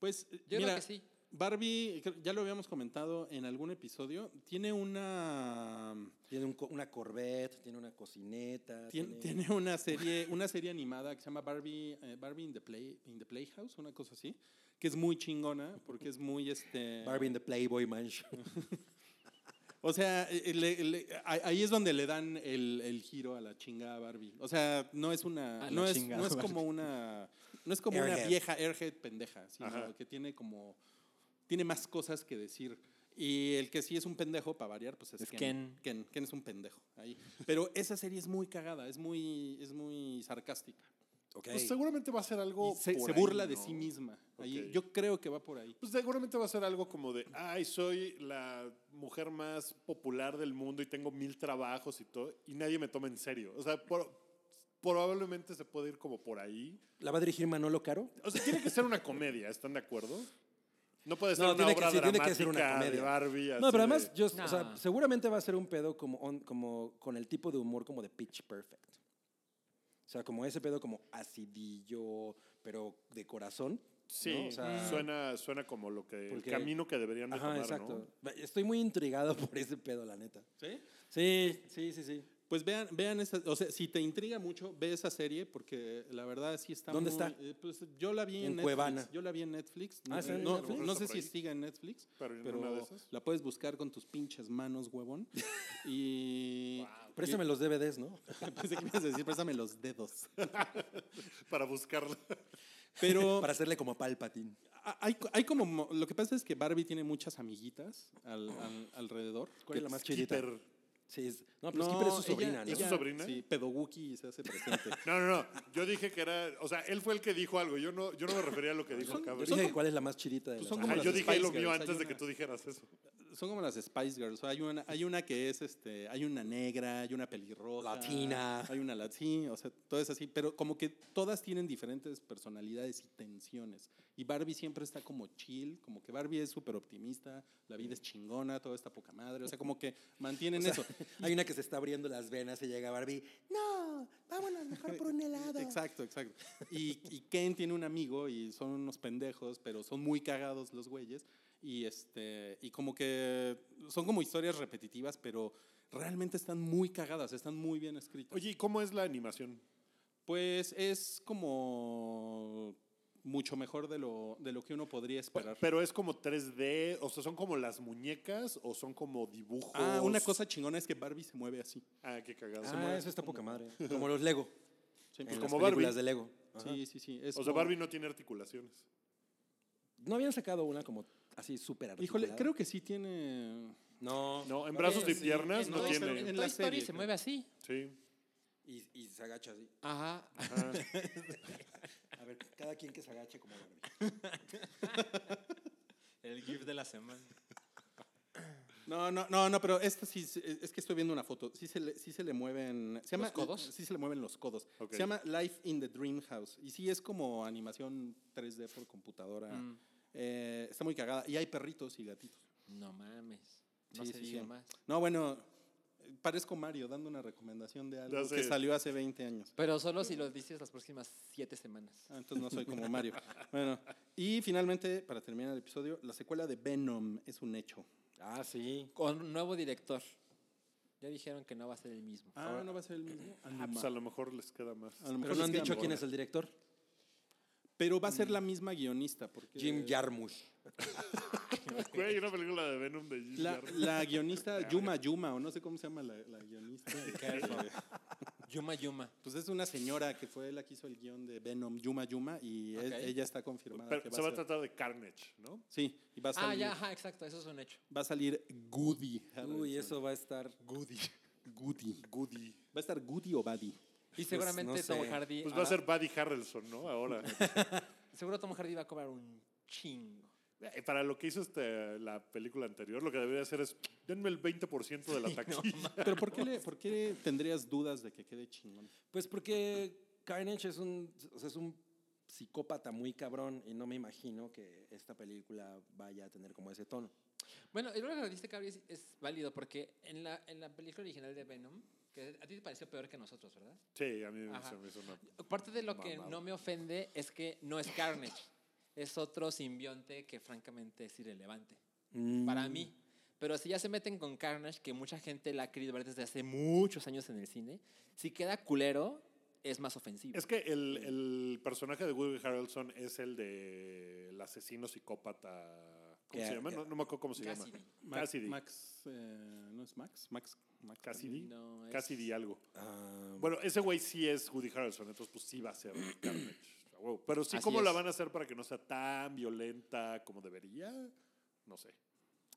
E: Pues, eh,
C: Yo creo
E: mira,
C: que sí.
E: Barbie, creo- ya lo habíamos comentado en algún episodio, tiene una...
D: Tiene un co- una Corvette, tiene una cocineta.
E: Tien- tiene una serie, una serie animada que se llama Barbie, eh, Barbie in the Play, in the Playhouse, una cosa así, que es muy chingona porque es muy este.
D: Barbie in the Playboy Mansion.
E: O sea, eh, le- le- ahí ahí es donde le dan el, el giro a la chingada Barbie. O sea, no es
C: A
E: una,
C: la
E: no es,
C: chingada
E: no es
C: Barbie.
E: como una, no es como una
D: Airhead.
E: vieja airhead pendeja, sino
B: Ajá.
E: que tiene como, tiene más cosas que decir. Y el que sí es un pendejo, para variar, pues es,
C: Es
E: Ken. Ken. Ken es un pendejo. Ahí. Pero esa serie es muy cagada, es muy, es muy sarcástica.
D: Ok.
B: Pues seguramente va a ser algo.
E: Y se,
B: Oh, por
E: se
B: ahí,
E: burla de
B: ¿no?
E: sí misma. Ahí-
B: Ok.
E: yo creo que va por ahí.
B: Pues seguramente va a ser algo como de, ay, soy la mujer más popular del mundo y tengo mil trabajos y todo, y nadie me toma en serio. O sea, por- probablemente se puede ir como por ahí.
D: ¿La va a dirigir Manolo Caro?
B: O sea, tiene que ser una comedia, ¿están de acuerdo? No puede ser
D: No,
B: una
D: tiene que-
B: obra
D: sí, tiene
B: dramática
D: que ser una
B: de
D: comedia.
B: Barbie.
D: No,
B: así
D: pero además,
B: de-
D: yo, o sea,
C: Nah.
D: seguramente va a ser un pedo como, on- como con el tipo de humor como de Pitch Perfect. O sea, como ese pedo como acidillo, pero de corazón.
B: sí,
D: ¿no? O sea,
B: suena, suena como lo que
D: Porque-
B: el camino que deberían de
D: Ajá,
B: tomar,
D: exacto.
B: ¿no?
D: Estoy muy intrigado por ese pedo, la neta.
E: ¿Sí?
D: Sí, sí, sí, sí.
E: Pues vean, vean esa, o sea, si te intriga mucho, ve esa serie porque la verdad sí está
D: ¿Dónde
E: muy-
D: está?
E: eh, pues yo la vi en,
D: En
E: Netflix.
D: Cuevana.
E: Yo la vi en Netflix.
D: Ah, ¿está en
E: no,
D: Netflix?
E: no sé
B: Está por
E: si
B: ahí.
E: siga en Netflix,
B: Pero
E: pero,
B: en una de esas.
E: la puedes buscar con tus pinches manos, huevón. y
D: Préstame los DVDs, ¿no?
E: pensé que me ibas a decir, préstame los dedos.
B: Para buscarla.
E: Pero
D: Para hacerle como a Palpatine.
E: Ah, Hay, co- hay como. mo- Lo que pasa es que Barbie tiene muchas amiguitas al- al- alrededor.
D: ¿Cuál es la más chidita?
B: Skipper.
D: Sí, es- no, pero Skipper es su sobrina,
B: ella-
D: ¿no?
B: ¿Es su sobrina?
E: Sí, Pedowookie se hace presente.
B: No, no, no. Yo dije que era. O sea, él fue el que dijo algo. Yo no, yo no me refería a lo que dijo el
D: Yo
B: cabrón.
D: dije que cuál es la más chidita de
E: pues
D: las
E: son
B: Ajá,
E: como
D: amigas.
B: yo
E: las
B: dije ahí lo
E: Spice
B: mío
E: Girls,
B: antes
E: hay
B: de que
E: una-
B: tú dijeras eso.
E: son como las Spice Girls. Hay una, hay una que es, este, hay una negra, hay una pelirroja.
D: Latina.
E: Hay una latina, o sea, todo es así. Pero como que todas tienen diferentes personalidades y tensiones. Y Barbie siempre está como chill, como que Barbie es súper optimista, la vida es chingona, todo está poca madre. O sea, como que mantienen
D: O sea,
E: eso.
D: Hay una que se está abriendo las venas y llega Barbie. No, vámonos mejor por un helado.
E: Exacto, exacto. Y, y Ken tiene un amigo y son unos pendejos, pero son muy cagados los güeyes. Y, este, y como que son como historias repetitivas, pero realmente están muy cagadas, están muy bien escritas.
B: Oye, ¿y cómo es la animación?
E: Pues es como mucho mejor de lo, de lo que uno podría esperar.
B: Pero es como 3D, o sea, son como las muñecas o son como dibujos.
E: ah, una cosa chingona es que Barbie se mueve así.
B: Ah, qué cagado. Se
D: Ah,
B: mueve.
D: eso está poca madre. Como los Lego.
E: Sí, pues
D: en
B: como
D: las películas
B: Barbie.
D: de Lego. Ajá.
E: sí, sí, sí, es
B: o sea,
E: como-
B: Barbie no tiene articulaciones.
D: ¿No habían sacado una como así súper
E: Híjole,
D: articulada?
E: creo que sí tiene...
D: No.
B: No, en brazos y
E: sí,
B: piernas
E: en
B: no
E: dos,
B: tiene.
E: en-
C: En
E: en
C: la
E: la
C: historia
E: serie,
C: se
E: creo.
C: mueve así.
B: Sí.
D: Y, y se agacha así.
C: Ajá.
B: Ah,
D: A ver, cada quien que se agache como Barbie.
F: El GIF de la semana.
E: No, no, no, no, pero esta sí, se- es que estoy viendo una foto. Sí se le, sí se le mueven. ¿se llama,
C: ¿Los codos?
E: Sí se le mueven los codos.
B: Ok.
E: Se llama Life in the Dream House. Y sí es como animación 3D por computadora.
C: Mm.
E: Eh, está muy cagada. Y hay perritos y gatitos.
C: No mames. No
E: Sí,
C: se
E: sí,
C: dice
E: no.
C: más.
E: No, bueno, eh, parezco Mario dando una recomendación de algo
B: hace-
E: que salió hace 20 años.
C: Pero solo si lo dices las próximas siete semanas.
E: Ah, entonces no soy como Mario. Bueno, y finalmente, para terminar el episodio, la secuela de Venom es un hecho.
D: Ah, sí.
C: Con un nuevo director. Ya dijeron que no va a ser el mismo.
E: Ah, no va a ser el mismo. Ah, no,
B: pues
E: ma-
B: a lo mejor les queda más.
E: a lo mejor
D: Pero no
E: les
D: han
E: queda
D: dicho
E: mejor.
D: quién Pues es el director.
E: Pero va a ser la misma guionista. Porque
D: Jim Jarmusch.
B: Güey, una película de Venom de Jim
E: La,
B: Carrey.
E: la guionista Yuma Yuma, o no sé cómo se llama la, la guionista. Eh,
C: Yuma Yuma.
E: pues es una señora que fue la que hizo el guión de Venom Yuma Yuma y es-
C: Ok.
E: ella está confirmada.
B: Pero
E: que
B: se va a
E: ser-
B: tratar de Carnage, ¿no?
E: Sí, y va a salir,
C: Ah, ya, ajá, exacto. Eso es un hecho.
E: Va a salir Goody.
D: Uy, eso va a estar.
E: Goody. Goody. Goody. ¿Va a estar Goody o Buddy?
C: Y seguramente
D: no
C: Tom
D: sé.
C: Hardy.
B: Pues va a
C: hará-
B: ser Buddy Harrelson, ¿no? Ahora.
C: Seguro Tom Hardy va a cobrar un chingo.
B: Eh, Para lo que hizo este, la película anterior, lo que debería hacer es denme el 20% de la taquilla.
E: Pero ¿por qué, le- por qué tendrías dudas de que quede chingón?
D: Pues porque Carnage es un, o sea, es un psicópata muy cabrón y no me imagino que esta película vaya a tener como ese tono.
C: Bueno, y luego lo que dijiste, Cabri, es, es válido porque en la, en la película original de Venom, que a ti te pareció peor que nosotros, ¿verdad?
B: Sí, a mí
C: Ajá.
B: se me hizo una.
C: Parte de lo que no me ofende es que no es Carnage. Es otro simbionte que francamente es irrelevante para mí. Pero si ya se meten con Carnage, que mucha gente la ha querido ver desde hace muchos años en el cine, si queda culero, es más ofensivo.
B: Es que el, el personaje de Woody Harrelson es el de el asesino psicópata. ¿Cómo
D: Que-
B: se llama?
D: que-
B: No, no me acuerdo cómo se
C: Cassidy.
B: llama. Cassidy.
E: Max, eh, ¿no es Max? Max. Max
B: Cassidy.
C: No, es-
B: Cassidy algo.
D: Ah,
B: Bueno, ese güey sí es Woody Harrelson, entonces pues sí va a ser Carnage. A huevo. Pero sí,
C: Así
B: ¿cómo la
C: es.
B: van a hacer para que no sea tan violenta como debería? No sé.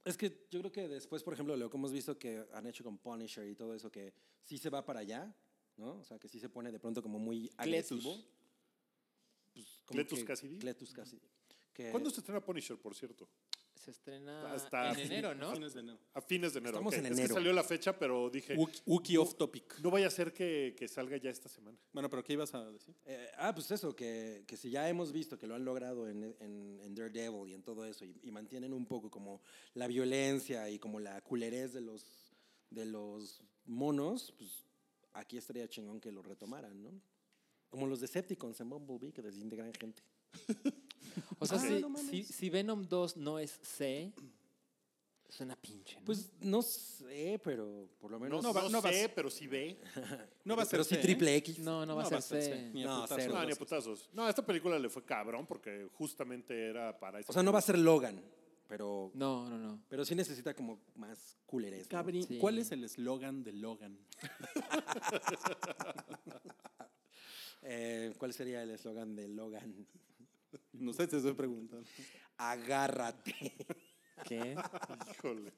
D: Es que yo creo que después, por ejemplo, lo que hemos visto que han hecho con Punisher y todo eso, que sí se va para allá, ¿no? O sea, que sí se pone de pronto como muy
C: Cletus.
D: agresivo. Pues, como
B: ¿Cletus
D: que-
B: Cassidy?
D: Cletus Cassidy. Que
C: Eh.
B: ¿Cuándo se estrena Punisher, por cierto?
C: Se estrena
B: Hasta
C: en enero, ¿no?
E: Fines de enero.
B: A fines de enero.
D: Estamos
B: ok.
D: en
B: Es que
D: enero.
B: salió la fecha, pero dije,
E: Wookie- Wookie off topic.
B: no vaya a ser que, que salga ya esta semana.
E: Bueno, pero ¿qué ibas a decir?
D: Eh, ah, pues eso, que, que si ya hemos visto que lo han logrado en, en- en Daredevil y en todo eso, y, y mantienen un poco como la violencia y como la culerez de los, de los monos, pues aquí estaría chingón que lo retomaran, ¿no? Como los Decepticons en Bumblebee que desintegran gente.
C: O sea,
D: Ah,
C: si,
D: no mames.
C: si- si Venom 2 no es C, suena pinche. ¿no?
D: Pues no sé, pero por lo
B: No,
D: menos...
B: no,
D: va-
E: no
B: sé,
E: vas-
B: pero sí ve.
E: No va a ser
D: pero
E: C,
D: sí
E: ¿eh?
D: triple X.
C: no, no va a ser C.
E: ni a
D: No,
E: putazos.
D: cero.
B: No, ni a putazos. No, a esta película le fue cabrón porque justamente era para esa
D: O sea, no va a ser Logan, pero,
C: No, no, no.
D: pero sí necesita como más culerez. ¿no?
E: Cabri,
C: Sí.
E: ¿cuál es el eslogan de Logan?
D: Eh, ¿Cuál sería el eslogan de Logan?
E: No sé, te estoy preguntando.
D: Agárrate.
C: ¿Qué?
B: Híjole.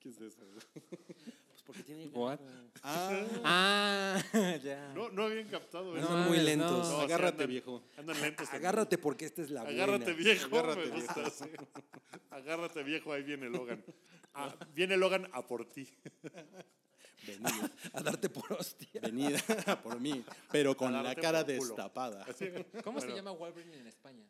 E: ¿Qué es eso?
D: Pues porque tiene
C: What?
E: Ah,
C: Ah, ya.
B: No, no habían captado
D: No,
B: eso.
D: muy
C: mames,
D: lentos.
B: No, este sí
E: agárrate,
B: andan-
E: viejo.
B: Andan lentos. también.
D: Agárrate porque esta es la buena.
B: Agárrate viejo.
E: Agárrate,
B: me gusta, sí. Agárrate viejo, ahí viene Logan. Ah, viene Logan a por ti.
E: Venida,
D: A darte por hostia.
E: venida por mí, pero con
B: A
E: la
B: darte
E: cara
B: por culo.
E: destapada.
C: ¿Cómo se llama Wolverine en España?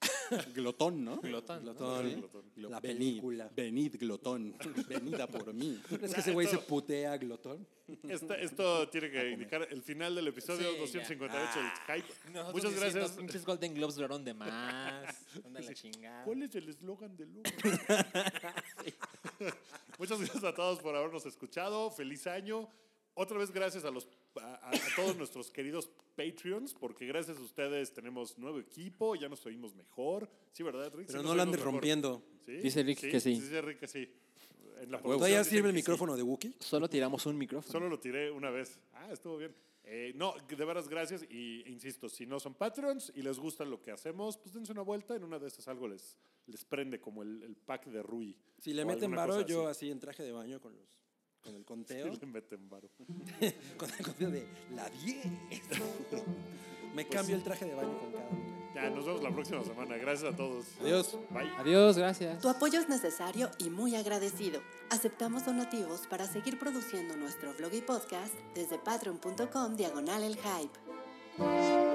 E: Glotón, ¿no?
F: Glotón. ¿no?
D: ¿Ah,
E: Sí.
B: Glotón.
E: Glo-
D: La
E: venid,
D: película.
E: Venid, glotón. Venida por mí.
D: ¿Crees que ese güey se putea glotón?
B: Esta- esto tiene que indicar el final del episodio
C: Sí, ya. Ah,
B: 258 del hype.
F: Nosotros
B: Muchas
F: diciendo-
B: gracias.
C: Pinches Golden Globes duraron de más. Anda la chingada.
B: ¿Cuál es el eslogan de Logan? Muchas gracias a todos por habernos escuchado. Feliz año. Otra vez gracias a los a, a- a todos nuestros queridos Patreons, porque gracias a ustedes tenemos nuevo equipo, ya nos oímos mejor. Sí, ¿verdad, Rick? Sí,
D: Pero
B: nos
D: no lo
B: oímos
D: andes
B: mejor.
D: rompiendo.
B: ¿Sí?
C: Dice Rick que sí.
B: Dice Rick que sí. En la
D: ¿Todavía
B: producción dicen
D: sirve el
B: que sí.
D: micrófono de Wookiee?
C: Solo tiramos un micrófono.
B: Solo lo tiré una vez. Ah, estuvo bien. Eh, no, de veras, gracias. Y insisto, si no son Patreons y les gusta lo que hacemos, pues dense una vuelta. En una de esas algo les, les prende, como el, el pack de Rui.
D: Si le
B: o
D: meten
B: alguna
D: varo,
B: cosa
D: yo
B: así.
D: así en traje de baño con los con el conteo,
B: Le meten varo.
D: con el conteo de la 10.
B: Pues
D: Me cambio el traje de baño con cada uno.
B: Ya, nos vemos la próxima semana. Gracias a todos.
E: Adiós.
B: Bye.
C: Adiós, gracias.
G: Tu apoyo es necesario y muy agradecido. Aceptamos donativos para seguir produciendo nuestro blog y podcast desde patreon.com diagonal el hype.